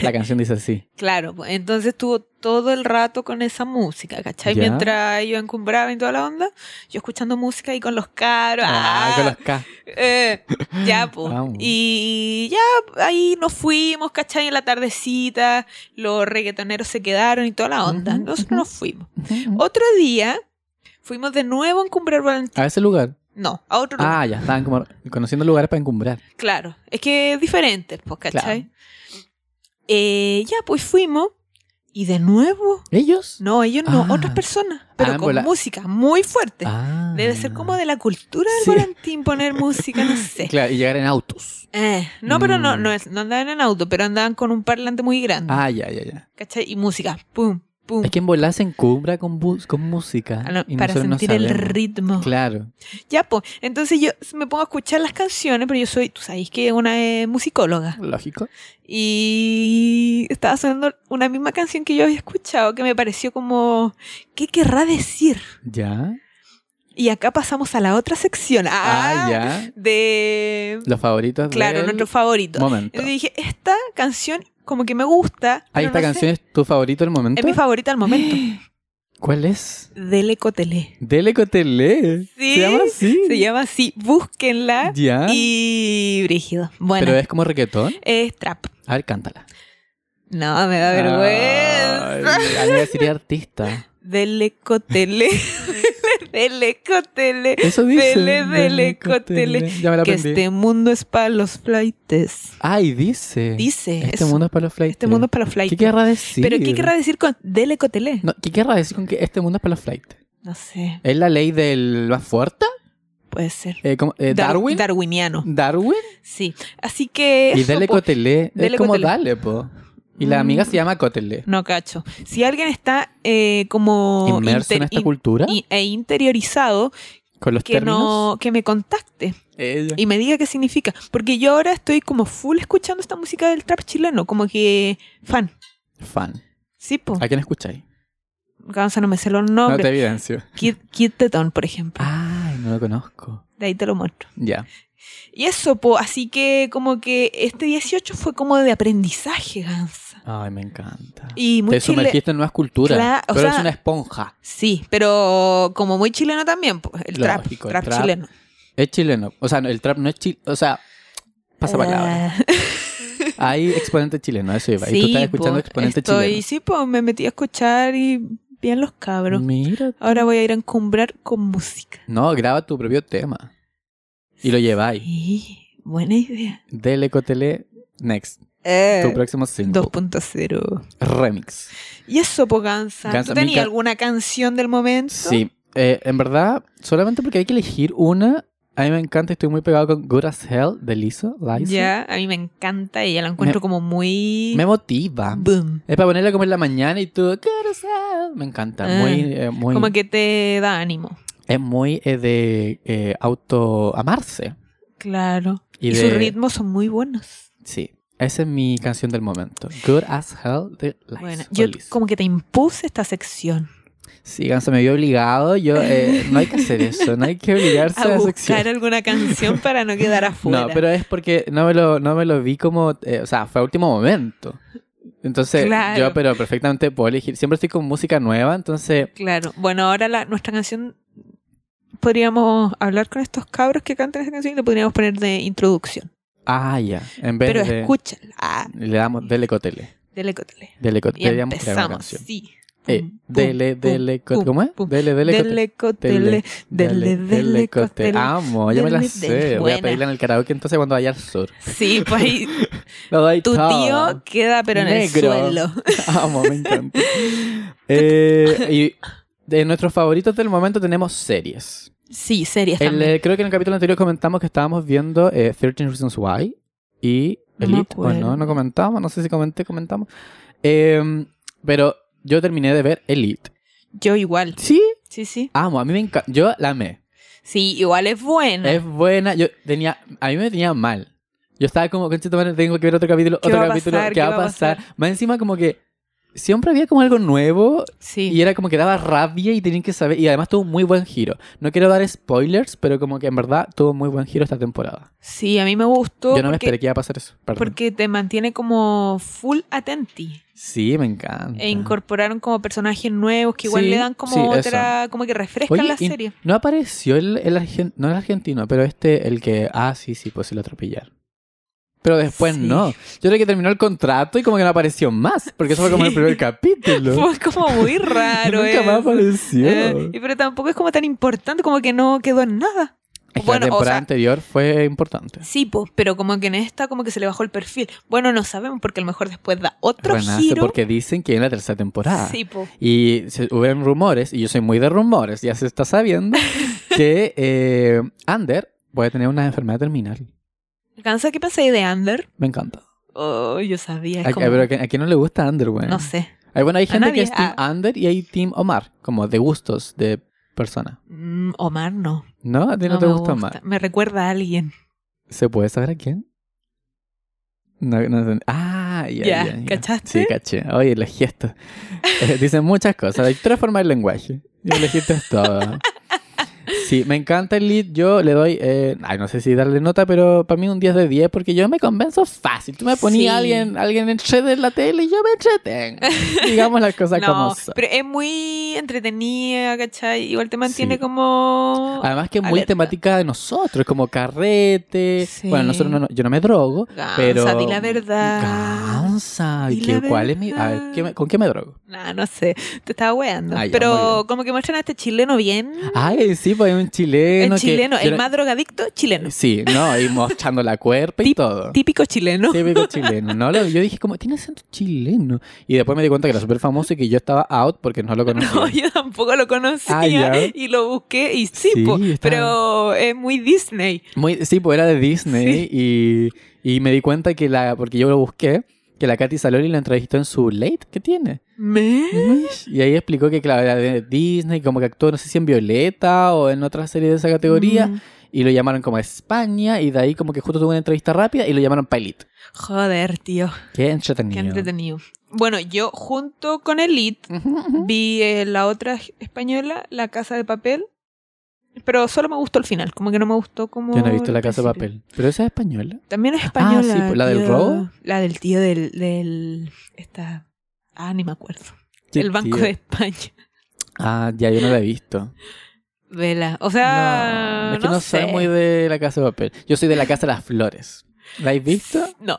[SPEAKER 2] La canción dice así.
[SPEAKER 3] Claro, pues, entonces estuvo todo el rato con esa música, ¿cachai?
[SPEAKER 2] Ya.
[SPEAKER 3] Mientras yo encumbraba y toda la onda, yo escuchando música y con los caros.
[SPEAKER 2] Ah,
[SPEAKER 3] [laughs] ah,
[SPEAKER 2] con los K. [laughs]
[SPEAKER 3] eh, ya, pues.
[SPEAKER 2] Vamos.
[SPEAKER 3] Y ya ahí nos fuimos, ¿cachai? En la tardecita, los reggaetoneros se quedaron y toda la onda.
[SPEAKER 2] Ujú,
[SPEAKER 3] Nosotros
[SPEAKER 2] ujú.
[SPEAKER 3] nos fuimos. Otro día fuimos de nuevo a encumbrar Valentín.
[SPEAKER 2] A ese lugar.
[SPEAKER 3] No, a otro lugar.
[SPEAKER 2] Ah, ya estaban como conociendo lugares para encumbrar.
[SPEAKER 3] Claro, es que es diferente, pues, ¿cachai?
[SPEAKER 2] Ah. Claro.
[SPEAKER 3] Eh, ya, pues fuimos y de nuevo.
[SPEAKER 2] ¿Ellos?
[SPEAKER 3] No, ellos no,
[SPEAKER 2] Ah.
[SPEAKER 3] otras personas, pero
[SPEAKER 2] Ah,
[SPEAKER 3] con
[SPEAKER 2] bola.
[SPEAKER 3] música muy fuerte.
[SPEAKER 2] Ah.
[SPEAKER 3] Debe ser como de la cultura del
[SPEAKER 2] Sí.
[SPEAKER 3] Valentín poner música,
[SPEAKER 2] [laughs]
[SPEAKER 3] no sé.
[SPEAKER 2] Claro, y llegar en autos.
[SPEAKER 3] Eh, no, pero no,
[SPEAKER 2] Mm.
[SPEAKER 3] no, es- no andaban en auto, pero andaban con un parlante muy grande.
[SPEAKER 2] Ah, ya, ya, ya.
[SPEAKER 3] ¿Cachai? Y música. Pum, pum.
[SPEAKER 2] Es que en volar se encumbra con, bus- con música.
[SPEAKER 3] a lo-
[SPEAKER 2] y
[SPEAKER 3] Mm. Ah, para
[SPEAKER 2] nosotros no
[SPEAKER 3] sentir el
[SPEAKER 2] sabemos.
[SPEAKER 3] ritmo.
[SPEAKER 2] Claro.
[SPEAKER 3] Ya, pues. Entonces yo me pongo a escuchar las canciones, pero yo soy, tú sabes que una es musicóloga.
[SPEAKER 2] Lógico.
[SPEAKER 3] Y estaba sonando una misma canción que yo había escuchado, que me pareció como, ¿qué querrá decir?
[SPEAKER 2] Ya.
[SPEAKER 3] Y acá pasamos a la otra sección. Ah,
[SPEAKER 2] Ah, ya.
[SPEAKER 3] De.
[SPEAKER 2] Los favoritos
[SPEAKER 3] Claro,
[SPEAKER 2] del
[SPEAKER 3] nuestro favorito.
[SPEAKER 2] momento.
[SPEAKER 3] Yo dije, esta canción como que me gusta.
[SPEAKER 2] Ah,
[SPEAKER 3] pero
[SPEAKER 2] esta
[SPEAKER 3] no sé.
[SPEAKER 2] canción es tu favorito del momento.
[SPEAKER 3] Es mi favorita
[SPEAKER 2] [gasps]
[SPEAKER 3] al momento.
[SPEAKER 2] ¿Cuál es?
[SPEAKER 3] Dele Cotele.
[SPEAKER 2] Dele Cotele.
[SPEAKER 3] Sí,
[SPEAKER 2] Se llama así.
[SPEAKER 3] Se llama así, búsquenla.
[SPEAKER 2] Ya.
[SPEAKER 3] Y Brígido. Bueno,
[SPEAKER 2] Pero
[SPEAKER 3] es...
[SPEAKER 2] es como reggaetón.
[SPEAKER 3] trap.
[SPEAKER 2] A ver, cántala.
[SPEAKER 3] No, me da vergüenza.
[SPEAKER 2] Ay, amiga, sería artista.
[SPEAKER 3] Dele [laughs] Cotele. dele Cotele.
[SPEAKER 2] Eso dice.
[SPEAKER 3] Dele, dele, cotele.
[SPEAKER 2] Ya me la
[SPEAKER 3] Que
[SPEAKER 2] aprendí.
[SPEAKER 3] este mundo es para los flightes.
[SPEAKER 2] Ay, dice.
[SPEAKER 3] Dice
[SPEAKER 2] Este
[SPEAKER 3] eso.
[SPEAKER 2] mundo es para los flights.
[SPEAKER 3] este mundo es para los flightes.
[SPEAKER 2] ¿Qué querrá decir?
[SPEAKER 3] Pero ¿qué querrá decir con Dele Cotele?
[SPEAKER 2] No, ¿Qué querrá decir con que este mundo es para los flights?
[SPEAKER 3] No sé,
[SPEAKER 2] ¿Es la ley del más fuerte?
[SPEAKER 3] puede ser.
[SPEAKER 2] Eh, ¿cómo? Eh,
[SPEAKER 3] Dar-
[SPEAKER 2] ¿Darwin?
[SPEAKER 3] Darwiniano, [laughs]
[SPEAKER 2] ¿Darwin?
[SPEAKER 3] sí. Así que...
[SPEAKER 2] Y dale
[SPEAKER 3] po-
[SPEAKER 2] Cotelé.
[SPEAKER 3] pues. Dele
[SPEAKER 2] es como
[SPEAKER 3] Cotelé.
[SPEAKER 2] dale, po. Y la amiga
[SPEAKER 3] Mm.
[SPEAKER 2] se llama Cotelé.
[SPEAKER 3] No cacho. Si alguien está eh, como...
[SPEAKER 2] Inmerso
[SPEAKER 3] inter-
[SPEAKER 2] en esta
[SPEAKER 3] in-
[SPEAKER 2] cultura.
[SPEAKER 3] i- e interiorizado,
[SPEAKER 2] con los
[SPEAKER 3] que,
[SPEAKER 2] términos.
[SPEAKER 3] no, que me contacte
[SPEAKER 2] Ella.
[SPEAKER 3] y me diga qué significa. Porque yo ahora estoy como full escuchando esta música del trap chileno, como que fan.
[SPEAKER 2] Eh, Fan.
[SPEAKER 3] Sí, po.
[SPEAKER 2] ¿A quién escucháis?
[SPEAKER 3] Gansa, no me sé
[SPEAKER 2] No
[SPEAKER 3] los
[SPEAKER 2] te Ah.
[SPEAKER 3] nombres. [laughs]
[SPEAKER 2] evidencio.
[SPEAKER 3] Kid, Kid Teton, por ejemplo.
[SPEAKER 2] Ay, no lo conozco.
[SPEAKER 3] De ahí te lo muestro.
[SPEAKER 2] Ya.
[SPEAKER 3] Y eso, po. Así que como que este 18 fue como de aprendizaje, Gansa.
[SPEAKER 2] Ay, me encanta.
[SPEAKER 3] Y muy
[SPEAKER 2] te
[SPEAKER 3] chile-
[SPEAKER 2] sumergiste en nuevas culturas.
[SPEAKER 3] Cla- o
[SPEAKER 2] pero es
[SPEAKER 3] sea-
[SPEAKER 2] una esponja.
[SPEAKER 3] Sí, pero como muy chileno también, pues, el trap,
[SPEAKER 2] Lógico, el
[SPEAKER 3] trap,
[SPEAKER 2] trap.
[SPEAKER 3] chileno.
[SPEAKER 2] Es chileno. O sea, no, el trap no es chileno. O sea, pasa palabra.
[SPEAKER 3] Ah,
[SPEAKER 2] Hay exponente chileno, eso iba. y tú
[SPEAKER 3] sí,
[SPEAKER 2] estás escuchando
[SPEAKER 3] po,
[SPEAKER 2] exponente
[SPEAKER 3] estoy,
[SPEAKER 2] chileno.
[SPEAKER 3] Sí, pues me metí a escuchar y bien los cabros.
[SPEAKER 2] Mira.
[SPEAKER 3] Ahora voy a ir a encumbrar con música.
[SPEAKER 2] No, graba tu propio tema. Y lo lleváis.
[SPEAKER 3] Sí, buena idea.
[SPEAKER 2] Dele Cotele Next.
[SPEAKER 3] Eh,
[SPEAKER 2] Tu próximo single.
[SPEAKER 3] 2.0.
[SPEAKER 2] Remix.
[SPEAKER 3] Y eso, po, Gansa.
[SPEAKER 2] Gansa,
[SPEAKER 3] ¿Tú tenías
[SPEAKER 2] mi ca-
[SPEAKER 3] alguna canción del momento?
[SPEAKER 2] Sí. Eh, en verdad, solamente porque hay que elegir una. A mí me encanta, estoy muy pegado con Good as Hell de Lizzo. Lizzo.
[SPEAKER 3] Ya, a mí me encanta ella, la encuentro como muy...
[SPEAKER 2] Me motiva.
[SPEAKER 3] Boom.
[SPEAKER 2] Es para ponerla como en la mañana y tú. Good as Hell. Me encanta.
[SPEAKER 3] Ah.
[SPEAKER 2] Muy, eh, muy.
[SPEAKER 3] Como que te da ánimo.
[SPEAKER 2] Es muy eh, de eh, autoamarse.
[SPEAKER 3] Claro.
[SPEAKER 2] Y,
[SPEAKER 3] y
[SPEAKER 2] de,
[SPEAKER 3] sus ritmos son muy buenos.
[SPEAKER 2] Sí. Esa es mi canción del momento. Good as Hell de Lizzo.
[SPEAKER 3] Bueno,
[SPEAKER 2] o
[SPEAKER 3] yo
[SPEAKER 2] Lizzo.
[SPEAKER 3] como que te impuse
[SPEAKER 2] [laughs]
[SPEAKER 3] esta sección
[SPEAKER 2] Sí, Ganso, me vio obligado. Yo,
[SPEAKER 3] [laughs]
[SPEAKER 2] eh, no hay que hacer eso, no hay que obligarse
[SPEAKER 3] a
[SPEAKER 2] a, la
[SPEAKER 3] buscar
[SPEAKER 2] sección. [laughs]
[SPEAKER 3] alguna canción para no quedar
[SPEAKER 2] No,
[SPEAKER 3] afuera.
[SPEAKER 2] pero es porque no me lo, no me lo vi como, eh, o sea, fue a último momento. Entonces,
[SPEAKER 3] Claro.
[SPEAKER 2] yo, pero perfectamente puedo elegir. Siempre estoy con música nueva, entonces,
[SPEAKER 3] Claro. Bueno, ahora la- nuestra canción podríamos hablar con estos cabros que cantan esa canción y le podríamos poner de introducción.
[SPEAKER 2] ah, ya. En vez
[SPEAKER 3] Pero
[SPEAKER 2] de.
[SPEAKER 3] escúchala. Ah,
[SPEAKER 2] Le damos dele cotele.
[SPEAKER 3] dele cotele.
[SPEAKER 2] Dele
[SPEAKER 3] Y
[SPEAKER 2] cotele. Deberíamos crear una
[SPEAKER 3] empezamos.
[SPEAKER 2] canción.
[SPEAKER 3] Sí.
[SPEAKER 2] Eh,
[SPEAKER 3] Pum, pum,
[SPEAKER 2] dele,
[SPEAKER 3] pum,
[SPEAKER 2] dele,
[SPEAKER 3] pum,
[SPEAKER 2] cotele. ¿Cómo es?
[SPEAKER 3] pum.
[SPEAKER 2] Dele, dele, cotele.
[SPEAKER 3] Dele cotele. Dele, dele cotele.
[SPEAKER 2] Amo, ya me la
[SPEAKER 3] Dele, dele.
[SPEAKER 2] sé. Voy a
[SPEAKER 3] Buena.
[SPEAKER 2] pedirla en el karaoke entonces cuando vaya al sur.
[SPEAKER 3] Sí, pues
[SPEAKER 2] [laughs]
[SPEAKER 3] ahí
[SPEAKER 2] Lo doy
[SPEAKER 3] tu
[SPEAKER 2] todo.
[SPEAKER 3] [laughs] tío queda pero en
[SPEAKER 2] Negro.
[SPEAKER 3] el suelo.
[SPEAKER 2] Amo, me encanta. Eh, y de nuestros favoritos del momento tenemos series.
[SPEAKER 3] Sí, series
[SPEAKER 2] El,
[SPEAKER 3] también.
[SPEAKER 2] eh, creo que en el capítulo anterior comentamos que estábamos viendo eh, 13 Reasons Why. y
[SPEAKER 3] No me
[SPEAKER 2] Elite. o no,
[SPEAKER 3] acuerdo.
[SPEAKER 2] no comentamos, no sé si comenté, comentamos. Em, pero yo terminé de ver Elite.
[SPEAKER 3] Yo igual.
[SPEAKER 2] Sí,
[SPEAKER 3] Sí, sí.
[SPEAKER 2] amo, a mí me encanta. Yo la amé.
[SPEAKER 3] Sí, igual es buena.
[SPEAKER 2] Es buena. Yo tenía, a mí me tenía mal. Yo estaba como, conchito, tengo que ver otro capítulo,
[SPEAKER 3] ¿Qué
[SPEAKER 2] otro
[SPEAKER 3] va a
[SPEAKER 2] capítulo,
[SPEAKER 3] pasar?
[SPEAKER 2] ¿qué va a pasar? Más encima como que siempre había como algo nuevo
[SPEAKER 3] Sí.
[SPEAKER 2] y era como que daba rabia y tenían que saber. Y además tuvo un muy buen giro. No quiero dar spoilers, pero como que en verdad tuvo muy buen giro esta temporada.
[SPEAKER 3] Sí, a mí me gustó
[SPEAKER 2] Yo no me
[SPEAKER 3] porque,
[SPEAKER 2] esperé que iba a pasar eso. Perdón.
[SPEAKER 3] porque te mantiene como full atenti.
[SPEAKER 2] Sí, me encanta.
[SPEAKER 3] E incorporaron como personajes nuevos que igual
[SPEAKER 2] Sí,
[SPEAKER 3] le dan como
[SPEAKER 2] sí,
[SPEAKER 3] otra, como que refrescan
[SPEAKER 2] Oye,
[SPEAKER 3] la
[SPEAKER 2] y-
[SPEAKER 3] serie.
[SPEAKER 2] No apareció el, el argen- no el argentino, pero este, el que, ah, sí, sí, pues sí lo atropellaron. Pero después
[SPEAKER 3] Sí.
[SPEAKER 2] no. Yo creo que terminó el contrato y como que no apareció más, porque eso fue como el
[SPEAKER 3] Sí.
[SPEAKER 2] primer capítulo.
[SPEAKER 3] [laughs] Fue como muy raro.
[SPEAKER 2] [laughs] Nunca
[SPEAKER 3] eso.
[SPEAKER 2] más apareció.
[SPEAKER 3] Eh, y pero tampoco es como tan importante, como que no quedó en nada.
[SPEAKER 2] Es que
[SPEAKER 3] bueno,
[SPEAKER 2] la
[SPEAKER 3] o
[SPEAKER 2] temporada
[SPEAKER 3] sea-
[SPEAKER 2] anterior fue importante.
[SPEAKER 3] Sí, pues, pero como que en esta como que se le bajó el perfil. Bueno, no sabemos porque a lo mejor después da otro
[SPEAKER 2] Renace
[SPEAKER 3] giro.
[SPEAKER 2] porque dicen que en la tercera temporada.
[SPEAKER 3] Sí, po.
[SPEAKER 2] Y se, hubieron rumores, y yo soy muy de rumores, ya se está
[SPEAKER 3] [laughs]
[SPEAKER 2] sabiendo, que eh, Ander puede tener una enfermedad terminal.
[SPEAKER 3] ¿Cansa qué pensáis de Ander?
[SPEAKER 2] Me encanta.
[SPEAKER 3] Oh, yo sabía. es
[SPEAKER 2] A,
[SPEAKER 3] como-
[SPEAKER 2] a- pero a, quién- a quién no le gusta Ander, güey?
[SPEAKER 3] No sé.
[SPEAKER 2] Ay, bueno, hay gente
[SPEAKER 3] nadie,
[SPEAKER 2] que es Team Ander y hay Team Omar, como de gustos de persona.
[SPEAKER 3] Mm, Omar no.
[SPEAKER 2] ¿No? ¿A ti no, te
[SPEAKER 3] me
[SPEAKER 2] gusta Omar?
[SPEAKER 3] Me recuerda a alguien.
[SPEAKER 2] ¿Se puede saber a quién? No, no sé. Ah, ya,
[SPEAKER 3] Ya,
[SPEAKER 2] ya, ya.
[SPEAKER 3] ¿cachaste?
[SPEAKER 2] Sí, caché. Oye, los gestos. Eh, dicen muchas cosas. Hay tres formas de lenguaje. Y elegiste todo. Sí, me encanta el lead. Yo le doy, eh, ay, no sé si darle nota, pero para mí un 10 de 10 porque yo me convenzo fácil. Tú me ponías a
[SPEAKER 3] Sí.
[SPEAKER 2] alguien, alguien en red en la tele y yo me
[SPEAKER 3] [laughs]
[SPEAKER 2] entretengo. Digamos las cosas como
[SPEAKER 3] no,
[SPEAKER 2] son.
[SPEAKER 3] pero es muy entretenida, ¿cachai? Igual te mantiene
[SPEAKER 2] Sí. Ah.
[SPEAKER 3] como...
[SPEAKER 2] Además que es muy
[SPEAKER 3] Alerta.
[SPEAKER 2] temática de nosotros, como carrete.
[SPEAKER 3] Sí.
[SPEAKER 2] Bueno, nosotros no- no- yo no me drogo,
[SPEAKER 3] Gansa,
[SPEAKER 2] pero...
[SPEAKER 3] di la verdad.
[SPEAKER 2] Gansa. ¿Y
[SPEAKER 3] Di
[SPEAKER 2] qué-
[SPEAKER 3] la
[SPEAKER 2] cuál es mi...? A ver,
[SPEAKER 3] verdad.
[SPEAKER 2] ¿qué me- ¿con qué me drogo?
[SPEAKER 3] Nah, no sé, te estaba weando.
[SPEAKER 2] Ah, ya, muy
[SPEAKER 3] pero como que muestran a este chileno bien.
[SPEAKER 2] Ay, sí, pues hay un chileno
[SPEAKER 3] el
[SPEAKER 2] que-
[SPEAKER 3] chileno,
[SPEAKER 2] yo
[SPEAKER 3] el
[SPEAKER 2] no-
[SPEAKER 3] más drogadicto chileno.
[SPEAKER 2] Sí, no, y mostrando la cuerpa y
[SPEAKER 3] Tip-
[SPEAKER 2] todo.
[SPEAKER 3] Típico chileno. [laughs]
[SPEAKER 2] Típico chileno, ¿no? Lo- Yo dije como, tiene acento chileno. Y después me di cuenta que era súper famoso y que yo estaba out porque no lo conocía.
[SPEAKER 3] No, yo tampoco lo conocía
[SPEAKER 2] Ah, ya.
[SPEAKER 3] y lo busqué y sí,
[SPEAKER 2] Sí,
[SPEAKER 3] po,
[SPEAKER 2] está-
[SPEAKER 3] pero es muy Disney.
[SPEAKER 2] Muy, sí, pues era de Disney y, y me di cuenta que la, porque yo lo busqué, que la Katy Saloli la entrevistó en su late que tiene.
[SPEAKER 3] ¿Me?
[SPEAKER 2] Y ahí explicó que, claro, era de Disney, como que actuó, no sé si en Violeta o en otra serie de esa categoría,
[SPEAKER 3] Mm,
[SPEAKER 2] y lo llamaron como a España y de ahí como que justo tuvo una entrevista rápida y lo llamaron Palit.
[SPEAKER 3] Joder, tío,
[SPEAKER 2] Qué entretenido.
[SPEAKER 3] qué entretenido. Bueno, yo junto con Elite
[SPEAKER 2] Ujú, ujú.
[SPEAKER 3] vi eh, la otra española, La Casa de Papel, pero solo me gustó el final, como que no me gustó como...
[SPEAKER 2] Yo no he visto
[SPEAKER 3] el
[SPEAKER 2] La Casa de
[SPEAKER 3] principio.
[SPEAKER 2] Papel, pero esa es española.
[SPEAKER 3] También es
[SPEAKER 2] Ah,
[SPEAKER 3] española.
[SPEAKER 2] sí, po, ¿la del
[SPEAKER 3] tío.
[SPEAKER 2] robo?
[SPEAKER 3] La del tío del... del esta... Ah, ni me acuerdo. el Banco
[SPEAKER 2] Tío.
[SPEAKER 3] de España.
[SPEAKER 2] Ah, ya, yo no la he visto.
[SPEAKER 3] Vela. O
[SPEAKER 2] No,
[SPEAKER 3] sea,
[SPEAKER 2] es que no,
[SPEAKER 3] Ah, sé.
[SPEAKER 2] soy muy de La Casa de Papel. Yo soy de La Casa de las Flores. ¿La has visto?
[SPEAKER 3] No,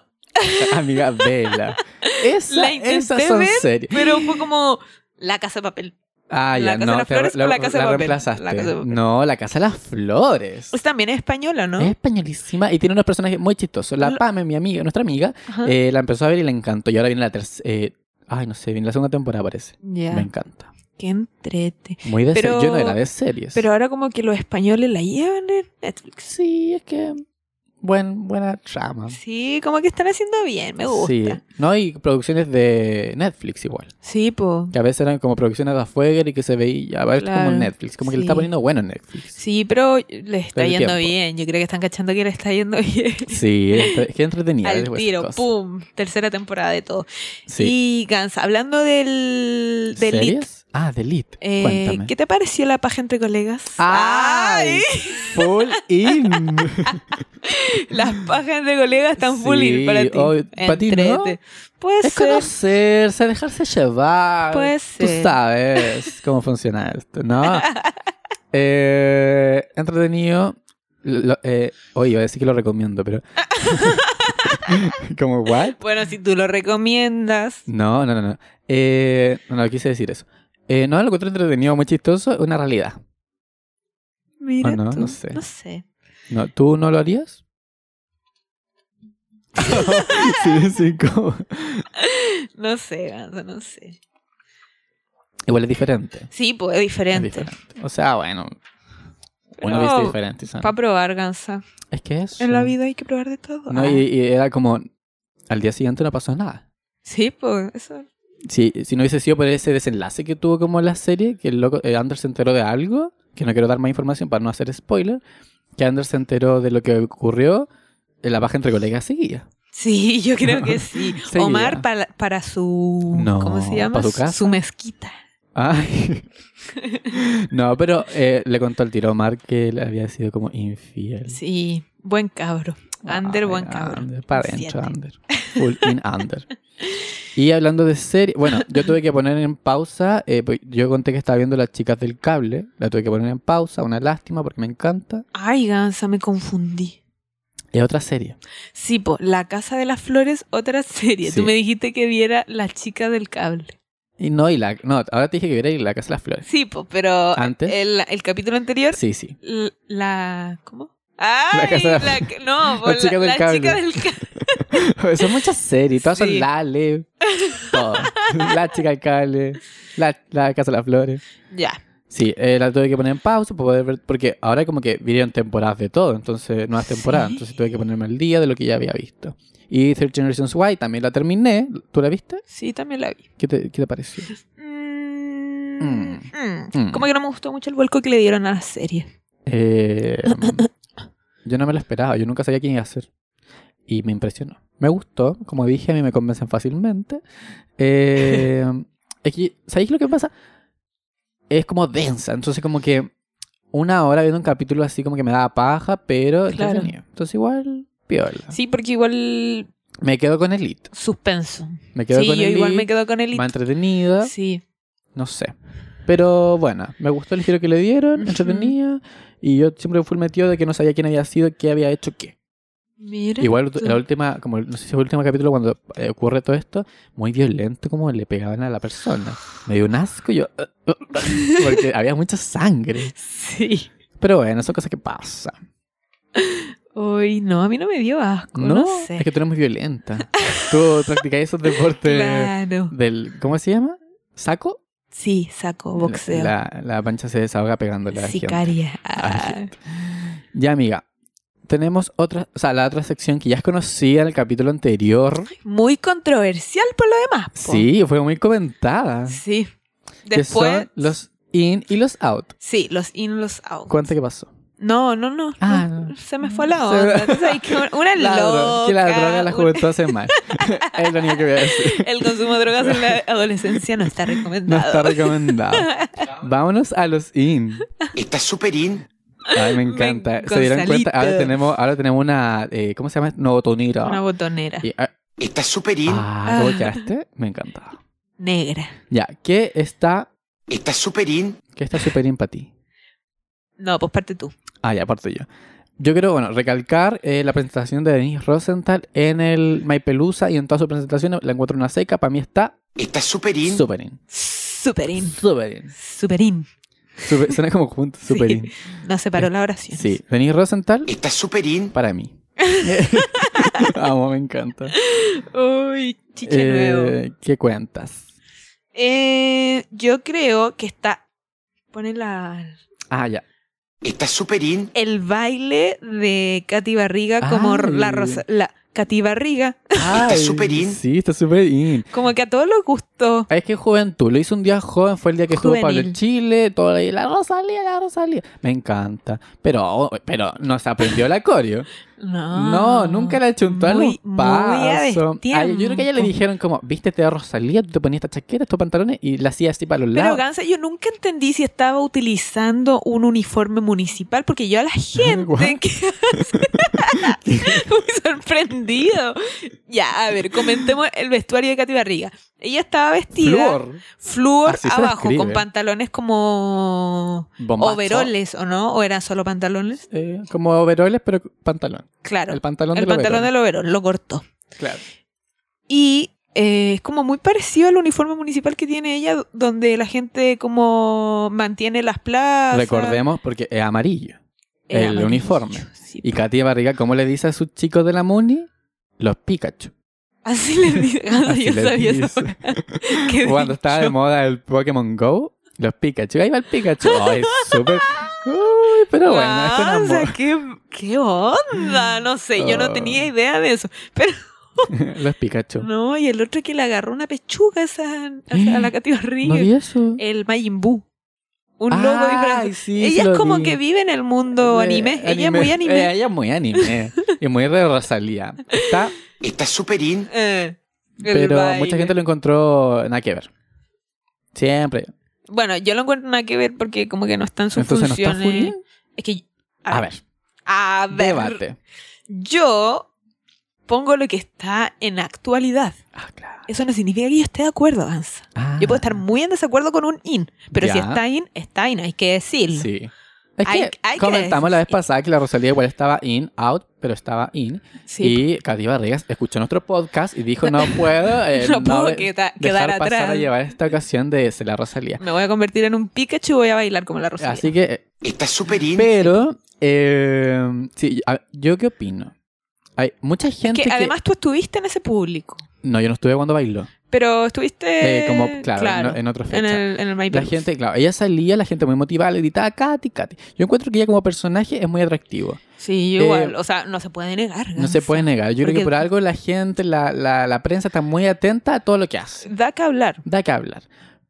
[SPEAKER 2] Amiga
[SPEAKER 3] [laughs]
[SPEAKER 2] Vela. Esa,
[SPEAKER 3] La intenté
[SPEAKER 2] esas son
[SPEAKER 3] ver.
[SPEAKER 2] series.
[SPEAKER 3] pero fue como la casa de papel.
[SPEAKER 2] Ah,
[SPEAKER 3] La
[SPEAKER 2] ya,
[SPEAKER 3] Casa
[SPEAKER 2] no.
[SPEAKER 3] de las
[SPEAKER 2] te
[SPEAKER 3] Flores
[SPEAKER 2] re-
[SPEAKER 3] o
[SPEAKER 2] lo-
[SPEAKER 3] La Casa de Papel.
[SPEAKER 2] reemplazaste.
[SPEAKER 3] La Casa de Papel.
[SPEAKER 2] No, la Casa de las Flores.
[SPEAKER 3] Pues también es española, ¿no?
[SPEAKER 2] Es españolísima y tiene unos personajes muy chistosos. La
[SPEAKER 3] Lo-
[SPEAKER 2] Pame, mi amiga, nuestra amiga,
[SPEAKER 3] Ajá.
[SPEAKER 2] eh, la empezó a ver y le encantó. Y ahora viene la tercera. ay, no sé, viene la segunda temporada, parece.
[SPEAKER 3] ya,
[SPEAKER 2] Me encanta.
[SPEAKER 3] qué entrete.
[SPEAKER 2] Muy de
[SPEAKER 3] Pero-
[SPEAKER 2] series. Yo no era de series.
[SPEAKER 3] Pero ahora como que los españoles la llevan en Netflix.
[SPEAKER 2] sí, es que. Buen, buena trama.
[SPEAKER 3] Sí, como que están haciendo bien, me gusta.
[SPEAKER 2] Ah. Sí. No, y producciones de Netflix igual.
[SPEAKER 3] Sí, po.
[SPEAKER 2] Que a veces eran como producciones de afuera y que se veía. A ver, como
[SPEAKER 3] Claro,
[SPEAKER 2] Netflix. Como que le está
[SPEAKER 3] sí.
[SPEAKER 2] poniendo bueno Netflix.
[SPEAKER 3] Sí, pero le está
[SPEAKER 2] Pero el tiempo.
[SPEAKER 3] yendo bien. Yo creo que están cachando que le está yendo [laughs] bien.
[SPEAKER 2] Sí, es entre- es que entretenida.
[SPEAKER 3] Al
[SPEAKER 2] después
[SPEAKER 3] tiro,
[SPEAKER 2] cosas.
[SPEAKER 3] pum. Tercera temporada de todo.
[SPEAKER 2] Sí.
[SPEAKER 3] Y Gans, hablando del, del
[SPEAKER 2] ¿Series?
[SPEAKER 3] Lit,
[SPEAKER 2] Ah, de Lit.
[SPEAKER 3] eh,
[SPEAKER 2] Cuéntame. Ah.
[SPEAKER 3] ¿qué te pareció la paja entre colegas?
[SPEAKER 2] ¡Ay! Full in.
[SPEAKER 3] [laughs] Las pajas de colegas están full in
[SPEAKER 2] Sí,
[SPEAKER 3] para ti.
[SPEAKER 2] hoy- ¿pa' ti no?
[SPEAKER 3] Entrete. Puede
[SPEAKER 2] es
[SPEAKER 3] ser.
[SPEAKER 2] conocerse, dejarse llevar.
[SPEAKER 3] Puede
[SPEAKER 2] Tú
[SPEAKER 3] ser.
[SPEAKER 2] sabes cómo funciona esto,
[SPEAKER 3] [laughs]
[SPEAKER 2] ¿no? Eh, entretenido. Lo- eh, oye, iba a decir que lo recomiendo,
[SPEAKER 3] [laughs]
[SPEAKER 2] pero. ¿Cómo, what?
[SPEAKER 3] Bueno, si tú lo recomiendas.
[SPEAKER 2] No, no, no. No, Eh, no, no quise decir eso. Eh, no, lo encuentro entretenido, muy chistoso, una realidad.
[SPEAKER 3] Mira
[SPEAKER 2] no,
[SPEAKER 3] tú.
[SPEAKER 2] no sé.
[SPEAKER 3] No sé.
[SPEAKER 2] No, ¿Tú no lo harías? [laughs] sí, sí, ¿cómo?
[SPEAKER 3] No sé, Ganso, no sé.
[SPEAKER 2] Igual es diferente.
[SPEAKER 3] Sí, pues es
[SPEAKER 2] Es
[SPEAKER 3] diferente.
[SPEAKER 2] diferente. O sea, bueno, uno
[SPEAKER 3] Pero
[SPEAKER 2] viste diferente. ¿sabes?
[SPEAKER 3] Pa' probar, Gansa.
[SPEAKER 2] Es que es.
[SPEAKER 3] En la vida hay que probar de todo.
[SPEAKER 2] No,
[SPEAKER 3] Ah.
[SPEAKER 2] y, y era como. Al día siguiente no pasó nada.
[SPEAKER 3] Sí, pues eso.
[SPEAKER 2] Si, si no hubiese sido por ese desenlace que tuvo como la serie, que el loco eh, Anders se enteró de algo, que no quiero dar más información para no hacer spoiler, que Anders se enteró de lo que ocurrió, eh, la baja entre colegas seguía.
[SPEAKER 3] Sí, yo creo
[SPEAKER 2] [laughs]
[SPEAKER 3] que sí.
[SPEAKER 2] Seguida.
[SPEAKER 3] Omar para, para su...
[SPEAKER 2] No,
[SPEAKER 3] ¿Cómo se llama?
[SPEAKER 2] ¿para su casa?
[SPEAKER 3] mezquita. [laughs]
[SPEAKER 2] Ay. No, pero eh, le contó al tiro a Mark que le había sido como infiel.
[SPEAKER 3] Sí, buen cabro. Ander,
[SPEAKER 2] Ay,
[SPEAKER 3] buen cabro.
[SPEAKER 2] Ander, para adentro,
[SPEAKER 3] Siete.
[SPEAKER 2] Ander. Full in Ander. Y hablando de serie, bueno, yo tuve que poner en pausa, eh, pues, yo conté que estaba viendo Las Chicas del Cable, la tuve que poner en pausa, una lástima porque me encanta.
[SPEAKER 3] Ay, Gansa, me confundí.
[SPEAKER 2] Es otra serie.
[SPEAKER 3] Sí, po, La Casa de las Flores, otra serie.
[SPEAKER 2] Sí.
[SPEAKER 3] Tú me dijiste que viera La Chica del Cable.
[SPEAKER 2] Y no, y la, no, ahora te dije que viera y la Casa de las Flores.
[SPEAKER 3] Sí, po, pero
[SPEAKER 2] ¿Antes?
[SPEAKER 3] El, el capítulo anterior,
[SPEAKER 2] Sí,
[SPEAKER 3] [laughs]
[SPEAKER 2] sí.
[SPEAKER 3] l- la... ¿Cómo? ¡Ay!
[SPEAKER 2] La Casa de las-
[SPEAKER 3] la-
[SPEAKER 2] [laughs]
[SPEAKER 3] no, po,
[SPEAKER 2] La
[SPEAKER 3] la,
[SPEAKER 2] Chica del
[SPEAKER 3] la
[SPEAKER 2] Cable.
[SPEAKER 3] Chica del Cable.
[SPEAKER 2] son muchas series, todas
[SPEAKER 3] Sí.
[SPEAKER 2] son Lale,
[SPEAKER 3] [laughs]
[SPEAKER 2] todo. La Chica del Cable, la, la Casa de las Flores.
[SPEAKER 3] Ya.
[SPEAKER 2] Sí, eh, la tuve que poner en pausa para poder ver, porque ahora como que vinieron temporadas de todo, entonces, nuevas temporadas,
[SPEAKER 3] Sí.
[SPEAKER 2] entonces tuve que ponerme al día de lo que ya había visto. Y Third Generations Y también la terminé, ¿tú la viste?
[SPEAKER 3] Sí, también la vi.
[SPEAKER 2] ¿Qué te, qué te pareció?
[SPEAKER 3] Mm,
[SPEAKER 2] Mm.
[SPEAKER 3] mm.
[SPEAKER 2] Mm.
[SPEAKER 3] Como que no me gustó mucho el vuelco que le dieron a la serie.
[SPEAKER 2] Eh, mm, yo no me lo esperaba, yo nunca sabía quién iba a ser. Y me impresionó. Me gustó, como dije, a mí me convencen fácilmente. Eh, [laughs] es que, ¿sabéis lo que pasa? Es como densa, entonces como que una hora viendo un capítulo así como que me daba paja, pero
[SPEAKER 3] Claro.
[SPEAKER 2] entretenido. Entonces igual, piola.
[SPEAKER 3] Sí, porque igual
[SPEAKER 2] Me quedo con Elite.
[SPEAKER 3] suspenso.
[SPEAKER 2] Me quedo
[SPEAKER 3] sí,
[SPEAKER 2] con
[SPEAKER 3] yo
[SPEAKER 2] Elite.
[SPEAKER 3] igual me quedo con Elite.
[SPEAKER 2] Más entretenida.
[SPEAKER 3] Sí.
[SPEAKER 2] No sé. Pero bueno, me gustó el giro que le dieron,
[SPEAKER 3] Ujú.
[SPEAKER 2] entretenía. Y yo siempre fui el metido de que no sabía quién había sido, qué había hecho, qué.
[SPEAKER 3] Mira.
[SPEAKER 2] Igual
[SPEAKER 3] tú.
[SPEAKER 2] la última, como el- no sé si fue el último capítulo cuando eh, ocurre todo esto, muy violento como le pegaban a la persona. Me dio un asco y yo... "Ah,
[SPEAKER 3] [laughs]
[SPEAKER 2] porque había mucha sangre.
[SPEAKER 3] Sí.
[SPEAKER 2] Pero bueno, son cosas que pasan.
[SPEAKER 3] Uy, no, a mí no me dio asco.
[SPEAKER 2] No,
[SPEAKER 3] No, sé.
[SPEAKER 2] es que tú eres muy violenta. Tú practicas esos deportes
[SPEAKER 3] Claro.
[SPEAKER 2] del... ¿Cómo se llama? ¿Saco?
[SPEAKER 3] Sí, saco boxeo.
[SPEAKER 2] La, la pancha se desahoga pegándole a la gente.
[SPEAKER 3] Sicaria. Ah,
[SPEAKER 2] la gente. Ya, amiga. Tenemos otra, o sea, la otra sección que ya es conocida en el capítulo anterior.
[SPEAKER 3] Ah, muy controversial por lo demás. po.
[SPEAKER 2] Sí, fue muy comentada.
[SPEAKER 3] Sí.
[SPEAKER 2] Que
[SPEAKER 3] Después.
[SPEAKER 2] son los in y los out.
[SPEAKER 3] Sí, los in, los out.
[SPEAKER 2] Cuenta qué pasó.
[SPEAKER 3] No, no, no.
[SPEAKER 2] Ah,
[SPEAKER 3] no,
[SPEAKER 2] no.
[SPEAKER 3] Se me fue la
[SPEAKER 2] Se-
[SPEAKER 3] onda. Tú sabes que una- una
[SPEAKER 2] La dro-
[SPEAKER 3] loca.
[SPEAKER 2] que la droga a la
[SPEAKER 3] un-
[SPEAKER 2] juventud hace mal. es lo único que voy a decir.
[SPEAKER 3] El consumo de drogas
[SPEAKER 2] [laughs]
[SPEAKER 3] en la adolescencia no está
[SPEAKER 2] No está
[SPEAKER 3] recomendado.
[SPEAKER 2] recomendado. Vámonos a los in.
[SPEAKER 4] Está súper in.
[SPEAKER 2] Ay, me
[SPEAKER 3] Ven,
[SPEAKER 2] encanta. Se dieron cuenta. Ahora
[SPEAKER 3] Gonzalito.
[SPEAKER 2] tenemos, ahora tenemos una, eh, ¿cómo se llama? Novotonira.
[SPEAKER 3] Una botonera
[SPEAKER 2] Y- ah,
[SPEAKER 4] Está súper in.
[SPEAKER 2] ah, ¿cómo quedaste? Me encanta.
[SPEAKER 3] negra.
[SPEAKER 2] Ya, ¿qué está
[SPEAKER 4] Está súper in.
[SPEAKER 2] Que está súper bien para ti.
[SPEAKER 3] No, pues parte tú.
[SPEAKER 2] Ah, ya, parto yo. Yo quiero, bueno, recalcar eh, la presentación de Denise Rosenthal en el My Pelusa y en todas sus presentaciones. La encuentro una seca. Para mí está
[SPEAKER 4] Está súper in.
[SPEAKER 2] súper in.
[SPEAKER 3] Superín.
[SPEAKER 2] Súper in.
[SPEAKER 3] Superín.
[SPEAKER 2] Súper- Suena como juntos. Súper in.
[SPEAKER 3] No separó la oración.
[SPEAKER 2] Eh, Sí, Denise Rosenthal,
[SPEAKER 4] Está súper in.
[SPEAKER 2] para mí. Vamos, me encanta.
[SPEAKER 3] Uy, chiche nuevo.
[SPEAKER 2] Eh, ¿Qué cuentas?
[SPEAKER 3] Eh, yo creo que está. Pone la.
[SPEAKER 2] Ah, ya.
[SPEAKER 4] Está súper in.
[SPEAKER 3] El baile de Katy Barriga como
[SPEAKER 2] Ay.
[SPEAKER 3] la rosa. La Katy Barriga.
[SPEAKER 2] Ay,
[SPEAKER 4] súper in.
[SPEAKER 2] Sí, está súper in.
[SPEAKER 3] Como que a todos les gustó.
[SPEAKER 2] Ah, Es que juventud, lo hizo un día joven, fue el día que estuvo Pablo en
[SPEAKER 3] Juvenil.
[SPEAKER 2] Chile, todo ahí, la Rosalía, la Rosalía. Me encanta. Pero, pero no se aprendió la coreo.
[SPEAKER 3] No.
[SPEAKER 2] No, nunca la chuntó a los
[SPEAKER 3] Ah, Muy- muy a
[SPEAKER 2] pasos. Ay, yo creo que a ella le
[SPEAKER 3] destiempo.
[SPEAKER 2] dijeron como, vístete a Rosalía, tú te ponías esta chaqueta, estos pantalones y la hacía así para los
[SPEAKER 3] Pero
[SPEAKER 2] lados.
[SPEAKER 3] Gansa, yo nunca entendí si estaba utilizando un uniforme municipal, porque yo a la
[SPEAKER 2] Guau.
[SPEAKER 3] gente que [laughs] hace- muy sorprendido. Ya, a ver, comentemos el vestuario de Katy Barriga. Ella estaba vestida
[SPEAKER 2] Flor,
[SPEAKER 3] flúor
[SPEAKER 2] Así se
[SPEAKER 3] abajo,
[SPEAKER 2] describe.
[SPEAKER 3] con pantalones como
[SPEAKER 2] bombacho.
[SPEAKER 3] overoles, ¿o no? ¿O eran solo pantalones?
[SPEAKER 2] Eh, como overoles, pero pantalón.
[SPEAKER 3] Claro,
[SPEAKER 2] El
[SPEAKER 3] el,
[SPEAKER 2] pantalón del
[SPEAKER 3] pantalón
[SPEAKER 2] overol.
[SPEAKER 3] del overol, lo cortó.
[SPEAKER 2] Claro.
[SPEAKER 3] Y eh, es como muy parecido al uniforme municipal que tiene ella, donde la gente como mantiene las plazas.
[SPEAKER 2] Recordemos, porque es amarillo.
[SPEAKER 3] Eh,
[SPEAKER 2] el
[SPEAKER 3] amarillo,
[SPEAKER 2] uniforme.
[SPEAKER 3] sí,
[SPEAKER 2] Y Katia Barriga, ¿cómo le dice a sus chicos de la Muni? Los Pikachu.
[SPEAKER 3] [laughs] Así le
[SPEAKER 2] [laughs]
[SPEAKER 3] dije.
[SPEAKER 2] Así
[SPEAKER 3] yo
[SPEAKER 2] le
[SPEAKER 3] sabía eso.
[SPEAKER 2] dice.
[SPEAKER 3] [laughs] Qué
[SPEAKER 2] Cuando estaba de
[SPEAKER 3] dicho. [laughs]
[SPEAKER 2] moda el Pokémon Go, los Pikachu. Ahí va el Pikachu. Ay, súper. Uy, pero bueno, esto
[SPEAKER 3] Ah,
[SPEAKER 2] no
[SPEAKER 3] o
[SPEAKER 2] es
[SPEAKER 3] sea,
[SPEAKER 2] amor.
[SPEAKER 3] ¿qué, qué onda? No sé, yo no
[SPEAKER 2] Oh.
[SPEAKER 3] tenía idea de eso. Pero
[SPEAKER 2] [laughs] Los Pikachu. No,
[SPEAKER 3] no, y el otro que le agarró una pechuga a, esa- a esa- a
[SPEAKER 2] Eh,
[SPEAKER 3] la Katy Río.
[SPEAKER 2] vi eso.
[SPEAKER 3] el Majin Buu. Un logo disfrazado.
[SPEAKER 2] Ay, sí, sí
[SPEAKER 3] ella
[SPEAKER 2] lo
[SPEAKER 3] es como
[SPEAKER 2] vi.
[SPEAKER 3] que vive en el mundo
[SPEAKER 2] De-
[SPEAKER 3] anime. Ella es muy anime.
[SPEAKER 2] Eh, ella es muy anime.
[SPEAKER 3] [laughs]
[SPEAKER 2] y muy de Rosalía. Está,
[SPEAKER 4] Está super in.
[SPEAKER 3] Eh, el
[SPEAKER 2] pero
[SPEAKER 3] baile.
[SPEAKER 2] mucha gente lo encontró nada que ver. Siempre.
[SPEAKER 3] Bueno, yo lo encuentro nada que ver porque como que no están sus
[SPEAKER 2] Entonces no está
[SPEAKER 3] funciones.
[SPEAKER 2] full.
[SPEAKER 3] es que
[SPEAKER 2] A ver,
[SPEAKER 3] a ver,
[SPEAKER 2] debate.
[SPEAKER 3] yo pongo lo que está en actualidad.
[SPEAKER 2] Ah, claro.
[SPEAKER 3] Eso no significa que yo esté de acuerdo, Ansa. Yo puedo estar muy en desacuerdo con un in, pero si
[SPEAKER 2] Ah. Ya.
[SPEAKER 3] está in, está in, hay que decirlo.
[SPEAKER 2] Sí. Es
[SPEAKER 3] Hay-
[SPEAKER 2] que
[SPEAKER 3] hay que
[SPEAKER 2] comentamos la vez
[SPEAKER 3] decir-
[SPEAKER 2] pasada que la Rosalía igual estaba in, out, pero estaba in.
[SPEAKER 3] Sí,
[SPEAKER 2] Y Katy Barrigas escuchó nuestro podcast y dijo, no puedo, eh,
[SPEAKER 3] [laughs] [laughs] no puedo
[SPEAKER 2] de-
[SPEAKER 3] queda-
[SPEAKER 2] dejar
[SPEAKER 3] quedar
[SPEAKER 2] pasar
[SPEAKER 3] atrás.
[SPEAKER 2] a llevar esta ocasión de Se la Rosalía.
[SPEAKER 3] Me voy a convertir en un Pikachu y voy a bailar como la Rosalía.
[SPEAKER 2] Así que eh,
[SPEAKER 4] Está super in.
[SPEAKER 2] Pero, eh, sí, a- yo qué opino. Hay mucha gente
[SPEAKER 3] que
[SPEAKER 2] que,
[SPEAKER 3] además tú estuviste en ese público,
[SPEAKER 2] No, yo no estuve cuando bailó.
[SPEAKER 3] pero estuviste
[SPEAKER 2] Eh, como, claro, En, en otra fecha.
[SPEAKER 3] en el, en el My
[SPEAKER 2] La
[SPEAKER 3] Pillows.
[SPEAKER 2] gente, claro, ella salía, la gente muy motivada, le gritaba, Katy, Katy. Yo encuentro que ella como personaje es muy atractivo.
[SPEAKER 3] Sí, yo
[SPEAKER 2] eh,
[SPEAKER 3] igual, o sea, no se puede negar.
[SPEAKER 2] No se
[SPEAKER 3] Gansa.
[SPEAKER 2] puede negar. Yo creo que
[SPEAKER 3] Porque-
[SPEAKER 2] por algo la gente, la, la, la prensa está muy atenta a todo lo que hace.
[SPEAKER 3] Da que hablar.
[SPEAKER 2] Da que hablar.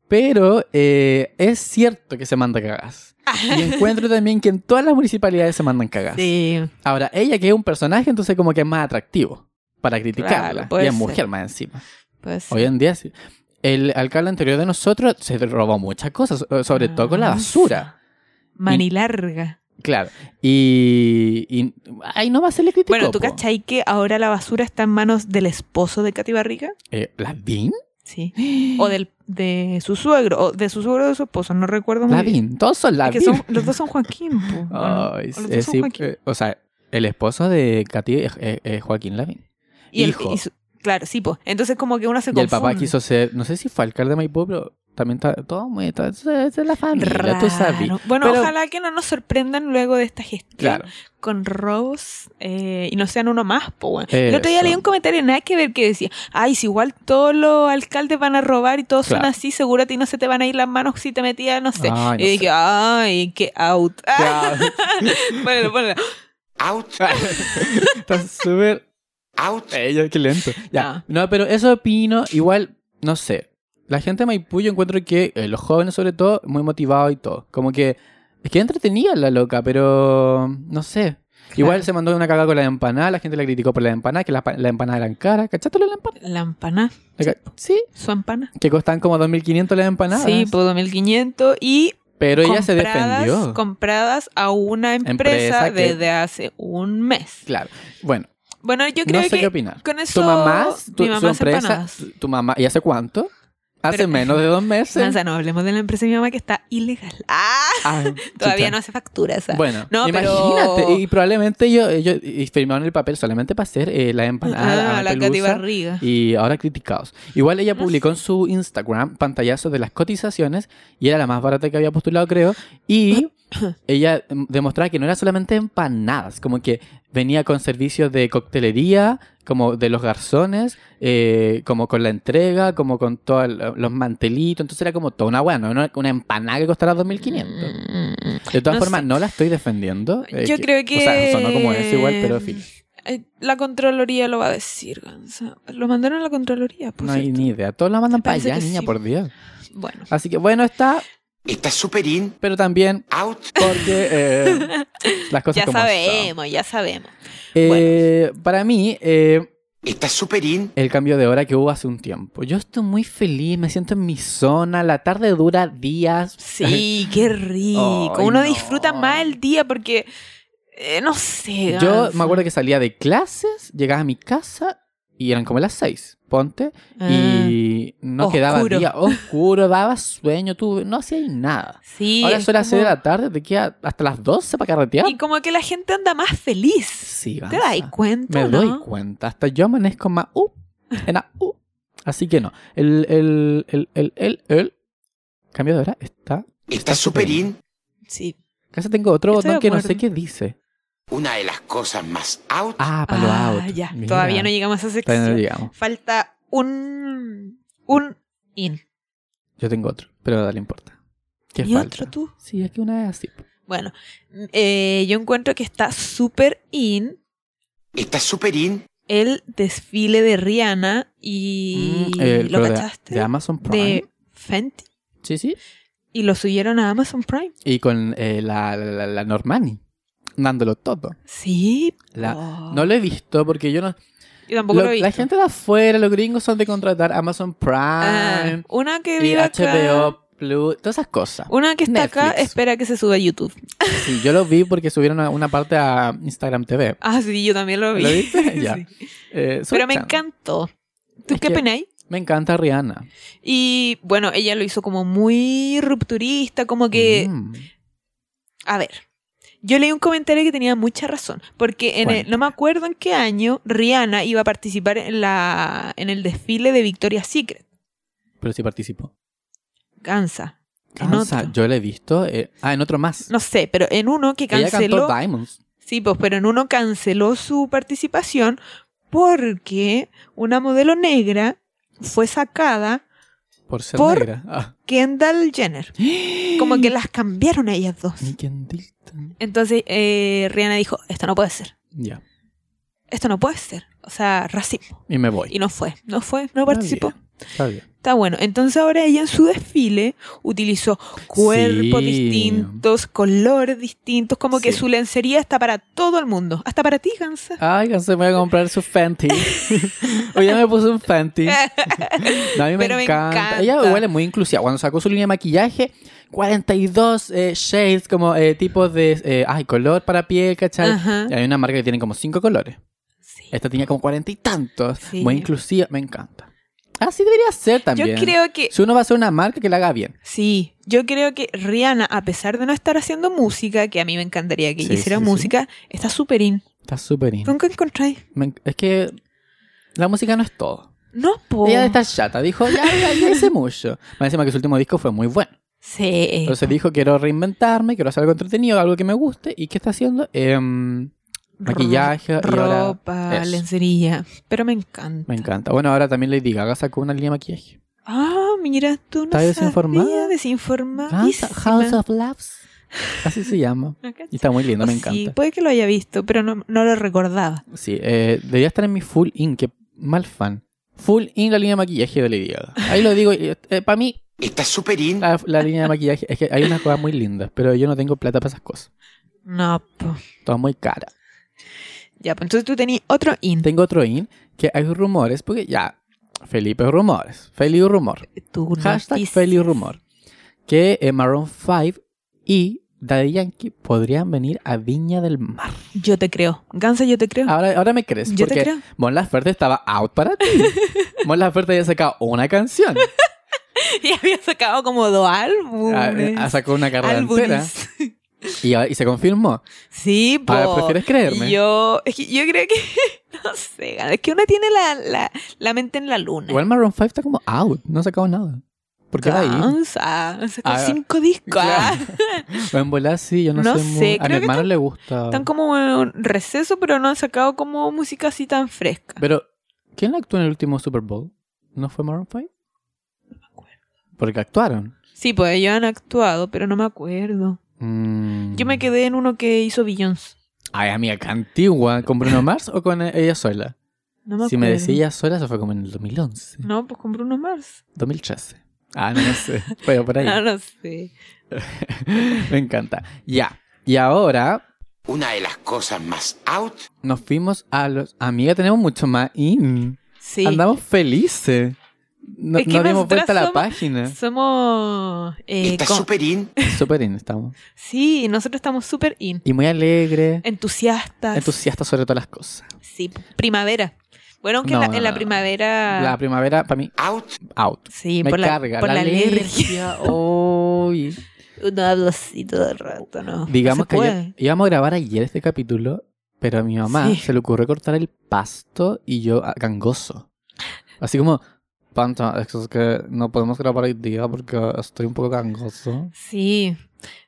[SPEAKER 2] Pero eh, es cierto que se manda cagadas. [laughs]
[SPEAKER 3] [laughs]
[SPEAKER 2] Y encuentro también que en todas las municipalidades se mandan cagadas.
[SPEAKER 3] Sí.
[SPEAKER 2] Ahora, ella que es un personaje, entonces como que es más atractivo para criticarla.
[SPEAKER 3] Claro, puede
[SPEAKER 2] y es
[SPEAKER 3] ser.
[SPEAKER 2] mujer más encima.
[SPEAKER 3] Pues,
[SPEAKER 2] Hoy en día, sí. el alcalde anterior de nosotros se robó muchas cosas, so- sobre todo con la
[SPEAKER 3] Gansa.
[SPEAKER 2] basura.
[SPEAKER 3] Manilarga.
[SPEAKER 2] Claro. Y, y ahí no va a ser le criticó.
[SPEAKER 3] Bueno, ¿tú
[SPEAKER 2] po.
[SPEAKER 3] cachai que ahora la basura está en manos del esposo de Katy Barriga?
[SPEAKER 2] Eh, ¿La Vin?
[SPEAKER 3] Sí.
[SPEAKER 2] [gasps]
[SPEAKER 3] O del, de su suegro, o de su suegro o de su esposo, no recuerdo muy
[SPEAKER 2] La
[SPEAKER 3] bien.
[SPEAKER 2] Vin. Todos son la
[SPEAKER 3] Es que
[SPEAKER 2] Vin.
[SPEAKER 3] son, los dos son Joaquín. po, ¿o
[SPEAKER 2] [laughs]
[SPEAKER 3] no?
[SPEAKER 2] Ay,
[SPEAKER 3] O los
[SPEAKER 2] eh,
[SPEAKER 3] dos son
[SPEAKER 2] sí,
[SPEAKER 3] Joaquín.
[SPEAKER 2] eh, o sea, el esposo de Katy es, es- es Joaquín Lavín.
[SPEAKER 3] Y el-
[SPEAKER 2] hijo.
[SPEAKER 3] y su- claro, sí, pues. Entonces como que uno se
[SPEAKER 2] Y el
[SPEAKER 3] confunde.
[SPEAKER 2] papá quiso ser, no sé si fue alcalde de Maipú, pero también está todo muy... está- es de la familia, tú sabes.
[SPEAKER 3] Raro. Bueno,
[SPEAKER 2] Pero-
[SPEAKER 3] ojalá que no nos sorprendan luego de esta gestión
[SPEAKER 2] Claro.
[SPEAKER 3] con robos eh, y no sean uno más. po, weón. El otro día
[SPEAKER 2] Eso.
[SPEAKER 3] leí un comentario nada que ver que decía, ay, si igual todos los alcaldes van a robar y todos
[SPEAKER 2] Claro.
[SPEAKER 3] son así, seguro a ti no se te van a ir las manos si te metías, no sé.
[SPEAKER 2] Ay, no
[SPEAKER 3] y dije,
[SPEAKER 2] sé.
[SPEAKER 3] ay, qué out. Ah,
[SPEAKER 2] Ya.
[SPEAKER 3] ponelo, ponelo.
[SPEAKER 4] Out.
[SPEAKER 2] [laughs] Está súper.
[SPEAKER 4] Out.
[SPEAKER 2] Ella, qué lento. Ya. No, pero eso opino. Igual, no sé. La gente de Maipú, yo encuentro que eh, los jóvenes, sobre todo, muy motivados y todo. Como que. Es que entretenía la loca, pero. No sé. Igual se mandó una cagada con la empanada. La gente la criticó por la empanada, que las pa- las empanadas eran caras. ¿Cachaste lo de la empanada?
[SPEAKER 3] La empana,
[SPEAKER 2] La ca- Sí,
[SPEAKER 3] su empana.
[SPEAKER 2] que costaban como 2.500 las empanadas.
[SPEAKER 3] Sí, pues, por 2500 y
[SPEAKER 2] pero ella se
[SPEAKER 3] compradas-
[SPEAKER 2] defendió.
[SPEAKER 3] compradas a una empresa,
[SPEAKER 2] Empresa que-
[SPEAKER 3] desde hace un mes.
[SPEAKER 2] Claro. Bueno,
[SPEAKER 3] Bueno, yo creo
[SPEAKER 2] no sé
[SPEAKER 3] que
[SPEAKER 2] qué opinar.
[SPEAKER 3] Con eso,
[SPEAKER 2] Tu mamá, tu,
[SPEAKER 3] mi
[SPEAKER 2] su
[SPEAKER 3] mamá hace
[SPEAKER 2] empresa,
[SPEAKER 3] empanadas.
[SPEAKER 2] tu, tu mamá, ¿y hace cuánto? Hace
[SPEAKER 3] Pero-
[SPEAKER 2] menos
[SPEAKER 3] [laughs]
[SPEAKER 2] de dos meses.
[SPEAKER 3] Mansa, no hablemos de la empresa de mi mamá que está ilegal. ¡Ah!
[SPEAKER 2] Ah,
[SPEAKER 3] [laughs] Todavía
[SPEAKER 2] chucha.
[SPEAKER 3] no hace factura esa.
[SPEAKER 2] Bueno,
[SPEAKER 3] No,
[SPEAKER 2] imagínate.
[SPEAKER 3] pero-
[SPEAKER 2] Y probablemente ellos, ellos y firmaron el papel solamente para hacer eh, la empanada.
[SPEAKER 3] ah,
[SPEAKER 2] a
[SPEAKER 3] la
[SPEAKER 2] la
[SPEAKER 3] Katy
[SPEAKER 2] pelusa,
[SPEAKER 3] Barriga.
[SPEAKER 2] y ahora criticados. Igual ella
[SPEAKER 3] No
[SPEAKER 2] publicó en su Instagram pantallazos de las cotizaciones y era la más barata que había postulado, creo.
[SPEAKER 3] [coughs]
[SPEAKER 2] Y ella mm, demostraba que no era solamente empanadas, como que venía con servicios de coctelería, como de los garzones, eh, como con la entrega, como con todos los mantelitos. Entonces era como toda una buena, una, una empanada que costara 2.500.
[SPEAKER 3] Mm.
[SPEAKER 2] De todas
[SPEAKER 3] No
[SPEAKER 2] formas,
[SPEAKER 3] sé.
[SPEAKER 2] no la estoy defendiendo. eh,
[SPEAKER 3] Yo creo que.
[SPEAKER 2] O sea, sonó como eso igual, pero fin.
[SPEAKER 3] Eh, La Contraloría lo va a decir, Gansa. Lo mandaron a la Contraloría, por
[SPEAKER 2] No hay
[SPEAKER 3] cierto.
[SPEAKER 2] ni idea. Todos la mandan para
[SPEAKER 3] Parece
[SPEAKER 2] allá,
[SPEAKER 3] que
[SPEAKER 2] niña,
[SPEAKER 3] sí.
[SPEAKER 2] por Dios.
[SPEAKER 3] Bueno.
[SPEAKER 2] Así que bueno, está,
[SPEAKER 4] Está super in.
[SPEAKER 2] pero también
[SPEAKER 4] Out.
[SPEAKER 2] porque
[SPEAKER 3] [laughs]
[SPEAKER 2] eh, las cosas
[SPEAKER 3] Ya
[SPEAKER 2] como son.
[SPEAKER 3] sabemos, ya sabemos.
[SPEAKER 2] Eh, Para mí, eh,
[SPEAKER 4] Está super in.
[SPEAKER 2] el cambio de hora que hubo hace un tiempo. Yo estoy muy feliz, me siento en mi zona. La tarde dura días.
[SPEAKER 3] Sí, qué rico.
[SPEAKER 2] [laughs] Ay,
[SPEAKER 3] Uno
[SPEAKER 2] no.
[SPEAKER 3] disfruta más el día porque. eh, no sé.
[SPEAKER 2] Yo
[SPEAKER 3] Gansa.
[SPEAKER 2] me acuerdo que salía de clases, llegaba a mi casa y eran como las seis. Ponte.
[SPEAKER 3] Ah,
[SPEAKER 2] Y no quedaba
[SPEAKER 3] Oscuro.
[SPEAKER 2] día
[SPEAKER 3] [laughs]
[SPEAKER 2] oscuro, daba sueño, tú no hacías nada.
[SPEAKER 3] Ah, sí.
[SPEAKER 2] Ahora
[SPEAKER 3] es
[SPEAKER 2] son las
[SPEAKER 3] como-
[SPEAKER 2] 6 de la tarde, te queda hasta las 12 para carretear.
[SPEAKER 3] Y como que la gente anda más feliz.
[SPEAKER 2] Sí,
[SPEAKER 3] ¿Te
[SPEAKER 2] Vanza.
[SPEAKER 3] das cuenta?
[SPEAKER 2] Me
[SPEAKER 3] no?
[SPEAKER 2] doy cuenta, hasta yo amanezco más uh, en la uh. Así que no, el, el, el, el, el, el cambio de hora está...
[SPEAKER 4] Está super in.
[SPEAKER 3] Sí.
[SPEAKER 2] Casi tengo otro
[SPEAKER 3] Estoy de
[SPEAKER 2] botón que no sé
[SPEAKER 3] acuerdo.
[SPEAKER 2] qué dice.
[SPEAKER 4] Una de las cosas más out.
[SPEAKER 2] Ah, palo
[SPEAKER 3] Ah,
[SPEAKER 2] out.
[SPEAKER 3] ya.
[SPEAKER 2] Mira,
[SPEAKER 3] Todavía no llegamos a esa
[SPEAKER 2] todavía no
[SPEAKER 3] sección.
[SPEAKER 2] llegamos.
[SPEAKER 3] Falta un. Un in.
[SPEAKER 2] Yo tengo otro, pero no le importa. ¿Qué
[SPEAKER 3] ¿Y
[SPEAKER 2] falta?
[SPEAKER 3] otro tú?
[SPEAKER 2] Sí, es que una es así.
[SPEAKER 3] Bueno, eh, yo encuentro que está súper in
[SPEAKER 4] Está súper in.
[SPEAKER 3] el desfile de Rihanna y
[SPEAKER 2] Mm, el-
[SPEAKER 3] lo
[SPEAKER 2] pero de-
[SPEAKER 3] cachaste
[SPEAKER 2] De, Amazon Prime.
[SPEAKER 3] De Fenty
[SPEAKER 2] Sí, sí.
[SPEAKER 3] y lo subieron a Amazon Prime.
[SPEAKER 2] Y con eh, la, la, la Normani. Dándolo todo.
[SPEAKER 3] Sí.
[SPEAKER 2] La-
[SPEAKER 3] po.
[SPEAKER 2] No lo he visto porque yo no.
[SPEAKER 3] Yo tampoco lo,
[SPEAKER 2] lo-
[SPEAKER 3] he visto.
[SPEAKER 2] La gente de afuera, los gringos son de contratar Amazon
[SPEAKER 3] Ah,
[SPEAKER 2] Prime
[SPEAKER 3] una que
[SPEAKER 2] y
[SPEAKER 3] vive acá.
[SPEAKER 2] HBO Plus, todas esas cosas.
[SPEAKER 3] Una que está acá
[SPEAKER 2] Netflix.
[SPEAKER 3] espera que se suba a YouTube.
[SPEAKER 2] Sí, yo lo vi porque subieron una, una parte a Instagram TV.
[SPEAKER 3] Ah, sí, yo también lo vi.
[SPEAKER 2] ¿Lo
[SPEAKER 3] [laughs]
[SPEAKER 2] viste? Ya.
[SPEAKER 3] Sí.
[SPEAKER 2] Eh,
[SPEAKER 3] Pero me
[SPEAKER 2] Soul Chan.
[SPEAKER 3] encantó. ¿Tú
[SPEAKER 2] Es
[SPEAKER 3] qué
[SPEAKER 2] que-
[SPEAKER 3] opináis?
[SPEAKER 2] Me encanta Rihanna.
[SPEAKER 3] Y bueno, ella lo hizo como muy rupturista, como que...
[SPEAKER 2] Mm.
[SPEAKER 3] A ver, yo leí un comentario que tenía mucha razón, porque en el- no me acuerdo en qué año Rihanna iba a participar en, la, en el desfile de Victoria's Secret,
[SPEAKER 2] Pero sí participó.
[SPEAKER 3] Gansa. En
[SPEAKER 2] Cansa,
[SPEAKER 3] otro.
[SPEAKER 2] yo la he visto. eh, ah, en otro más.
[SPEAKER 3] No sé, pero en uno que
[SPEAKER 2] Ella cantó
[SPEAKER 3] canceló...
[SPEAKER 2] Diamonds.
[SPEAKER 3] Sí, pues, pero en uno canceló su participación porque una modelo negra fue sacada
[SPEAKER 2] Por ser
[SPEAKER 3] Por-
[SPEAKER 2] negra. Ah.
[SPEAKER 3] Kendall Jenner.
[SPEAKER 2] [gasps]
[SPEAKER 3] Como que las cambiaron a ellas dos.
[SPEAKER 2] Nick and Dilton.
[SPEAKER 3] Entonces eh, Rihanna dijo, esto no puede ser,
[SPEAKER 2] Ya.
[SPEAKER 3] esto no puede ser. O sea, racismo.
[SPEAKER 2] Y me voy.
[SPEAKER 3] Y no fue, no fue, no participó.
[SPEAKER 2] Está bien, Está bien.
[SPEAKER 3] Está bueno. Entonces ahora ella en su desfile utilizó cuerpos
[SPEAKER 2] Sí.
[SPEAKER 3] distintos, colores distintos, como que
[SPEAKER 2] Sí.
[SPEAKER 3] su lencería está para todo el mundo. Hasta para ti, Gansa.
[SPEAKER 2] Ay, ya se me voy a comprar su
[SPEAKER 3] [laughs]
[SPEAKER 2] Fenty. Hoy ya me puse un Fenty. No, a mí me,
[SPEAKER 3] Pero me
[SPEAKER 2] encanta.
[SPEAKER 3] encanta.
[SPEAKER 2] Ella huele muy inclusiva. Cuando sacó su línea de maquillaje, 42 eh, shades, como eh, tipos de. eh, ay, color para piel, ¿cachai?
[SPEAKER 3] Ajá.
[SPEAKER 2] Y hay una marca que tiene como cinco colores.
[SPEAKER 3] Sí.
[SPEAKER 2] Esta tenía como cuarenta y tantos.
[SPEAKER 3] Sí.
[SPEAKER 2] Muy inclusiva, me encanta. Así debería ser también.
[SPEAKER 3] Yo creo que
[SPEAKER 2] Si uno va a hacer una marca que la haga bien.
[SPEAKER 3] Sí, yo creo que Rihanna, a pesar de no estar haciendo música, que a mí me encantaría que ella
[SPEAKER 2] Sí,
[SPEAKER 3] hiciera
[SPEAKER 2] sí, sí.
[SPEAKER 3] música, está súper in.
[SPEAKER 2] Está súper in.
[SPEAKER 3] ¿Nunca encontráis?
[SPEAKER 2] Me enc- Es que la música no es todo.
[SPEAKER 3] No, po.
[SPEAKER 2] Ella está chata. Dijo, ya, ya, ya hice mucho. Más encima que su último disco fue muy bueno.
[SPEAKER 3] Sí.
[SPEAKER 2] Entonces dijo, quiero reinventarme, quiero hacer algo entretenido, algo que me guste. ¿Y qué está haciendo? Em, maquillaje y ahora
[SPEAKER 3] Ropa,
[SPEAKER 2] eso.
[SPEAKER 3] lencería. Pero me encanta.
[SPEAKER 2] me encanta. Bueno, ahora también Lady Gaga sacó una línea de maquillaje.
[SPEAKER 3] Ah, mira, tú no
[SPEAKER 2] Está desinformada.
[SPEAKER 3] sabías,
[SPEAKER 2] House,
[SPEAKER 3] desinformadísima.
[SPEAKER 2] House of Loves. Así se llama.
[SPEAKER 3] ¿No cachai?
[SPEAKER 2] Y está muy linda, me
[SPEAKER 3] Sí,
[SPEAKER 2] encanta.
[SPEAKER 3] puede que lo haya visto, pero no, no lo recordaba.
[SPEAKER 2] Sí, eh, debería estar en mi full in, que mal fan. Full in la línea de maquillaje de Lady Gaga. Ahí lo digo, para mí
[SPEAKER 4] Está súper in.
[SPEAKER 2] la, la línea de maquillaje es que hay unas cosas muy lindas, pero yo no tengo plata para esas cosas.
[SPEAKER 3] No, po.
[SPEAKER 2] Todo muy cara.
[SPEAKER 3] Ya, pues entonces tú tenías otro in.
[SPEAKER 2] Tengo otro in que hay rumores, porque ya, Felipe rumores, Felipe rumor.
[SPEAKER 3] Tú no
[SPEAKER 2] Hashtag
[SPEAKER 3] dices.
[SPEAKER 2] Feli Rumor. Que eh, Maroon 5 y Daddy Yankee podrían venir a Viña del Mar.
[SPEAKER 3] Yo te creo. Gansa, yo te creo.
[SPEAKER 2] Ahora, ahora me crees.
[SPEAKER 3] yo te
[SPEAKER 2] Ah, porque
[SPEAKER 3] creo. [laughs]
[SPEAKER 2] Mon Laferte estaba out para ti. Mon Laferte ya sacado una canción.
[SPEAKER 3] Y había sacado como dos
[SPEAKER 2] Ah, Ha,
[SPEAKER 3] álbumes.
[SPEAKER 2] ha sacado una eh, carrera
[SPEAKER 3] Álbumes.
[SPEAKER 2] entera. Y, ahora- y se confirmó.
[SPEAKER 3] [laughs] Sí, po.
[SPEAKER 2] Ahora, ¿prefieres creerme?
[SPEAKER 3] Yo, es que yo creo que, [laughs] no sé, es que una tiene la, la, la mente en la luna.
[SPEAKER 2] Igual Maroon 5 está como out. No ha sacado nada. ¿Por qué va a ir?
[SPEAKER 3] Cansa, han sacado
[SPEAKER 2] Ah,
[SPEAKER 3] cinco discos. ah.
[SPEAKER 2] Claro. [laughs] O en volar sí, yo no,
[SPEAKER 3] No
[SPEAKER 2] soy muy-
[SPEAKER 3] sé,
[SPEAKER 2] A mi
[SPEAKER 3] creo que
[SPEAKER 2] hermano
[SPEAKER 3] están-
[SPEAKER 2] le gusta.
[SPEAKER 3] Están como en receso, pero no han sacado como música así tan fresca.
[SPEAKER 2] Pero, ¿quién actuó en el último Super Bowl? ¿No fue Maroon 5? Porque actuaron.
[SPEAKER 3] Sí, pues ellos han actuado, pero no me acuerdo.
[SPEAKER 2] Mm.
[SPEAKER 3] Yo me quedé en uno que hizo Beyoncé.
[SPEAKER 2] Ay, amiga, qué antigua. ¿Con Bruno Mars o con eh, ella sola?
[SPEAKER 3] No me acuerdo.
[SPEAKER 2] si me decía ella sola, eso fue como en el 2011.
[SPEAKER 3] No, pues con Bruno Mars.
[SPEAKER 2] 2013. Ah, no, no sé. Pero
[SPEAKER 3] [laughs]
[SPEAKER 2] por ahí.
[SPEAKER 3] Ah, No, no sé.
[SPEAKER 2] me encanta. Ya. Y ahora
[SPEAKER 4] Una de las cosas más out.
[SPEAKER 2] nos fuimos a los... Amiga, tenemos mucho más in.
[SPEAKER 3] Sí.
[SPEAKER 2] Andamos felices. No,
[SPEAKER 3] Es que
[SPEAKER 2] no dimos
[SPEAKER 3] nosotras
[SPEAKER 2] vuelta a la
[SPEAKER 3] somos-
[SPEAKER 2] página.
[SPEAKER 3] [laughs] Somos. eh,
[SPEAKER 4] Está
[SPEAKER 3] con-
[SPEAKER 4] súper in.
[SPEAKER 2] Súper in estamos.
[SPEAKER 3] Sí, nosotros estamos súper in.
[SPEAKER 2] Y muy alegre.
[SPEAKER 3] Entusiastas.
[SPEAKER 2] entusiasta sobre todas las cosas.
[SPEAKER 3] Sí, primavera. Bueno, aunque
[SPEAKER 2] No,
[SPEAKER 3] la-
[SPEAKER 2] no,
[SPEAKER 3] en la
[SPEAKER 2] no.
[SPEAKER 3] primavera.
[SPEAKER 2] La primavera, para mí,
[SPEAKER 4] Out.
[SPEAKER 2] out.
[SPEAKER 3] Sí,
[SPEAKER 2] Me
[SPEAKER 3] por la,
[SPEAKER 2] carga.
[SPEAKER 3] por la alergia.
[SPEAKER 2] [laughs] Uy.
[SPEAKER 3] Uno habla así todo el rato, ¿no?
[SPEAKER 2] Digamos
[SPEAKER 3] No se
[SPEAKER 2] que
[SPEAKER 3] puede.
[SPEAKER 2] ayer- íbamos a grabar ayer este capítulo, pero a mi mamá
[SPEAKER 3] Sí.
[SPEAKER 2] se le ocurrió cortar el pasto y yo ah, gangoso. Así como, Panta, eso es que no podemos grabar hoy día porque estoy un poco gangoso.
[SPEAKER 3] Sí.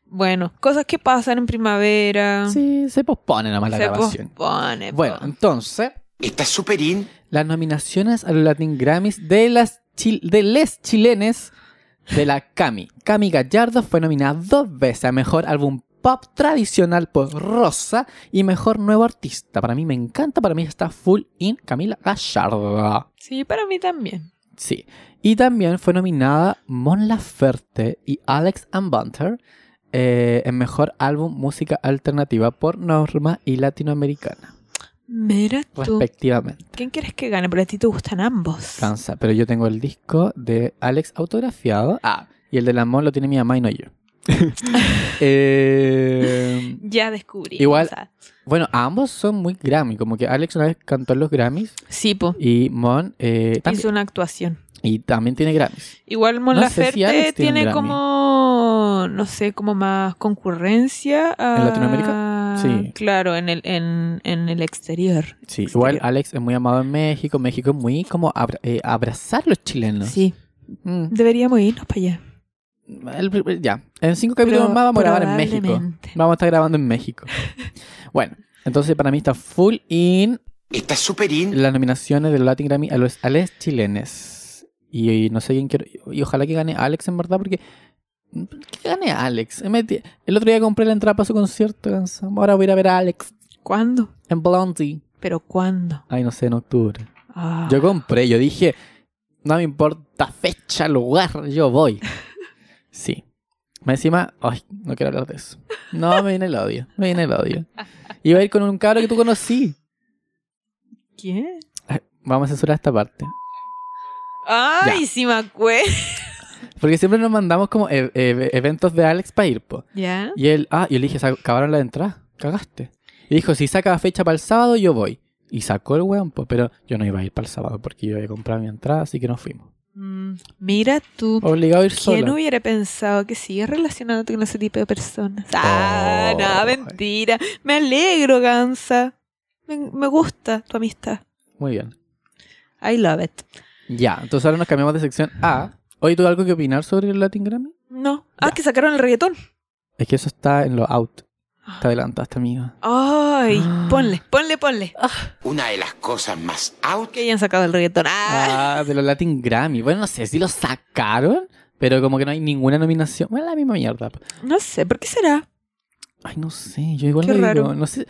[SPEAKER 3] Bueno, cosas que pasan en primavera.
[SPEAKER 2] Sí, se pospone nada más la
[SPEAKER 3] Ah. se
[SPEAKER 2] grabación.
[SPEAKER 3] pospone. po.
[SPEAKER 2] Bueno, entonces,
[SPEAKER 4] Está súper in.
[SPEAKER 2] las nominaciones a los Latin Grammys de las chil- de les chilenes de la Cami. Cami Gallardo fue nominada dos veces a Mejor Álbum pop tradicional por Rosa y mejor nuevo artista. Para mí me encanta, para mí está full in Camila Gallardo.
[SPEAKER 3] Sí, para mí también.
[SPEAKER 2] Sí. Y también fue nominada Mon Laferte y Alex and Bunter eh, en mejor álbum música alternativa por Norma y Latinoamericana,
[SPEAKER 3] Mira tú.
[SPEAKER 2] respectivamente.
[SPEAKER 3] ¿Quién quieres que gane? Pero a ti te gustan ambos.
[SPEAKER 2] Cansa, pero yo tengo el disco de Alex autografiado. Ah, y el de la Mon lo tiene mi mamá y no
[SPEAKER 3] [laughs]
[SPEAKER 2] yo. Eh,
[SPEAKER 3] Ya descubrí.
[SPEAKER 2] Igual-
[SPEAKER 3] o sea,
[SPEAKER 2] bueno, ambos son muy Grammy. Como que Alex una vez cantó en los Grammys
[SPEAKER 3] sí, po.
[SPEAKER 2] y Mon eh,
[SPEAKER 3] Hizo
[SPEAKER 2] también,
[SPEAKER 3] una actuación.
[SPEAKER 2] y también tiene Grammys.
[SPEAKER 3] Igual Mon
[SPEAKER 2] No sé
[SPEAKER 3] Laferte
[SPEAKER 2] si Alex tiene un
[SPEAKER 3] tiene
[SPEAKER 2] Grammy.
[SPEAKER 3] como, no sé, como más concurrencia. a-
[SPEAKER 2] ¿En Latinoamérica? Sí.
[SPEAKER 3] Claro, en el, en, en el exterior.
[SPEAKER 2] Sí,
[SPEAKER 3] Exterior.
[SPEAKER 2] igual Alex es muy amado en México. México es muy como abra- eh, abrazar los chilenos.
[SPEAKER 3] Sí.
[SPEAKER 2] Mm.
[SPEAKER 3] Deberíamos irnos para allá.
[SPEAKER 2] El- el- ya, en cinco capítulos
[SPEAKER 3] Pro-
[SPEAKER 2] más vamos a grabar en México.
[SPEAKER 3] probablemente.
[SPEAKER 2] Vamos a estar grabando en México. bueno, entonces para mí está full in
[SPEAKER 4] Está super in.
[SPEAKER 2] las nominaciones del Latin Grammy a los Alex chilenes. Y, y no sé quién quiero. Y ojalá que gane Alex en verdad, porque. Que gane Alex. Me metí- El otro día compré la entrada para su concierto. cansa. Ahora voy a ir a ver a Alex
[SPEAKER 3] ¿Cuándo?
[SPEAKER 2] en Blondie.
[SPEAKER 3] ¿Pero cuándo?
[SPEAKER 2] Ay, no sé, en octubre.
[SPEAKER 3] Ah.
[SPEAKER 2] Yo compré, yo dije, no me importa fecha, lugar, yo voy. Sí. Más encima, ay, no quiero hablar de eso. No, me viene el odio, me viene el odio. Iba a ir con un cabro que tú conocí.
[SPEAKER 3] ¿Quién?
[SPEAKER 2] Ay, Vamos a censurar esta parte.
[SPEAKER 3] Ay, sí me acuerdo.
[SPEAKER 2] Porque siempre nos mandamos como e- e- eventos de Alex para ir, po.
[SPEAKER 3] ¿Ya?
[SPEAKER 2] Y él, ah, y yo le dije, se acabaron las entradas, cagaste. Y dijo, si saca fecha para el sábado, yo voy. Y sacó el weón, po, pero yo no iba a ir para el sábado porque yo había comprado mi entrada, así que nos fuimos.
[SPEAKER 3] Mm, Mira tú.
[SPEAKER 2] Obligado a ir
[SPEAKER 3] ¿Quién
[SPEAKER 2] solo.
[SPEAKER 3] hubiera pensado que sigues relacionándote con ese tipo de personas? Ah,
[SPEAKER 2] Oh.
[SPEAKER 3] no, mentira. Me alegro, Gansa. Me, me gusta tu amistad.
[SPEAKER 2] Muy bien.
[SPEAKER 3] I love it.
[SPEAKER 2] Ya, entonces ahora nos cambiamos de sección A. Oye, ¿tú algo que opinar sobre el Latin Grammy?
[SPEAKER 3] No. Ah, que sacaron el reggaetón.
[SPEAKER 2] Es que eso está en lo out. Te adelantaste, amiga.
[SPEAKER 3] Ay,
[SPEAKER 2] Ah.
[SPEAKER 3] ponle, ponle, ponle.
[SPEAKER 4] Una de las cosas más out.
[SPEAKER 3] Que hayan sacado el reggaetón. Ah.
[SPEAKER 2] Ah, de los Latin Grammy. Bueno, no sé si lo sacaron, pero como que no hay ninguna nominación. Bueno, la misma mierda.
[SPEAKER 3] No sé, ¿por qué será?
[SPEAKER 2] Ay, no sé, yo igual
[SPEAKER 3] Qué
[SPEAKER 2] lo digo,
[SPEAKER 3] raro.
[SPEAKER 2] no sé.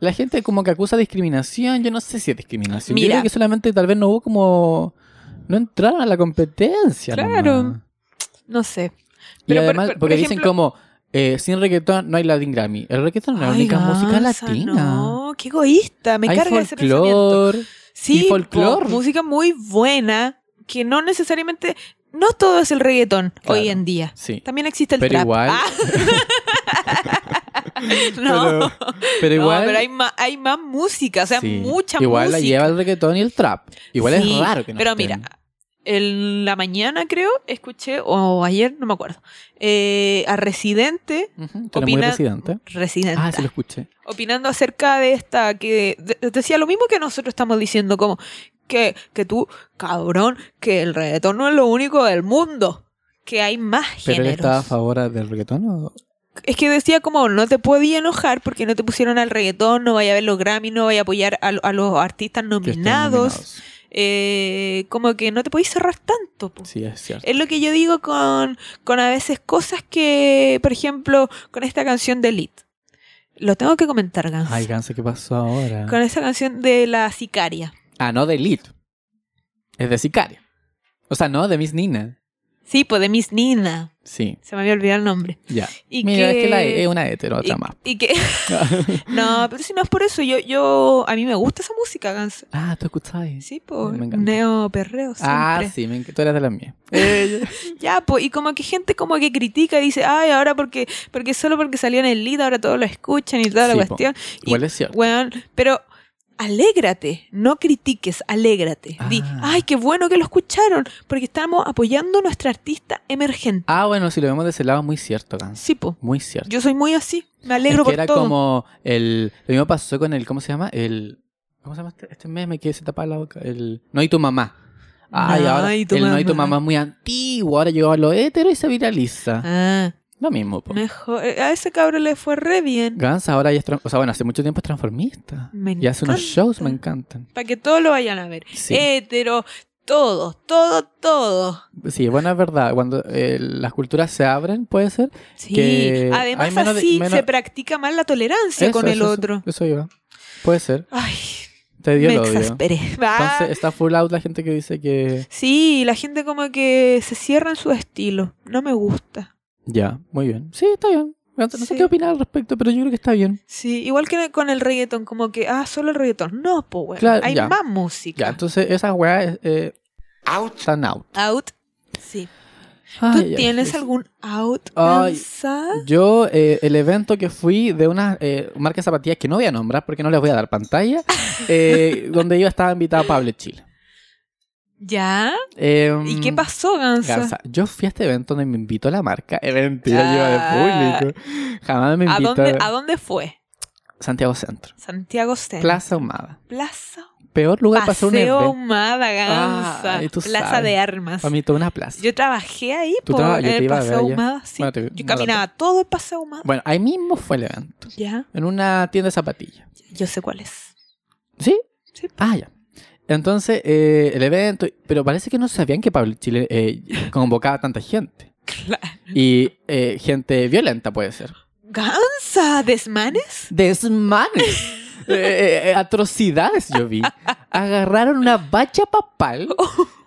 [SPEAKER 2] La gente como que acusa discriminación, yo no sé si es discriminación. Yo
[SPEAKER 3] Mira.
[SPEAKER 2] creo que solamente tal vez no hubo como... No entraron a la competencia.
[SPEAKER 3] Claro.
[SPEAKER 2] nomás.
[SPEAKER 3] No sé.
[SPEAKER 2] Y
[SPEAKER 3] Pero por-
[SPEAKER 2] además,
[SPEAKER 3] por- por
[SPEAKER 2] porque dicen
[SPEAKER 3] ejemplo-
[SPEAKER 2] como, eh, sin reggaetón no hay Latin Grammy. El reggaetón es la
[SPEAKER 3] Ay,
[SPEAKER 2] única música
[SPEAKER 3] Gansa,
[SPEAKER 2] latina.
[SPEAKER 3] No, qué egoísta. Me
[SPEAKER 2] hay
[SPEAKER 3] carga ese pensamiento.
[SPEAKER 2] folclore.
[SPEAKER 3] Sí,
[SPEAKER 2] Y folclor.
[SPEAKER 3] po, música muy buena que no necesariamente no todo es el reggaetón
[SPEAKER 2] Claro.
[SPEAKER 3] hoy en día.
[SPEAKER 2] Sí.
[SPEAKER 3] También existe el
[SPEAKER 2] Pero
[SPEAKER 3] trap.
[SPEAKER 2] igual-
[SPEAKER 3] Ah. [laughs] no.
[SPEAKER 2] Pero-
[SPEAKER 3] [laughs] No,
[SPEAKER 2] Pero
[SPEAKER 3] Pero,
[SPEAKER 2] igual.
[SPEAKER 3] hay más hay más música, o sea,
[SPEAKER 2] sí.
[SPEAKER 3] mucha
[SPEAKER 2] Igual
[SPEAKER 3] música.
[SPEAKER 2] la lleva el reggaetón y el trap. Igual
[SPEAKER 3] Sí,
[SPEAKER 2] es raro que no
[SPEAKER 3] Pero
[SPEAKER 2] estén.
[SPEAKER 3] mira, en la mañana creo escuché o ayer, no me acuerdo, eh, a Residente,
[SPEAKER 2] Ujú, tú eres muy
[SPEAKER 3] opina-
[SPEAKER 2] residente.
[SPEAKER 3] Residente
[SPEAKER 2] Ah, sí lo escuché.
[SPEAKER 3] opinando acerca de esta, que de- decía lo mismo que nosotros estamos diciendo, como que, que tú, cabrón, que el reggaetón no es lo único del mundo, que hay más
[SPEAKER 2] ¿Pero él estaba a
[SPEAKER 3] géneros.
[SPEAKER 2] favor del reggaetón o...?
[SPEAKER 3] Es que decía como, no te podía enojar porque no te pusieron al reggaetón, no vaya a ver los Grammy, no vaya a apoyar a, lo- a los artistas
[SPEAKER 2] que estén
[SPEAKER 3] nominados,
[SPEAKER 2] nominados?
[SPEAKER 3] eh, como que no te podéis cerrar tanto. po.
[SPEAKER 2] Sí, es cierto.
[SPEAKER 3] Es lo que yo digo con, con a veces cosas que, por ejemplo, con esta canción de Elite. Lo tengo que comentar, Gans.
[SPEAKER 2] Ay, Gansa, ¿qué pasó ahora?
[SPEAKER 3] con esa canción de la sicaria.
[SPEAKER 2] Ah, no de Elite. Es de Sicario. O sea, no, de Miss Nina.
[SPEAKER 3] Sí, pues de Miss Nina.
[SPEAKER 2] Sí,
[SPEAKER 3] Se me había olvidado el nombre.
[SPEAKER 2] ya.
[SPEAKER 3] Y
[SPEAKER 2] Mira,
[SPEAKER 3] que-
[SPEAKER 2] es que la E es una hetero,
[SPEAKER 3] Y,
[SPEAKER 2] otra más.
[SPEAKER 3] y que [laughs] no, pero si no es por eso, yo, yo a mí me gusta esa música, Gans.
[SPEAKER 2] ah, ¿tú escuchabas?
[SPEAKER 3] Sí, pues
[SPEAKER 2] Me encanta.
[SPEAKER 3] neo perreo
[SPEAKER 2] ah,
[SPEAKER 3] siempre.
[SPEAKER 2] sí, me enc- tú eras de las mías.
[SPEAKER 3] Ya, pues y como que gente como que critica y dice, "Ay, ahora porque porque solo porque salió en el lead, ahora todos lo escuchan y toda
[SPEAKER 2] Sí,
[SPEAKER 3] la
[SPEAKER 2] po.
[SPEAKER 3] cuestión." Y-
[SPEAKER 2] Igual es cierto.
[SPEAKER 3] Weón, pero alégrate, no critiques, alégrate. Di,
[SPEAKER 2] Ah.
[SPEAKER 3] "Ay, qué bueno que lo escucharon, porque estamos apoyando a nuestra artista emergente."
[SPEAKER 2] Ah, bueno, si lo vemos de ese lado, muy cierto, Gans.
[SPEAKER 3] Sí, pues.
[SPEAKER 2] Muy cierto.
[SPEAKER 3] Yo soy muy así. Me alegro
[SPEAKER 2] es que
[SPEAKER 3] por
[SPEAKER 2] era
[SPEAKER 3] todo.
[SPEAKER 2] como el. Lo mismo pasó con el. ¿Cómo se llama? El. ¿Cómo se llama este, este meme que se tapa la boca? El. No y tu mamá. Ay,
[SPEAKER 3] No
[SPEAKER 2] ahora.
[SPEAKER 3] y tu
[SPEAKER 2] el no y tu
[SPEAKER 3] mamá.
[SPEAKER 2] mamá es muy antiguo. Ahora llegó a lo hétero y se viraliza.
[SPEAKER 3] Ah,
[SPEAKER 2] Lo mismo, po.
[SPEAKER 3] mejor. eh, A ese cabrón le fue re bien.
[SPEAKER 2] Gans ahora ya es. tran- O sea, bueno, hace mucho tiempo es transformista.
[SPEAKER 3] Me
[SPEAKER 2] y hace unos
[SPEAKER 3] encanta. Eh,
[SPEAKER 2] shows, me encantan.
[SPEAKER 3] Para que todos lo vayan a ver.
[SPEAKER 2] Sí.
[SPEAKER 3] Hétero, todo, todo, todo.
[SPEAKER 2] sí, bueno, es verdad. Cuando eh, las culturas se abren, puede ser.
[SPEAKER 3] Sí,
[SPEAKER 2] que hay
[SPEAKER 3] además
[SPEAKER 2] menos de-
[SPEAKER 3] así
[SPEAKER 2] menos-
[SPEAKER 3] se practica más la tolerancia
[SPEAKER 2] Eso,
[SPEAKER 3] con el
[SPEAKER 2] eso, eso,
[SPEAKER 3] otro.
[SPEAKER 2] Eso iba. Puede ser.
[SPEAKER 3] Ay,
[SPEAKER 2] Te dio
[SPEAKER 3] me
[SPEAKER 2] el odio.
[SPEAKER 3] exasperé. Ah,
[SPEAKER 2] Entonces está full out la gente que dice que
[SPEAKER 3] sí, la gente como que se cierra en su estilo. No me gusta.
[SPEAKER 2] ya, muy bien. Sí, está bien. No no sé
[SPEAKER 3] Sí.
[SPEAKER 2] qué opinar al respecto, pero yo creo que está bien.
[SPEAKER 3] Sí, igual que con el reggaetón, como que, ah, solo el reggaetón. No, pues bueno,
[SPEAKER 2] Claro,
[SPEAKER 3] hay
[SPEAKER 2] ya.
[SPEAKER 3] más música.
[SPEAKER 2] Ya, entonces esas weas eh,
[SPEAKER 4] Out.
[SPEAKER 2] están out.
[SPEAKER 3] Out. Sí. ¿Tú
[SPEAKER 2] Ay, ay,
[SPEAKER 3] tienes
[SPEAKER 2] Jesús.
[SPEAKER 3] algún out?
[SPEAKER 2] Ay.
[SPEAKER 3] Elsa?
[SPEAKER 2] Yo, eh, el evento que fui de una eh, marca de zapatillas que no voy a nombrar porque no les voy a dar
[SPEAKER 3] [laughs]
[SPEAKER 2] pantalla, eh, donde yo estaba invitada Pablo Chile.
[SPEAKER 3] ¿Ya?
[SPEAKER 2] Eh,
[SPEAKER 3] ¿Y qué pasó, Gansa?
[SPEAKER 2] Garza, yo fui a este evento donde me invitó la marca. Eh, mentira, yo de público. Jamás me
[SPEAKER 3] Ah. ¿A
[SPEAKER 2] invitó.
[SPEAKER 3] dónde, ¿A dónde fue?
[SPEAKER 2] Santiago Centro.
[SPEAKER 3] Santiago Centro.
[SPEAKER 2] Plaza Humada.
[SPEAKER 3] Plaza.
[SPEAKER 2] Peor lugar para hacer un
[SPEAKER 3] Paseo
[SPEAKER 2] evento.
[SPEAKER 3] Humada, Gansa.
[SPEAKER 2] Ay, tú
[SPEAKER 3] Plaza
[SPEAKER 2] sabes.
[SPEAKER 3] de Armas.
[SPEAKER 2] Para mí toda una plaza.
[SPEAKER 3] Yo trabajé ahí
[SPEAKER 2] Tú
[SPEAKER 3] por
[SPEAKER 2] traba- yo te
[SPEAKER 3] el
[SPEAKER 2] iba a ver
[SPEAKER 3] Paseo
[SPEAKER 2] allá.
[SPEAKER 3] Humada. sí.
[SPEAKER 2] Bueno, te-
[SPEAKER 3] Yo
[SPEAKER 2] no tanto.
[SPEAKER 3] caminaba todo el Paseo Humada.
[SPEAKER 2] Bueno, ahí mismo fue el evento.
[SPEAKER 3] Ya,
[SPEAKER 2] En una tienda de zapatillas.
[SPEAKER 3] yo sé cuál es.
[SPEAKER 2] ¿Sí?
[SPEAKER 3] Sí.
[SPEAKER 2] Ah, ya. Entonces, eh, el evento... Pero parece que no sabían que Pablo Chile eh, convocaba tanta gente.
[SPEAKER 3] [laughs] Claro.
[SPEAKER 2] Y eh, gente violenta puede ser.
[SPEAKER 3] ¿Gansa? ¿Desmanes?
[SPEAKER 2] Desmanes.
[SPEAKER 3] [laughs]
[SPEAKER 2] Eh, eh, atrocidades yo vi. Agarraron una bacha papal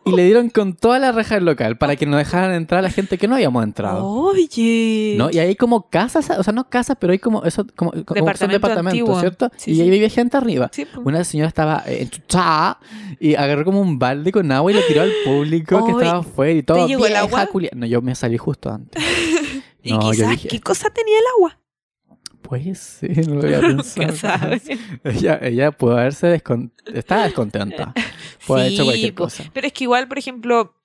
[SPEAKER 2] y le dieron con toda la reja del local para que no dejaran entrar a la gente que no habíamos entrado.
[SPEAKER 3] Oh, Oye.
[SPEAKER 2] ¿no? Y hay como casas, o sea, no casas, pero hay como eso, como, como que son
[SPEAKER 3] Departamento
[SPEAKER 2] departamentos,
[SPEAKER 3] antiguo.
[SPEAKER 2] ¿cierto?
[SPEAKER 3] Sí,
[SPEAKER 2] y
[SPEAKER 3] sí.
[SPEAKER 2] ahí vive gente arriba.
[SPEAKER 3] Sí, pues. po.
[SPEAKER 2] Una señora estaba eh, enchuchada y agarró como un balde con agua y lo tiró al público que
[SPEAKER 3] Ay,
[SPEAKER 2] estaba afuera y todo.
[SPEAKER 3] ¿te llegó el
[SPEAKER 2] "Vieja
[SPEAKER 3] agua?"
[SPEAKER 2] culia-". No, yo me salí justo antes.
[SPEAKER 3] [laughs] y
[SPEAKER 2] no, yo
[SPEAKER 3] quizás,
[SPEAKER 2] dije-
[SPEAKER 3] ¿qué cosa tenía el
[SPEAKER 2] [laughs]
[SPEAKER 3] agua?
[SPEAKER 2] Pues sí, no lo había pensado.
[SPEAKER 3] [laughs]
[SPEAKER 2] [laughs]
[SPEAKER 3] Nunca sabes.
[SPEAKER 2] Ella, ella pudo haberse descon- estaba descontenta. Pudo haber hecho
[SPEAKER 3] Sí, pues.
[SPEAKER 2] cualquier
[SPEAKER 3] po.
[SPEAKER 2] cosa.
[SPEAKER 3] Pero es que igual, por ejemplo,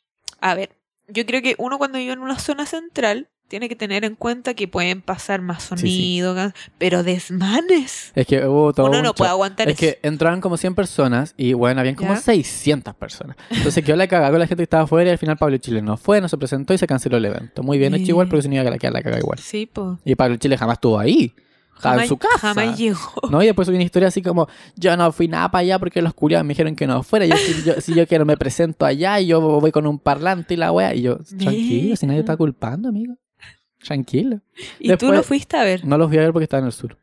[SPEAKER 3] a ver, yo creo que uno cuando vive en una zona central tiene que tener en cuenta que pueden pasar más
[SPEAKER 2] sí.
[SPEAKER 3] sonido, gan- pero desmanes.
[SPEAKER 2] Es que hubo todo
[SPEAKER 3] uno
[SPEAKER 2] un
[SPEAKER 3] no puede
[SPEAKER 2] show.
[SPEAKER 3] aguantar
[SPEAKER 2] Es
[SPEAKER 3] eso.
[SPEAKER 2] que entraron como 100 personas y bueno, habían como
[SPEAKER 3] ¿Ya?
[SPEAKER 2] 600 personas. Entonces quedó la cagada con la gente que estaba afuera y al final Pablo Chile no fue, no se presentó y se canceló el evento. Muy bien hecho
[SPEAKER 3] Eh.
[SPEAKER 2] igual porque si no iba a quedar la cagada igual.
[SPEAKER 3] Sí, po.
[SPEAKER 2] Y Pablo Chile jamás estuvo ahí. Estaba en
[SPEAKER 3] Jamás,
[SPEAKER 2] su casa.
[SPEAKER 3] jamás llegó.
[SPEAKER 2] ¿No? Y después subí una historia así como, yo no fui nada para allá porque los culiados me dijeron que no fuera. Yo, si, yo, si yo quiero me presento allá y yo voy con un parlante y la wea. Y
[SPEAKER 3] [laughs]
[SPEAKER 2] yo, tranquilo, si nadie está culpando, amigo. Tranquilo.
[SPEAKER 3] Y tú
[SPEAKER 2] después-
[SPEAKER 3] lo fuiste a ver.
[SPEAKER 2] No los voy a ver porque estaba en el sur.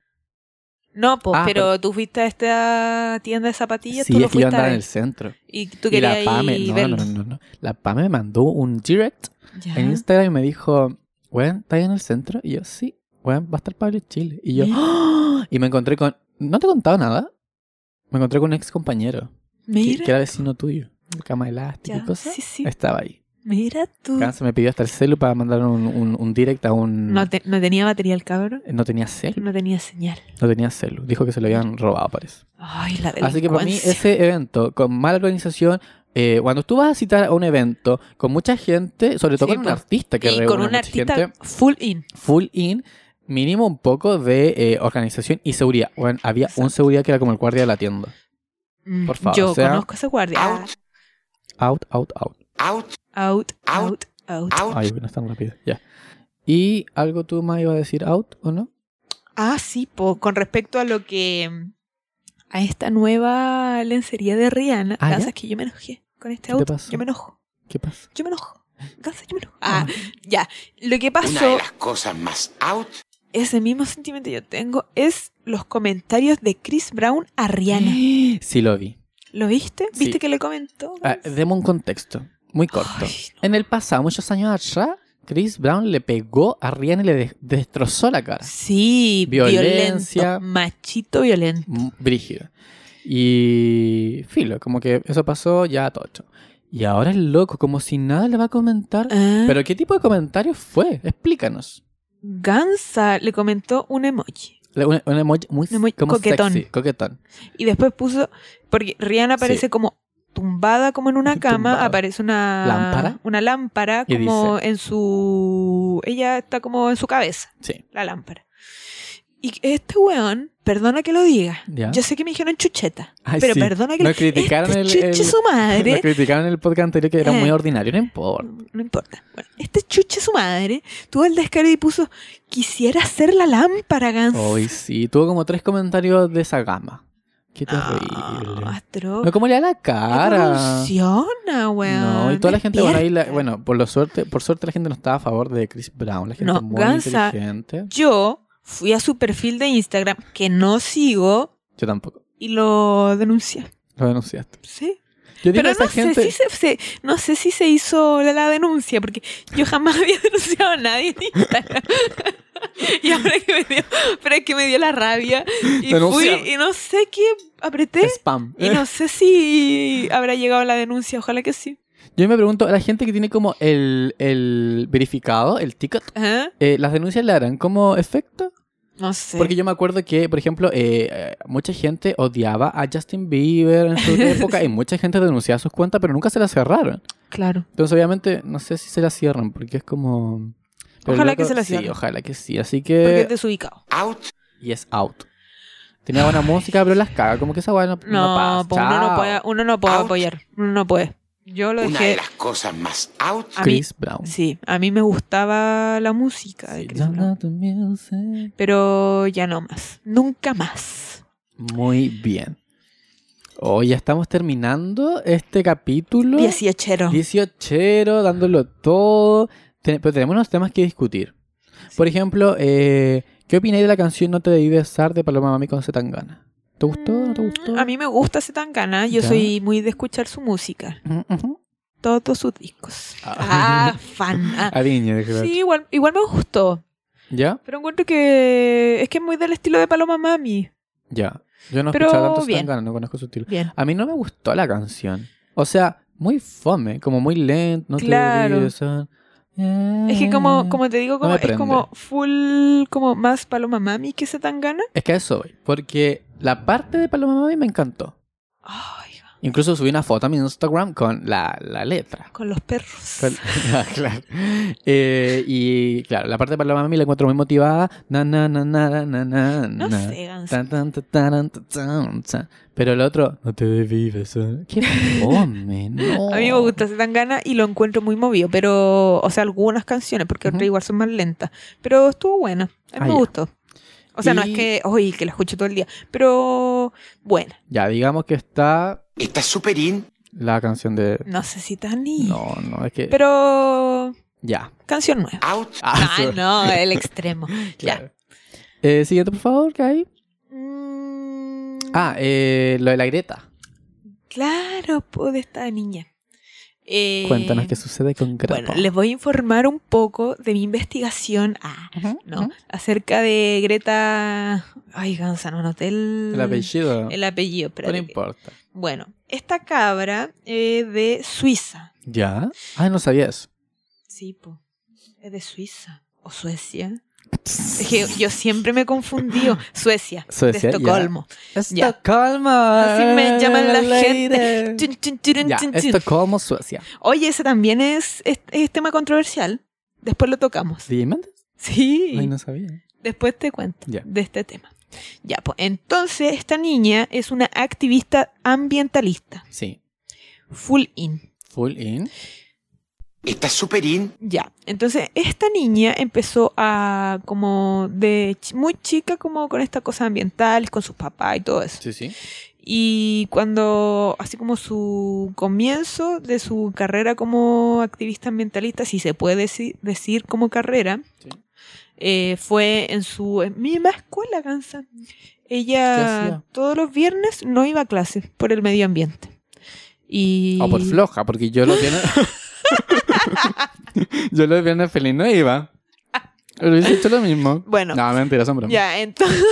[SPEAKER 3] No, po,
[SPEAKER 2] Ah,
[SPEAKER 3] pero tú fuiste a esta tienda de zapatillas, tú
[SPEAKER 2] Sí,
[SPEAKER 3] lo
[SPEAKER 2] es que yo
[SPEAKER 3] fuiste a
[SPEAKER 2] andaba en
[SPEAKER 3] ver.
[SPEAKER 2] el centro.
[SPEAKER 3] Y tú
[SPEAKER 2] Y la
[SPEAKER 3] querías
[SPEAKER 2] Pame,
[SPEAKER 3] ir
[SPEAKER 2] no,
[SPEAKER 3] verlo.
[SPEAKER 2] no, no, no. La Pame me mandó un direct
[SPEAKER 3] Ya.
[SPEAKER 2] en Instagram y me dijo, weón, ¿estás en el centro? Y yo, sí, weón, va a estar Pablo Chile. Y
[SPEAKER 3] [gasps]
[SPEAKER 2] yo,
[SPEAKER 3] Mira.
[SPEAKER 2] "Ah". y me encontré con, no te he contado nada. Me encontré con un ex compañero, que,
[SPEAKER 3] Mira,
[SPEAKER 2] que era Este, vecino tuyo, de cama elástica y
[SPEAKER 3] ya,
[SPEAKER 2] cosas.
[SPEAKER 3] sí, sí.
[SPEAKER 2] Estaba ahí.
[SPEAKER 3] Mira tú.
[SPEAKER 2] Se me pidió hasta el celu para mandar un, un- un direct a un... Eh,
[SPEAKER 3] No, te- no tenía batería el cabrón.
[SPEAKER 2] no tenía celu,
[SPEAKER 3] No tenía señal.
[SPEAKER 2] no tenía celu. Dijo que se lo habían robado, parece.
[SPEAKER 3] Ay, la
[SPEAKER 2] Así que para mí
[SPEAKER 3] delincuencia.
[SPEAKER 2] ese evento con mala organización, eh, cuando tú vas a citar a un evento con mucha gente, sobre todo
[SPEAKER 3] Sí,
[SPEAKER 2] con un
[SPEAKER 3] po.
[SPEAKER 2] artista que
[SPEAKER 3] y
[SPEAKER 2] reúne
[SPEAKER 3] con un
[SPEAKER 2] mucha
[SPEAKER 3] artista
[SPEAKER 2] gente,
[SPEAKER 3] full in.
[SPEAKER 2] full in, mínimo un poco de eh, organización y seguridad. Bueno, había un
[SPEAKER 3] Exacto.
[SPEAKER 2] seguridad que era como el guardia de la tienda.
[SPEAKER 3] Mm,
[SPEAKER 2] Por favor,
[SPEAKER 3] Yo
[SPEAKER 2] o sea-
[SPEAKER 3] conozco a ese guardia. Ah,
[SPEAKER 4] Out.
[SPEAKER 2] Out, out, out.
[SPEAKER 4] Out.
[SPEAKER 3] Out, out,
[SPEAKER 4] Out.
[SPEAKER 3] out.
[SPEAKER 4] Out.
[SPEAKER 2] Ay, no es tan rápido. Ya. ¿Y algo tú más ibas a decir out o no?
[SPEAKER 3] Ah, sí, po, con respecto a lo que. a esta nueva lencería de Rihanna.
[SPEAKER 2] Ah, ¿ya?
[SPEAKER 3] Gansas, que yo me enojé con este
[SPEAKER 2] ¿Qué te
[SPEAKER 3] out.
[SPEAKER 2] pasó?
[SPEAKER 3] Yo me enojo.
[SPEAKER 2] ¿Qué pasa?
[SPEAKER 3] Yo me enojo. Gansas, yo me enojo. Ah, ya. Lo que
[SPEAKER 4] Una de
[SPEAKER 3] pasó,
[SPEAKER 4] las cosas más out.
[SPEAKER 3] ese mismo sentimiento yo tengo, es los comentarios de Chris Brown a Rihanna.
[SPEAKER 2] [gasps] Sí lo vi.
[SPEAKER 3] ¿Lo viste?
[SPEAKER 2] Sí.
[SPEAKER 3] ¿Viste que le comentó?
[SPEAKER 2] Ah, demos un contexto, muy corto.
[SPEAKER 3] Ay,
[SPEAKER 2] En el pasado, muchos años atrás, Chris Brown le pegó a Rihanna y le de- destrozó la cara.
[SPEAKER 3] Sí,
[SPEAKER 2] Violencia.
[SPEAKER 3] violento. Machito violento.
[SPEAKER 2] Mm, Brígido. Y filo, como que eso pasó ya todo hecho. Y ahora el loco, como si nada le va a comentar.
[SPEAKER 3] Ah,
[SPEAKER 2] ¿Pero qué tipo de comentario fue? Explícanos.
[SPEAKER 3] Gansa le comentó un emoji.
[SPEAKER 2] Le- Un, un emoji muy,
[SPEAKER 3] Un emoji
[SPEAKER 2] como
[SPEAKER 3] coquetón.
[SPEAKER 2] sexy, coquetón.
[SPEAKER 3] Y después puso. Porque Rihanna aparece
[SPEAKER 2] Sí.
[SPEAKER 3] como tumbada como
[SPEAKER 2] [laughs]
[SPEAKER 3] en una cama.
[SPEAKER 2] Tumbada.
[SPEAKER 3] Aparece una
[SPEAKER 2] ¿Lámpara?
[SPEAKER 3] Una lámpara
[SPEAKER 2] Y
[SPEAKER 3] como en su. Ella está como en su cabeza,
[SPEAKER 2] Sí,
[SPEAKER 3] la lámpara. Y este weón, perdona que lo diga.
[SPEAKER 2] ya.
[SPEAKER 3] Yo sé que me dijeron chucheta.
[SPEAKER 2] Ay,
[SPEAKER 3] pero
[SPEAKER 2] sí.
[SPEAKER 3] perdona que
[SPEAKER 2] Nos
[SPEAKER 3] lo
[SPEAKER 2] criticaron
[SPEAKER 3] este
[SPEAKER 2] el-
[SPEAKER 3] chuche
[SPEAKER 2] el-
[SPEAKER 3] su
[SPEAKER 2] Lo [laughs]
[SPEAKER 3] madre.
[SPEAKER 2] criticaron en el podcast anterior que era muy
[SPEAKER 3] Eh.
[SPEAKER 2] ordinario, no importa.
[SPEAKER 3] No, no importa. Bueno, este chuche su madre tuvo el descaro y puso: Quisiera ser la lámpara, Gans.
[SPEAKER 2] Hoy sí, tuvo como tres comentarios de esa gama. Qué
[SPEAKER 3] Ah,
[SPEAKER 2] terrible.
[SPEAKER 3] No,
[SPEAKER 2] No, ¿cómo le da la cara?
[SPEAKER 3] funciona, weón.
[SPEAKER 2] No, y toda la gente, bueno,
[SPEAKER 3] Despierta.
[SPEAKER 2] ahí la- bueno, por lo suerte, por suerte la gente no estaba a favor de Chris Brown, la gente
[SPEAKER 3] No,
[SPEAKER 2] muy
[SPEAKER 3] Gansa-
[SPEAKER 2] inteligente.
[SPEAKER 3] Yo fui a su perfil de Instagram, que no sigo,
[SPEAKER 2] Yo tampoco,
[SPEAKER 3] y lo denuncié.
[SPEAKER 2] lo denunciaste.
[SPEAKER 3] Sí.
[SPEAKER 2] Yo digo
[SPEAKER 3] Pero
[SPEAKER 2] a
[SPEAKER 3] no
[SPEAKER 2] esa
[SPEAKER 3] sé,
[SPEAKER 2] gente,
[SPEAKER 3] si se, se- no sé si se hizo la, la denuncia, porque yo jamás [laughs] había denunciado a nadie en Instagram. [laughs] y ahora que me dio, pero es que me dio la rabia. Y
[SPEAKER 2] Denunciar.
[SPEAKER 3] fui, y no sé qué apreté.
[SPEAKER 2] spam.
[SPEAKER 3] Y no sé si habrá llegado la denuncia, ojalá que sí.
[SPEAKER 2] Yo me pregunto, la gente que tiene como el, el verificado, el ticket,
[SPEAKER 3] Ajá,
[SPEAKER 2] eh, ¿las denuncias le harán como efecto?
[SPEAKER 3] ¿Ah? No sé.
[SPEAKER 2] Porque yo me acuerdo que, por ejemplo, eh, eh, mucha gente odiaba a Justin Bieber
[SPEAKER 3] [laughs]
[SPEAKER 2] en su época y mucha gente denunciaba sus cuentas, pero nunca se las cerraron.
[SPEAKER 3] Claro.
[SPEAKER 2] Entonces, obviamente, no sé si se las cierran, porque es como... pero
[SPEAKER 3] Ojalá que se las
[SPEAKER 2] Sí,
[SPEAKER 3] cierren.
[SPEAKER 2] ojalá que sí. Así
[SPEAKER 3] Porque es
[SPEAKER 2] que...
[SPEAKER 3] desubicado.
[SPEAKER 4] out,
[SPEAKER 2] Yes, out. Tenía buena música, pero las caga. Como que esa guay no, no
[SPEAKER 3] No,
[SPEAKER 2] pasa.
[SPEAKER 3] pues uno no
[SPEAKER 2] Chao.
[SPEAKER 3] puede, uno no puede
[SPEAKER 4] Ouch.
[SPEAKER 3] apoyar. Uno no puede. Yo lo
[SPEAKER 4] una de
[SPEAKER 3] dejé.
[SPEAKER 4] las cosas más out,
[SPEAKER 3] A mí,
[SPEAKER 2] Chris Brown.
[SPEAKER 3] sí, a mí me gustaba la música de
[SPEAKER 2] Sí,
[SPEAKER 3] Chris
[SPEAKER 2] don't know
[SPEAKER 3] Brown,
[SPEAKER 2] the music.
[SPEAKER 3] Pero ya no más. Nunca más.
[SPEAKER 2] Muy bien. Hoy ya estamos terminando este capítulo.
[SPEAKER 3] Dieciochero.
[SPEAKER 2] 18 dándolo todo. Ten- pero tenemos unos temas que discutir. Por ejemplo, eh, ¿qué opináis de la canción No te debí besar de Paloma Mami con Zetangana? ¿Te gustó? ¿No te gustó?
[SPEAKER 3] Mm, A mí me gusta Zetangana. Yo
[SPEAKER 2] Ya.
[SPEAKER 3] soy muy de escuchar su música.
[SPEAKER 2] Mm, ujú.
[SPEAKER 3] Todos sus discos.
[SPEAKER 2] Ah.
[SPEAKER 3] Ah,
[SPEAKER 2] [laughs]
[SPEAKER 3] fan. ah.
[SPEAKER 2] A Viña, de verdad.
[SPEAKER 3] Sí, igual, igual me gustó.
[SPEAKER 2] ¿Ya?
[SPEAKER 3] Pero encuentro que es que es muy del estilo de Paloma Mami.
[SPEAKER 2] Ya. Yo no he
[SPEAKER 3] Pero
[SPEAKER 2] escuchado tanto
[SPEAKER 3] bien.
[SPEAKER 2] Zetangana, no conozco su estilo.
[SPEAKER 3] Bien.
[SPEAKER 2] A mí no me gustó la canción. O sea, muy fome, como muy lento. No te
[SPEAKER 3] Claro.
[SPEAKER 2] debí besar.
[SPEAKER 3] Es que como, como te digo, como,
[SPEAKER 2] Ah. me
[SPEAKER 3] es
[SPEAKER 2] prende.
[SPEAKER 3] como full, como más Paloma Mami que Zetangana.
[SPEAKER 2] Es que a eso voy. Porque la parte de Paloma Mami me encantó.
[SPEAKER 3] Ay,
[SPEAKER 2] Incluso subí una foto a mi Instagram con la, la letra.
[SPEAKER 3] con los perros.
[SPEAKER 2] Con- Ah, [laughs] claro. Eh, y claro, la parte de Paloma Mami la encuentro muy motivada. Na, na, na, na, na, na, na,
[SPEAKER 3] No
[SPEAKER 2] na.
[SPEAKER 3] sé, Ganso.
[SPEAKER 2] Tan, tan, tan, tan, tan, tan, tan. Pero el otro, no te vives. Qué
[SPEAKER 3] [laughs]
[SPEAKER 2] fome, no.
[SPEAKER 3] A mí me gusta Zetangana y lo encuentro muy movido, pero, o sea, algunas canciones, porque
[SPEAKER 2] Ujú.
[SPEAKER 3] otras igual son más lentas. Pero estuvo buena, a mí
[SPEAKER 2] Ah,
[SPEAKER 3] me
[SPEAKER 2] ya.
[SPEAKER 3] gustó. O sea, no
[SPEAKER 2] Y-
[SPEAKER 3] es que, hoy que la escucho todo el día, pero buena.
[SPEAKER 2] Ya, digamos que está
[SPEAKER 4] está super in,
[SPEAKER 2] la canción de.
[SPEAKER 3] No sé si tan ni...
[SPEAKER 2] No, no, es que.
[SPEAKER 3] Pero,
[SPEAKER 2] Ya.
[SPEAKER 3] canción nueva.
[SPEAKER 4] out,
[SPEAKER 2] Ah,
[SPEAKER 3] [laughs] Ah,
[SPEAKER 2] [laughs] sí,
[SPEAKER 3] no,
[SPEAKER 2] [laughs]
[SPEAKER 3] el extremo.
[SPEAKER 2] claro. Eh, siguiente, por favor, que hay.
[SPEAKER 3] Mm,
[SPEAKER 2] Ah, eh, lo de la Greta.
[SPEAKER 3] Claro, po, de esta niña. Eh,
[SPEAKER 2] Cuéntanos qué sucede con Greta.
[SPEAKER 3] Bueno, les voy a informar un poco de mi investigación. Ah,
[SPEAKER 2] Ujú,
[SPEAKER 3] no,
[SPEAKER 2] ujú.
[SPEAKER 3] acerca de Greta. Ay, Gansa, no noté el,
[SPEAKER 2] El apellido.
[SPEAKER 3] el apellido, espérate
[SPEAKER 2] No le
[SPEAKER 3] que-
[SPEAKER 2] importa.
[SPEAKER 3] Bueno, esta cabra es de Suiza.
[SPEAKER 2] ¿Ya? Ah, no sabías.
[SPEAKER 3] Sí, po. Es de Suiza. O Suecia. Es que yo siempre me
[SPEAKER 2] [laughs]
[SPEAKER 3] he confundido. Suecia.
[SPEAKER 2] Suecia,
[SPEAKER 3] de
[SPEAKER 2] ya.
[SPEAKER 3] Estocolmo. Ya.
[SPEAKER 2] Estocolmo.
[SPEAKER 3] Así me llaman la gente.
[SPEAKER 2] Lady.
[SPEAKER 3] Chun, chun, churun,
[SPEAKER 2] Ya,
[SPEAKER 3] chun, chun.
[SPEAKER 2] Estocolmo, Suecia.
[SPEAKER 3] Oye, ese también es, es, es tema controversial. Después lo tocamos.
[SPEAKER 2] ¿DJ Mendes?
[SPEAKER 3] Sí.
[SPEAKER 2] Ay, no sabía.
[SPEAKER 3] Después te cuento
[SPEAKER 2] Ya.
[SPEAKER 3] de este tema. Ya, pues entonces esta niña es una activista ambientalista.
[SPEAKER 2] Sí.
[SPEAKER 3] Full in.
[SPEAKER 2] Full in.
[SPEAKER 4] está super in,
[SPEAKER 3] Ya, entonces esta niña empezó a como de ch- muy chica como con estas cosas ambientales, con sus papás y todo eso.
[SPEAKER 2] Sí, sí.
[SPEAKER 3] Y cuando, así como su comienzo de su carrera como activista ambientalista, si se puede deci- decir como carrera,
[SPEAKER 2] Sí.
[SPEAKER 3] eh, fue en su misma escuela, Gansa. Ella
[SPEAKER 2] hacía?
[SPEAKER 3] todos los viernes no iba a clases por el medio ambiente. Y...
[SPEAKER 2] O Ah, por floja, porque yo los viernes. [laughs] yo los viernes feliz no iba. Lo hubiese hecho lo mismo.
[SPEAKER 3] Bueno.
[SPEAKER 2] No, mentira, son bromas.
[SPEAKER 3] Ya, [laughs] entonces,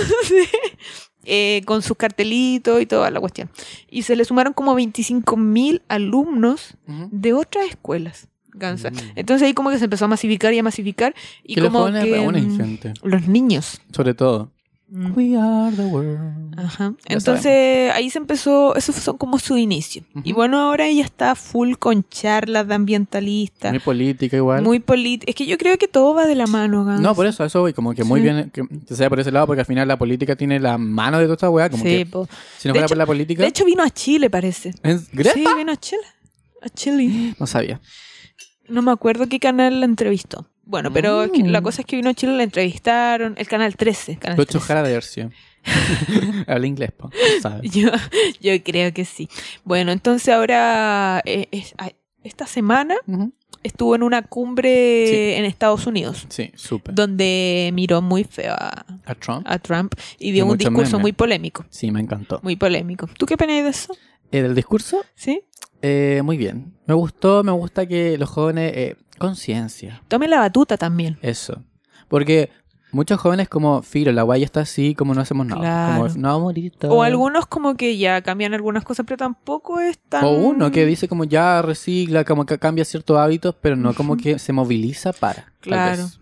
[SPEAKER 3] eh, con sus cartelitos y toda la cuestión. Y se le sumaron como 25.000 alumnos
[SPEAKER 2] Ujú.
[SPEAKER 3] de otras escuelas, Gansa.
[SPEAKER 2] Mm.
[SPEAKER 3] Entonces ahí como que se empezó a masificar y a masificar. Y
[SPEAKER 2] Que los
[SPEAKER 3] como
[SPEAKER 2] jóvenes
[SPEAKER 3] que,
[SPEAKER 2] reúnen
[SPEAKER 3] mm,
[SPEAKER 2] gente.
[SPEAKER 3] Los niños.
[SPEAKER 2] Sobre todo.
[SPEAKER 3] Mm.
[SPEAKER 2] We are the world.
[SPEAKER 3] Ajá.
[SPEAKER 2] Ya
[SPEAKER 3] Entonces ahí se empezó, esos son como su inicio. Y
[SPEAKER 2] Ujú.
[SPEAKER 3] bueno, ahora ella está full con charlas de ambientalista,
[SPEAKER 2] Muy
[SPEAKER 3] muy,
[SPEAKER 2] política igual.
[SPEAKER 3] política. Es que yo creo que todo va de la mano, Gans.
[SPEAKER 2] No, por eso, a eso voy, como que muy
[SPEAKER 3] Sí.
[SPEAKER 2] bien que, que sea por ese lado, porque al final la política tiene la mano de toda esta weá, como
[SPEAKER 3] Sí,
[SPEAKER 2] que
[SPEAKER 3] po.
[SPEAKER 2] si no
[SPEAKER 3] de
[SPEAKER 2] fuera
[SPEAKER 3] hecho-
[SPEAKER 2] por la política...
[SPEAKER 3] De hecho vino a Chile, parece.
[SPEAKER 2] ¿Es Greta?
[SPEAKER 3] Sí, vino a Chile. A Chile.
[SPEAKER 2] No sabía.
[SPEAKER 3] No me acuerdo qué canal la entrevistó. Bueno, pero es que
[SPEAKER 2] Mm.
[SPEAKER 3] la cosa es que vino a Chile, la entrevistaron, el canal 13. Canal
[SPEAKER 2] Lo echó
[SPEAKER 3] 13. [laughs]
[SPEAKER 2] Jara de Arcio. Habla inglés, po. ¿sabes?
[SPEAKER 3] Yo, yo creo que sí. Bueno, entonces ahora, eh, es- ah, esta semana
[SPEAKER 2] Ujú.
[SPEAKER 3] estuvo en una cumbre
[SPEAKER 2] Sí.
[SPEAKER 3] en Estados Unidos,
[SPEAKER 2] Sí, súper.
[SPEAKER 3] donde miró muy feo a,
[SPEAKER 2] ¿A Trump?
[SPEAKER 3] a Trump y
[SPEAKER 2] Y
[SPEAKER 3] dio un
[SPEAKER 2] mucho
[SPEAKER 3] discurso
[SPEAKER 2] meme.
[SPEAKER 3] muy polémico.
[SPEAKER 2] Sí, me encantó.
[SPEAKER 3] Muy polémico. ¿Tú qué opinas de eso?
[SPEAKER 2] Eh, ¿Del discurso?
[SPEAKER 3] ¿Sí?
[SPEAKER 2] Eh, muy bien. Me gustó, me gusta que los jóvenes... eh, conciencia.
[SPEAKER 3] Tome la batuta también.
[SPEAKER 2] Eso. Porque muchos jóvenes como, filo, la guaya está así, como no hacemos nada.
[SPEAKER 3] Claro.
[SPEAKER 2] Como, no va a morir todo".
[SPEAKER 3] O algunos como que ya cambian algunas cosas, pero tampoco es tan...
[SPEAKER 2] O uno que dice como ya recicla, como que cambia ciertos hábitos, pero no como que se moviliza para. tal vez.
[SPEAKER 3] Claro. Así es,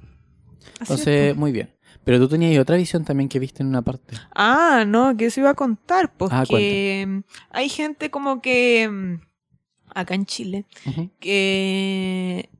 [SPEAKER 3] pues.
[SPEAKER 2] Entonces, muy bien. Pero tú tenías otra visión también que viste en una parte.
[SPEAKER 3] Ah, no, que eso iba a contar, porque
[SPEAKER 2] Ah,
[SPEAKER 3] hay gente como que mm, acá en Chile
[SPEAKER 2] Ujú.
[SPEAKER 3] que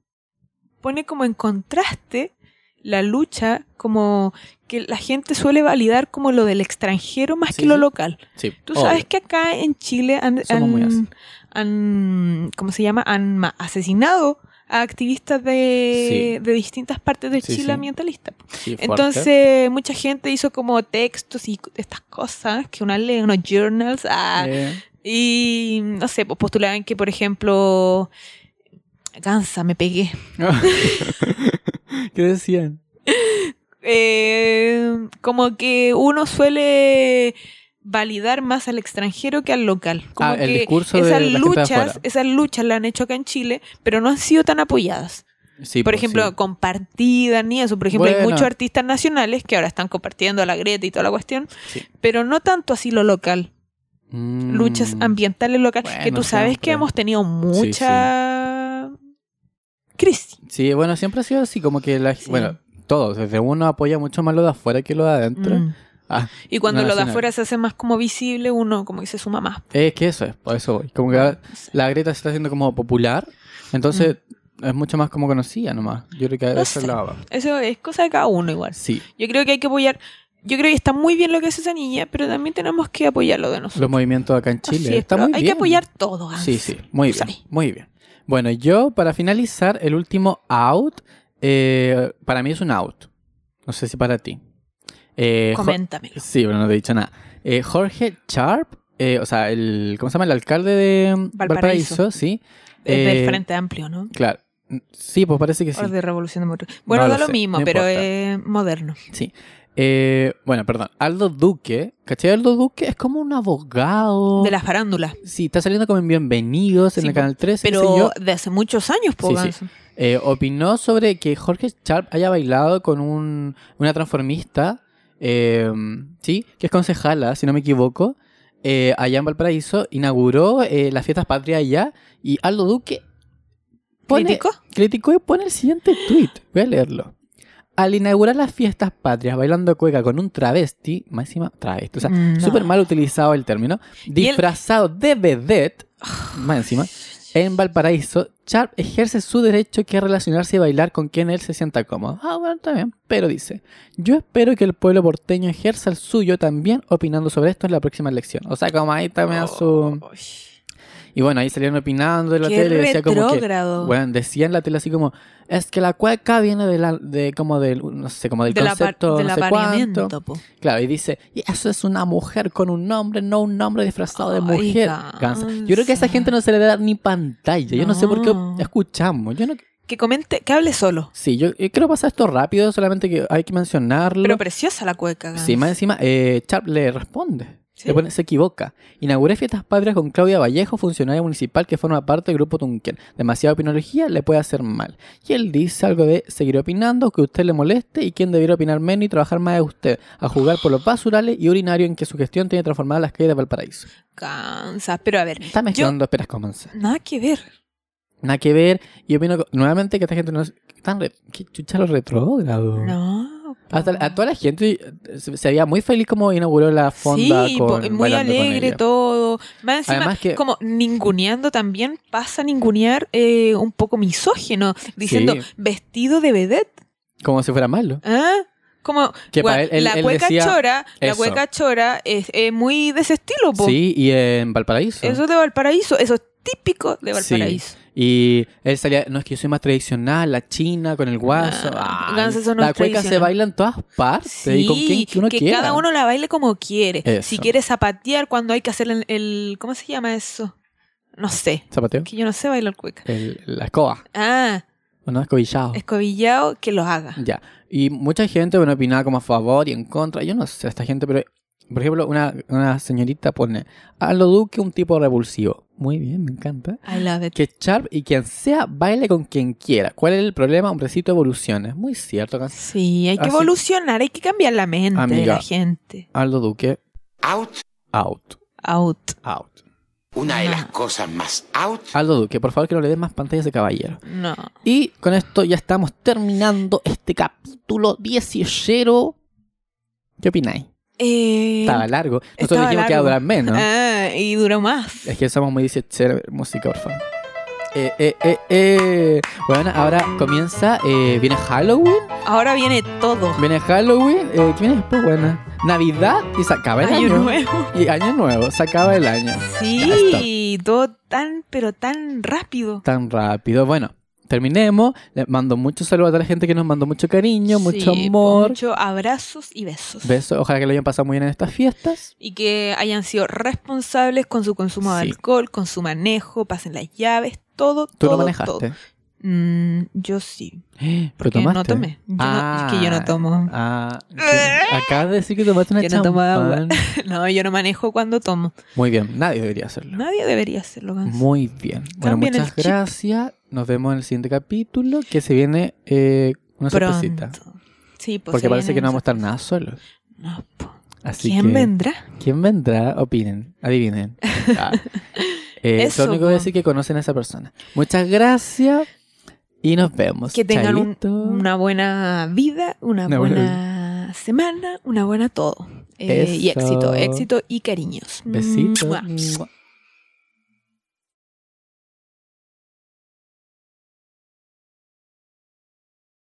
[SPEAKER 3] pone como en contraste la lucha, como que la gente suele validar como lo del extranjero más
[SPEAKER 2] Sí,
[SPEAKER 3] que lo
[SPEAKER 2] sí.
[SPEAKER 3] local.
[SPEAKER 2] Sí.
[SPEAKER 3] Tú
[SPEAKER 2] obvio.
[SPEAKER 3] sabes que acá en Chile han,
[SPEAKER 2] Somos muy así.
[SPEAKER 3] han, han- ¿cómo se llama? Han ma- asesinado a activistas de, de distintas partes del
[SPEAKER 2] Sí,
[SPEAKER 3] Chile
[SPEAKER 2] sí.
[SPEAKER 3] ambientalista.
[SPEAKER 2] Sí, fuerte.
[SPEAKER 3] Entonces, mucha gente hizo como textos y estas cosas que una lee, unos journals. ah,
[SPEAKER 2] Eh,
[SPEAKER 3] Y no sé, pues postulaban que, por ejemplo, cansa, me pegué.
[SPEAKER 2] ¿Qué decían?
[SPEAKER 3] Eh, como que uno suele validar más al extranjero que al local. Como
[SPEAKER 2] Ah, el
[SPEAKER 3] que
[SPEAKER 2] discurso de
[SPEAKER 3] esas
[SPEAKER 2] la gente de
[SPEAKER 3] luchas,
[SPEAKER 2] afuera.
[SPEAKER 3] esas luchas las han hecho acá en Chile, pero no han sido tan apoyadas.
[SPEAKER 2] Sí,
[SPEAKER 3] por
[SPEAKER 2] pues,
[SPEAKER 3] ejemplo,
[SPEAKER 2] sí.
[SPEAKER 3] compartidas ni eso. Por ejemplo, hay
[SPEAKER 2] Bueno.
[SPEAKER 3] muchos artistas nacionales que ahora están compartiendo a la Greta y toda la cuestión,
[SPEAKER 2] Sí.
[SPEAKER 3] pero no tanto así lo local.
[SPEAKER 2] Mm,
[SPEAKER 3] Luchas ambientales locales, que
[SPEAKER 2] Bueno,
[SPEAKER 3] tú sabes
[SPEAKER 2] siempre.
[SPEAKER 3] que hemos tenido mucha crisis.
[SPEAKER 2] Sí, bueno, siempre ha sido así, como que la...
[SPEAKER 3] Sí.
[SPEAKER 2] Bueno, todos, desde uno apoya mucho más lo de afuera que lo de adentro.
[SPEAKER 3] Mm.
[SPEAKER 2] Ah,
[SPEAKER 3] Y cuando
[SPEAKER 2] No
[SPEAKER 3] lo de
[SPEAKER 2] nacional.
[SPEAKER 3] afuera se hace más como visible, uno como que se suma más.
[SPEAKER 2] Es que eso es, por eso voy. Como que ahora la Greta se está haciendo como popular, entonces es mucho más como conocida nomás. Yo creo que
[SPEAKER 3] Mm. No
[SPEAKER 2] eso es
[SPEAKER 3] sé.
[SPEAKER 2] la baba.
[SPEAKER 3] Eso es cosa de cada uno igual.
[SPEAKER 2] Sí,
[SPEAKER 3] Yo creo que hay que apoyar. Yo creo que está muy bien lo que hace esa niña, pero también tenemos que apoyar lo de nosotros.
[SPEAKER 2] los movimientos acá en Chile.
[SPEAKER 3] Así es,
[SPEAKER 2] está
[SPEAKER 3] pero
[SPEAKER 2] muy
[SPEAKER 3] hay
[SPEAKER 2] bien.
[SPEAKER 3] que apoyar todo. Hans.
[SPEAKER 2] Sí, sí, muy bien.
[SPEAKER 3] Tú sabes.
[SPEAKER 2] Muy bien. Bueno, yo para finalizar, el último out, eh, para mí es un out. No sé si para ti. Eh, Jo-
[SPEAKER 3] Coméntamelo.
[SPEAKER 2] Sí, bueno, no te he dicho nada. Eh, Jorge Sharp, eh, o sea, el, ¿cómo se llama? El alcalde de mm,
[SPEAKER 3] Valparaíso.
[SPEAKER 2] Valparaíso, sí.
[SPEAKER 3] Es
[SPEAKER 2] Eh,
[SPEAKER 3] del Frente Amplio, ¿no?
[SPEAKER 2] Claro. Sí, pues parece que sí.
[SPEAKER 3] O de Revolución Democrática. Bueno,
[SPEAKER 2] lo
[SPEAKER 3] da lo
[SPEAKER 2] sé,
[SPEAKER 3] mismo,
[SPEAKER 2] no
[SPEAKER 3] pero
[SPEAKER 2] importa.
[SPEAKER 3] es moderno.
[SPEAKER 2] Sí. Eh, bueno, perdón. Aldo Duque. ¿Cachai? Aldo Duque es como un abogado.
[SPEAKER 3] De las farándulas.
[SPEAKER 2] Sí, está saliendo como en Bienvenidos en
[SPEAKER 3] Sí,
[SPEAKER 2] el Canal 13. qué sé
[SPEAKER 3] Pero
[SPEAKER 2] yo.
[SPEAKER 3] de hace muchos años, pues, po,
[SPEAKER 2] Sí, sí.
[SPEAKER 3] Ganso.
[SPEAKER 2] Eh, opinó sobre que Jorge Sharp haya bailado con un, una transformista, eh, ¿sí? Que es concejala, si no me equivoco, eh, allá en Valparaíso. Inauguró eh, las fiestas patrias allá y Aldo Duque pone-
[SPEAKER 3] ¿Criticó?
[SPEAKER 2] criticó y pone el siguiente tweet. Voy a leerlo. Al inaugurar las fiestas patrias bailando cueca con un travesti, máxima travesti, o sea,
[SPEAKER 3] No.
[SPEAKER 2] súper mal utilizado el término, disfrazado de vedette, más encima, en Valparaíso, Sharp ejerce su derecho que es relacionarse y bailar con quien él se sienta cómodo. Ah, bueno, está bien, pero dice, yo espero que el pueblo porteño ejerza el suyo también opinando sobre esto en la próxima elección. O sea, como ahí también su...
[SPEAKER 3] Ay,
[SPEAKER 2] Y bueno, ahí salieron opinando en la
[SPEAKER 3] Qué
[SPEAKER 2] tele y decía como que...
[SPEAKER 3] retrógrado.
[SPEAKER 2] Bueno, decía en la tele así como, es que la cueca viene de la, de como del, no sé, como del
[SPEAKER 3] Del apar-
[SPEAKER 2] concepto,
[SPEAKER 3] del
[SPEAKER 2] no sé cuánto.
[SPEAKER 3] apareamiento, po.
[SPEAKER 2] Claro, y dice, y eso es una mujer con un nombre, no un nombre disfrazado de
[SPEAKER 3] Ay,
[SPEAKER 2] mujer. Gansa. Yo creo que a esa
[SPEAKER 3] Gansa.
[SPEAKER 2] gente no se le da ni pantalla. Yo no sé por qué
[SPEAKER 3] No.
[SPEAKER 2] escuchamos. Yo no,
[SPEAKER 3] Que comente, que hable solo.
[SPEAKER 2] sí, yo, yo quiero pasar esto rápido, solamente que hay que mencionarlo.
[SPEAKER 3] Pero preciosa la cueca.
[SPEAKER 2] Sí, más encima, eh, Sharp le responde.
[SPEAKER 3] ¿Sí?
[SPEAKER 2] Le pone, se equivoca. Inauguré fiestas patrias con Claudia Vallejo, funcionaria municipal que forma parte del grupo Tunquén. Demasiada opinología le puede hacer mal. Y él dice algo de seguir opinando, que usted le moleste y quien debiera opinar menos y trabajar más es usted, a jugar por los basurales y urinario en que su gestión tiene transformadas las calles de Valparaíso.
[SPEAKER 3] Cansa. Pero a ver,
[SPEAKER 2] Está mezclando esperas con manzanas.
[SPEAKER 3] nada que ver.
[SPEAKER 2] Nada que ver. Y opino co- nuevamente que esta gente no es tan... re- ¿Qué chucha los retrógrados?
[SPEAKER 3] No. po.
[SPEAKER 2] Hasta a toda la gente eh, se, se veía muy feliz como inauguró la fonda
[SPEAKER 3] sí, po,
[SPEAKER 2] con,
[SPEAKER 3] muy
[SPEAKER 2] bailando con
[SPEAKER 3] alegre
[SPEAKER 2] ella.
[SPEAKER 3] todo. Más encima,
[SPEAKER 2] Además que-
[SPEAKER 3] como ninguneando también, pasa a ningunear eh, un poco misógeno, diciendo
[SPEAKER 2] Sí.
[SPEAKER 3] vestido de vedette.
[SPEAKER 2] Como si fuera malo.
[SPEAKER 3] ¿Ah? Como,
[SPEAKER 2] Que
[SPEAKER 3] weón,
[SPEAKER 2] pa' él- él-
[SPEAKER 3] la
[SPEAKER 2] él
[SPEAKER 3] cueca
[SPEAKER 2] decía
[SPEAKER 3] chora, la
[SPEAKER 2] eso.
[SPEAKER 3] cueca chora es, es muy de ese estilo, po.
[SPEAKER 2] Sí, y en Valparaíso.
[SPEAKER 3] Eso es de Valparaíso, eso es típico de
[SPEAKER 2] Sí.
[SPEAKER 3] Valparaíso.
[SPEAKER 2] Y él salía, no es que yo soy más tradicional, la china con el guaso.
[SPEAKER 3] Ah,
[SPEAKER 2] Ay,
[SPEAKER 3] Guns eso no
[SPEAKER 2] la
[SPEAKER 3] es
[SPEAKER 2] cueca se
[SPEAKER 3] tradicional.
[SPEAKER 2] baila en todas partes y con quien que uno
[SPEAKER 3] que
[SPEAKER 2] quiera.
[SPEAKER 3] cada uno la baile como quiere. Si
[SPEAKER 2] Eso.
[SPEAKER 3] quiere zapatear cuando hay que hacer el, el- ¿cómo se llama eso? No sé,
[SPEAKER 2] Zapateo.
[SPEAKER 3] que yo no sé bailar cueca.
[SPEAKER 2] El- la escoba.
[SPEAKER 3] Ah,
[SPEAKER 2] ¿O no? Escobillado.
[SPEAKER 3] escobillado, que los haga.
[SPEAKER 2] Ya. Y mucha gente, bueno, opinaba como a favor y en contra. Yo no sé esta gente, pero por ejemplo, una, una señorita pone a lo Duque un tipo revulsivo. Muy bien, me encanta.
[SPEAKER 3] I love it.
[SPEAKER 2] Que Sharp y quien sea baile con quien quiera. ¿Cuál es el problema? Hombrecito evoluciona. Es muy cierto, Guns
[SPEAKER 3] Sí, hay que
[SPEAKER 2] Así-
[SPEAKER 3] evolucionar, hay que cambiar la mente de
[SPEAKER 2] Amiga.
[SPEAKER 3] la gente.
[SPEAKER 2] Aldo Duque,
[SPEAKER 4] Out.
[SPEAKER 2] out,
[SPEAKER 3] Out.
[SPEAKER 2] out.
[SPEAKER 4] Una de las
[SPEAKER 3] Ah.
[SPEAKER 4] cosas más out
[SPEAKER 2] Aldo Duque, por favor que no le des más pantallas de caballero.
[SPEAKER 3] No.
[SPEAKER 2] Y con esto ya estamos terminando este capítulo 18. ¿Qué opináis?
[SPEAKER 3] Eh,
[SPEAKER 2] Estaba largo. Nosotros
[SPEAKER 3] estaba
[SPEAKER 2] dijimos que iba a
[SPEAKER 3] largo.
[SPEAKER 2] durar
[SPEAKER 3] [laughs]
[SPEAKER 2] menos.
[SPEAKER 3] Ah, y duró más.
[SPEAKER 2] Es que somos muy 18 música, por favor. Eh, eh, eh, eh. Bueno, ahora comienza, eh, viene Halloween,
[SPEAKER 3] Ahora viene todo.
[SPEAKER 2] viene Halloween, eh, ¿qué viene después? Bueno, Navidad y se acaba el
[SPEAKER 3] Año
[SPEAKER 2] año.
[SPEAKER 3] nuevo.
[SPEAKER 2] Y año nuevo, se acaba el año. Ya
[SPEAKER 3] Sí, todo tan, pero tan rápido.
[SPEAKER 2] tan rápido. Bueno, terminemos. Les mando muchos saludos a toda la gente que nos mandó mucho cariño, mucho
[SPEAKER 3] Sí, pues,
[SPEAKER 2] amor.
[SPEAKER 3] Muchos abrazos y besos.
[SPEAKER 2] Besos. Ojalá que lo hayan pasado muy bien en estas fiestas.
[SPEAKER 3] Y que hayan sido responsables con su consumo de
[SPEAKER 2] Sí.
[SPEAKER 3] alcohol, con su manejo, pasen las llaves, todo,
[SPEAKER 2] Tú
[SPEAKER 3] todo,
[SPEAKER 2] lo manejaste.
[SPEAKER 3] todo. Mm, yo sí,
[SPEAKER 2] Eh, ¿Lo
[SPEAKER 3] porque
[SPEAKER 2] tomaste?
[SPEAKER 3] no tomé. Yo no- es que yo no
[SPEAKER 2] Ah,
[SPEAKER 3] tomo. [laughs]
[SPEAKER 2] Ah, sí. acabas de decir que tomaste una
[SPEAKER 3] Yo no tomo agua.
[SPEAKER 2] champán.
[SPEAKER 3] No, yo no manejo cuando tomo.
[SPEAKER 2] Muy bien, nadie debería hacerlo.
[SPEAKER 3] Nadie debería hacerlo, Gans.
[SPEAKER 2] Muy bien. Bueno,
[SPEAKER 3] Cambien el
[SPEAKER 2] muchas
[SPEAKER 3] chip.
[SPEAKER 2] gracias. Nos vemos en el siguiente capítulo que se viene eh, una sorpresita.
[SPEAKER 3] Pronto. Sí, pues
[SPEAKER 2] Porque
[SPEAKER 3] se
[SPEAKER 2] parece que
[SPEAKER 3] vienen
[SPEAKER 2] no vamos a estar
[SPEAKER 3] esas
[SPEAKER 2] nada solos.
[SPEAKER 3] cosas. No, po.
[SPEAKER 2] Así
[SPEAKER 3] ¿Quién
[SPEAKER 2] que...
[SPEAKER 3] vendrá?
[SPEAKER 2] ¿Quién vendrá? Opinen,
[SPEAKER 3] [laughs]
[SPEAKER 2] adivinen. Ah. Eh,
[SPEAKER 3] Eso,
[SPEAKER 2] lo único que
[SPEAKER 3] po.
[SPEAKER 2] decir que conocen a esa persona. Muchas gracias y nos vemos.
[SPEAKER 3] Que tengan un-
[SPEAKER 2] Chaito.
[SPEAKER 3] una buena vida, una,
[SPEAKER 2] Una buena
[SPEAKER 3] buena, semana, una buena todo. Eh, y
[SPEAKER 2] Eso.
[SPEAKER 3] éxito, éxito y cariños. Mm,
[SPEAKER 2] besito.
[SPEAKER 3] Mua.
[SPEAKER 2] Mua.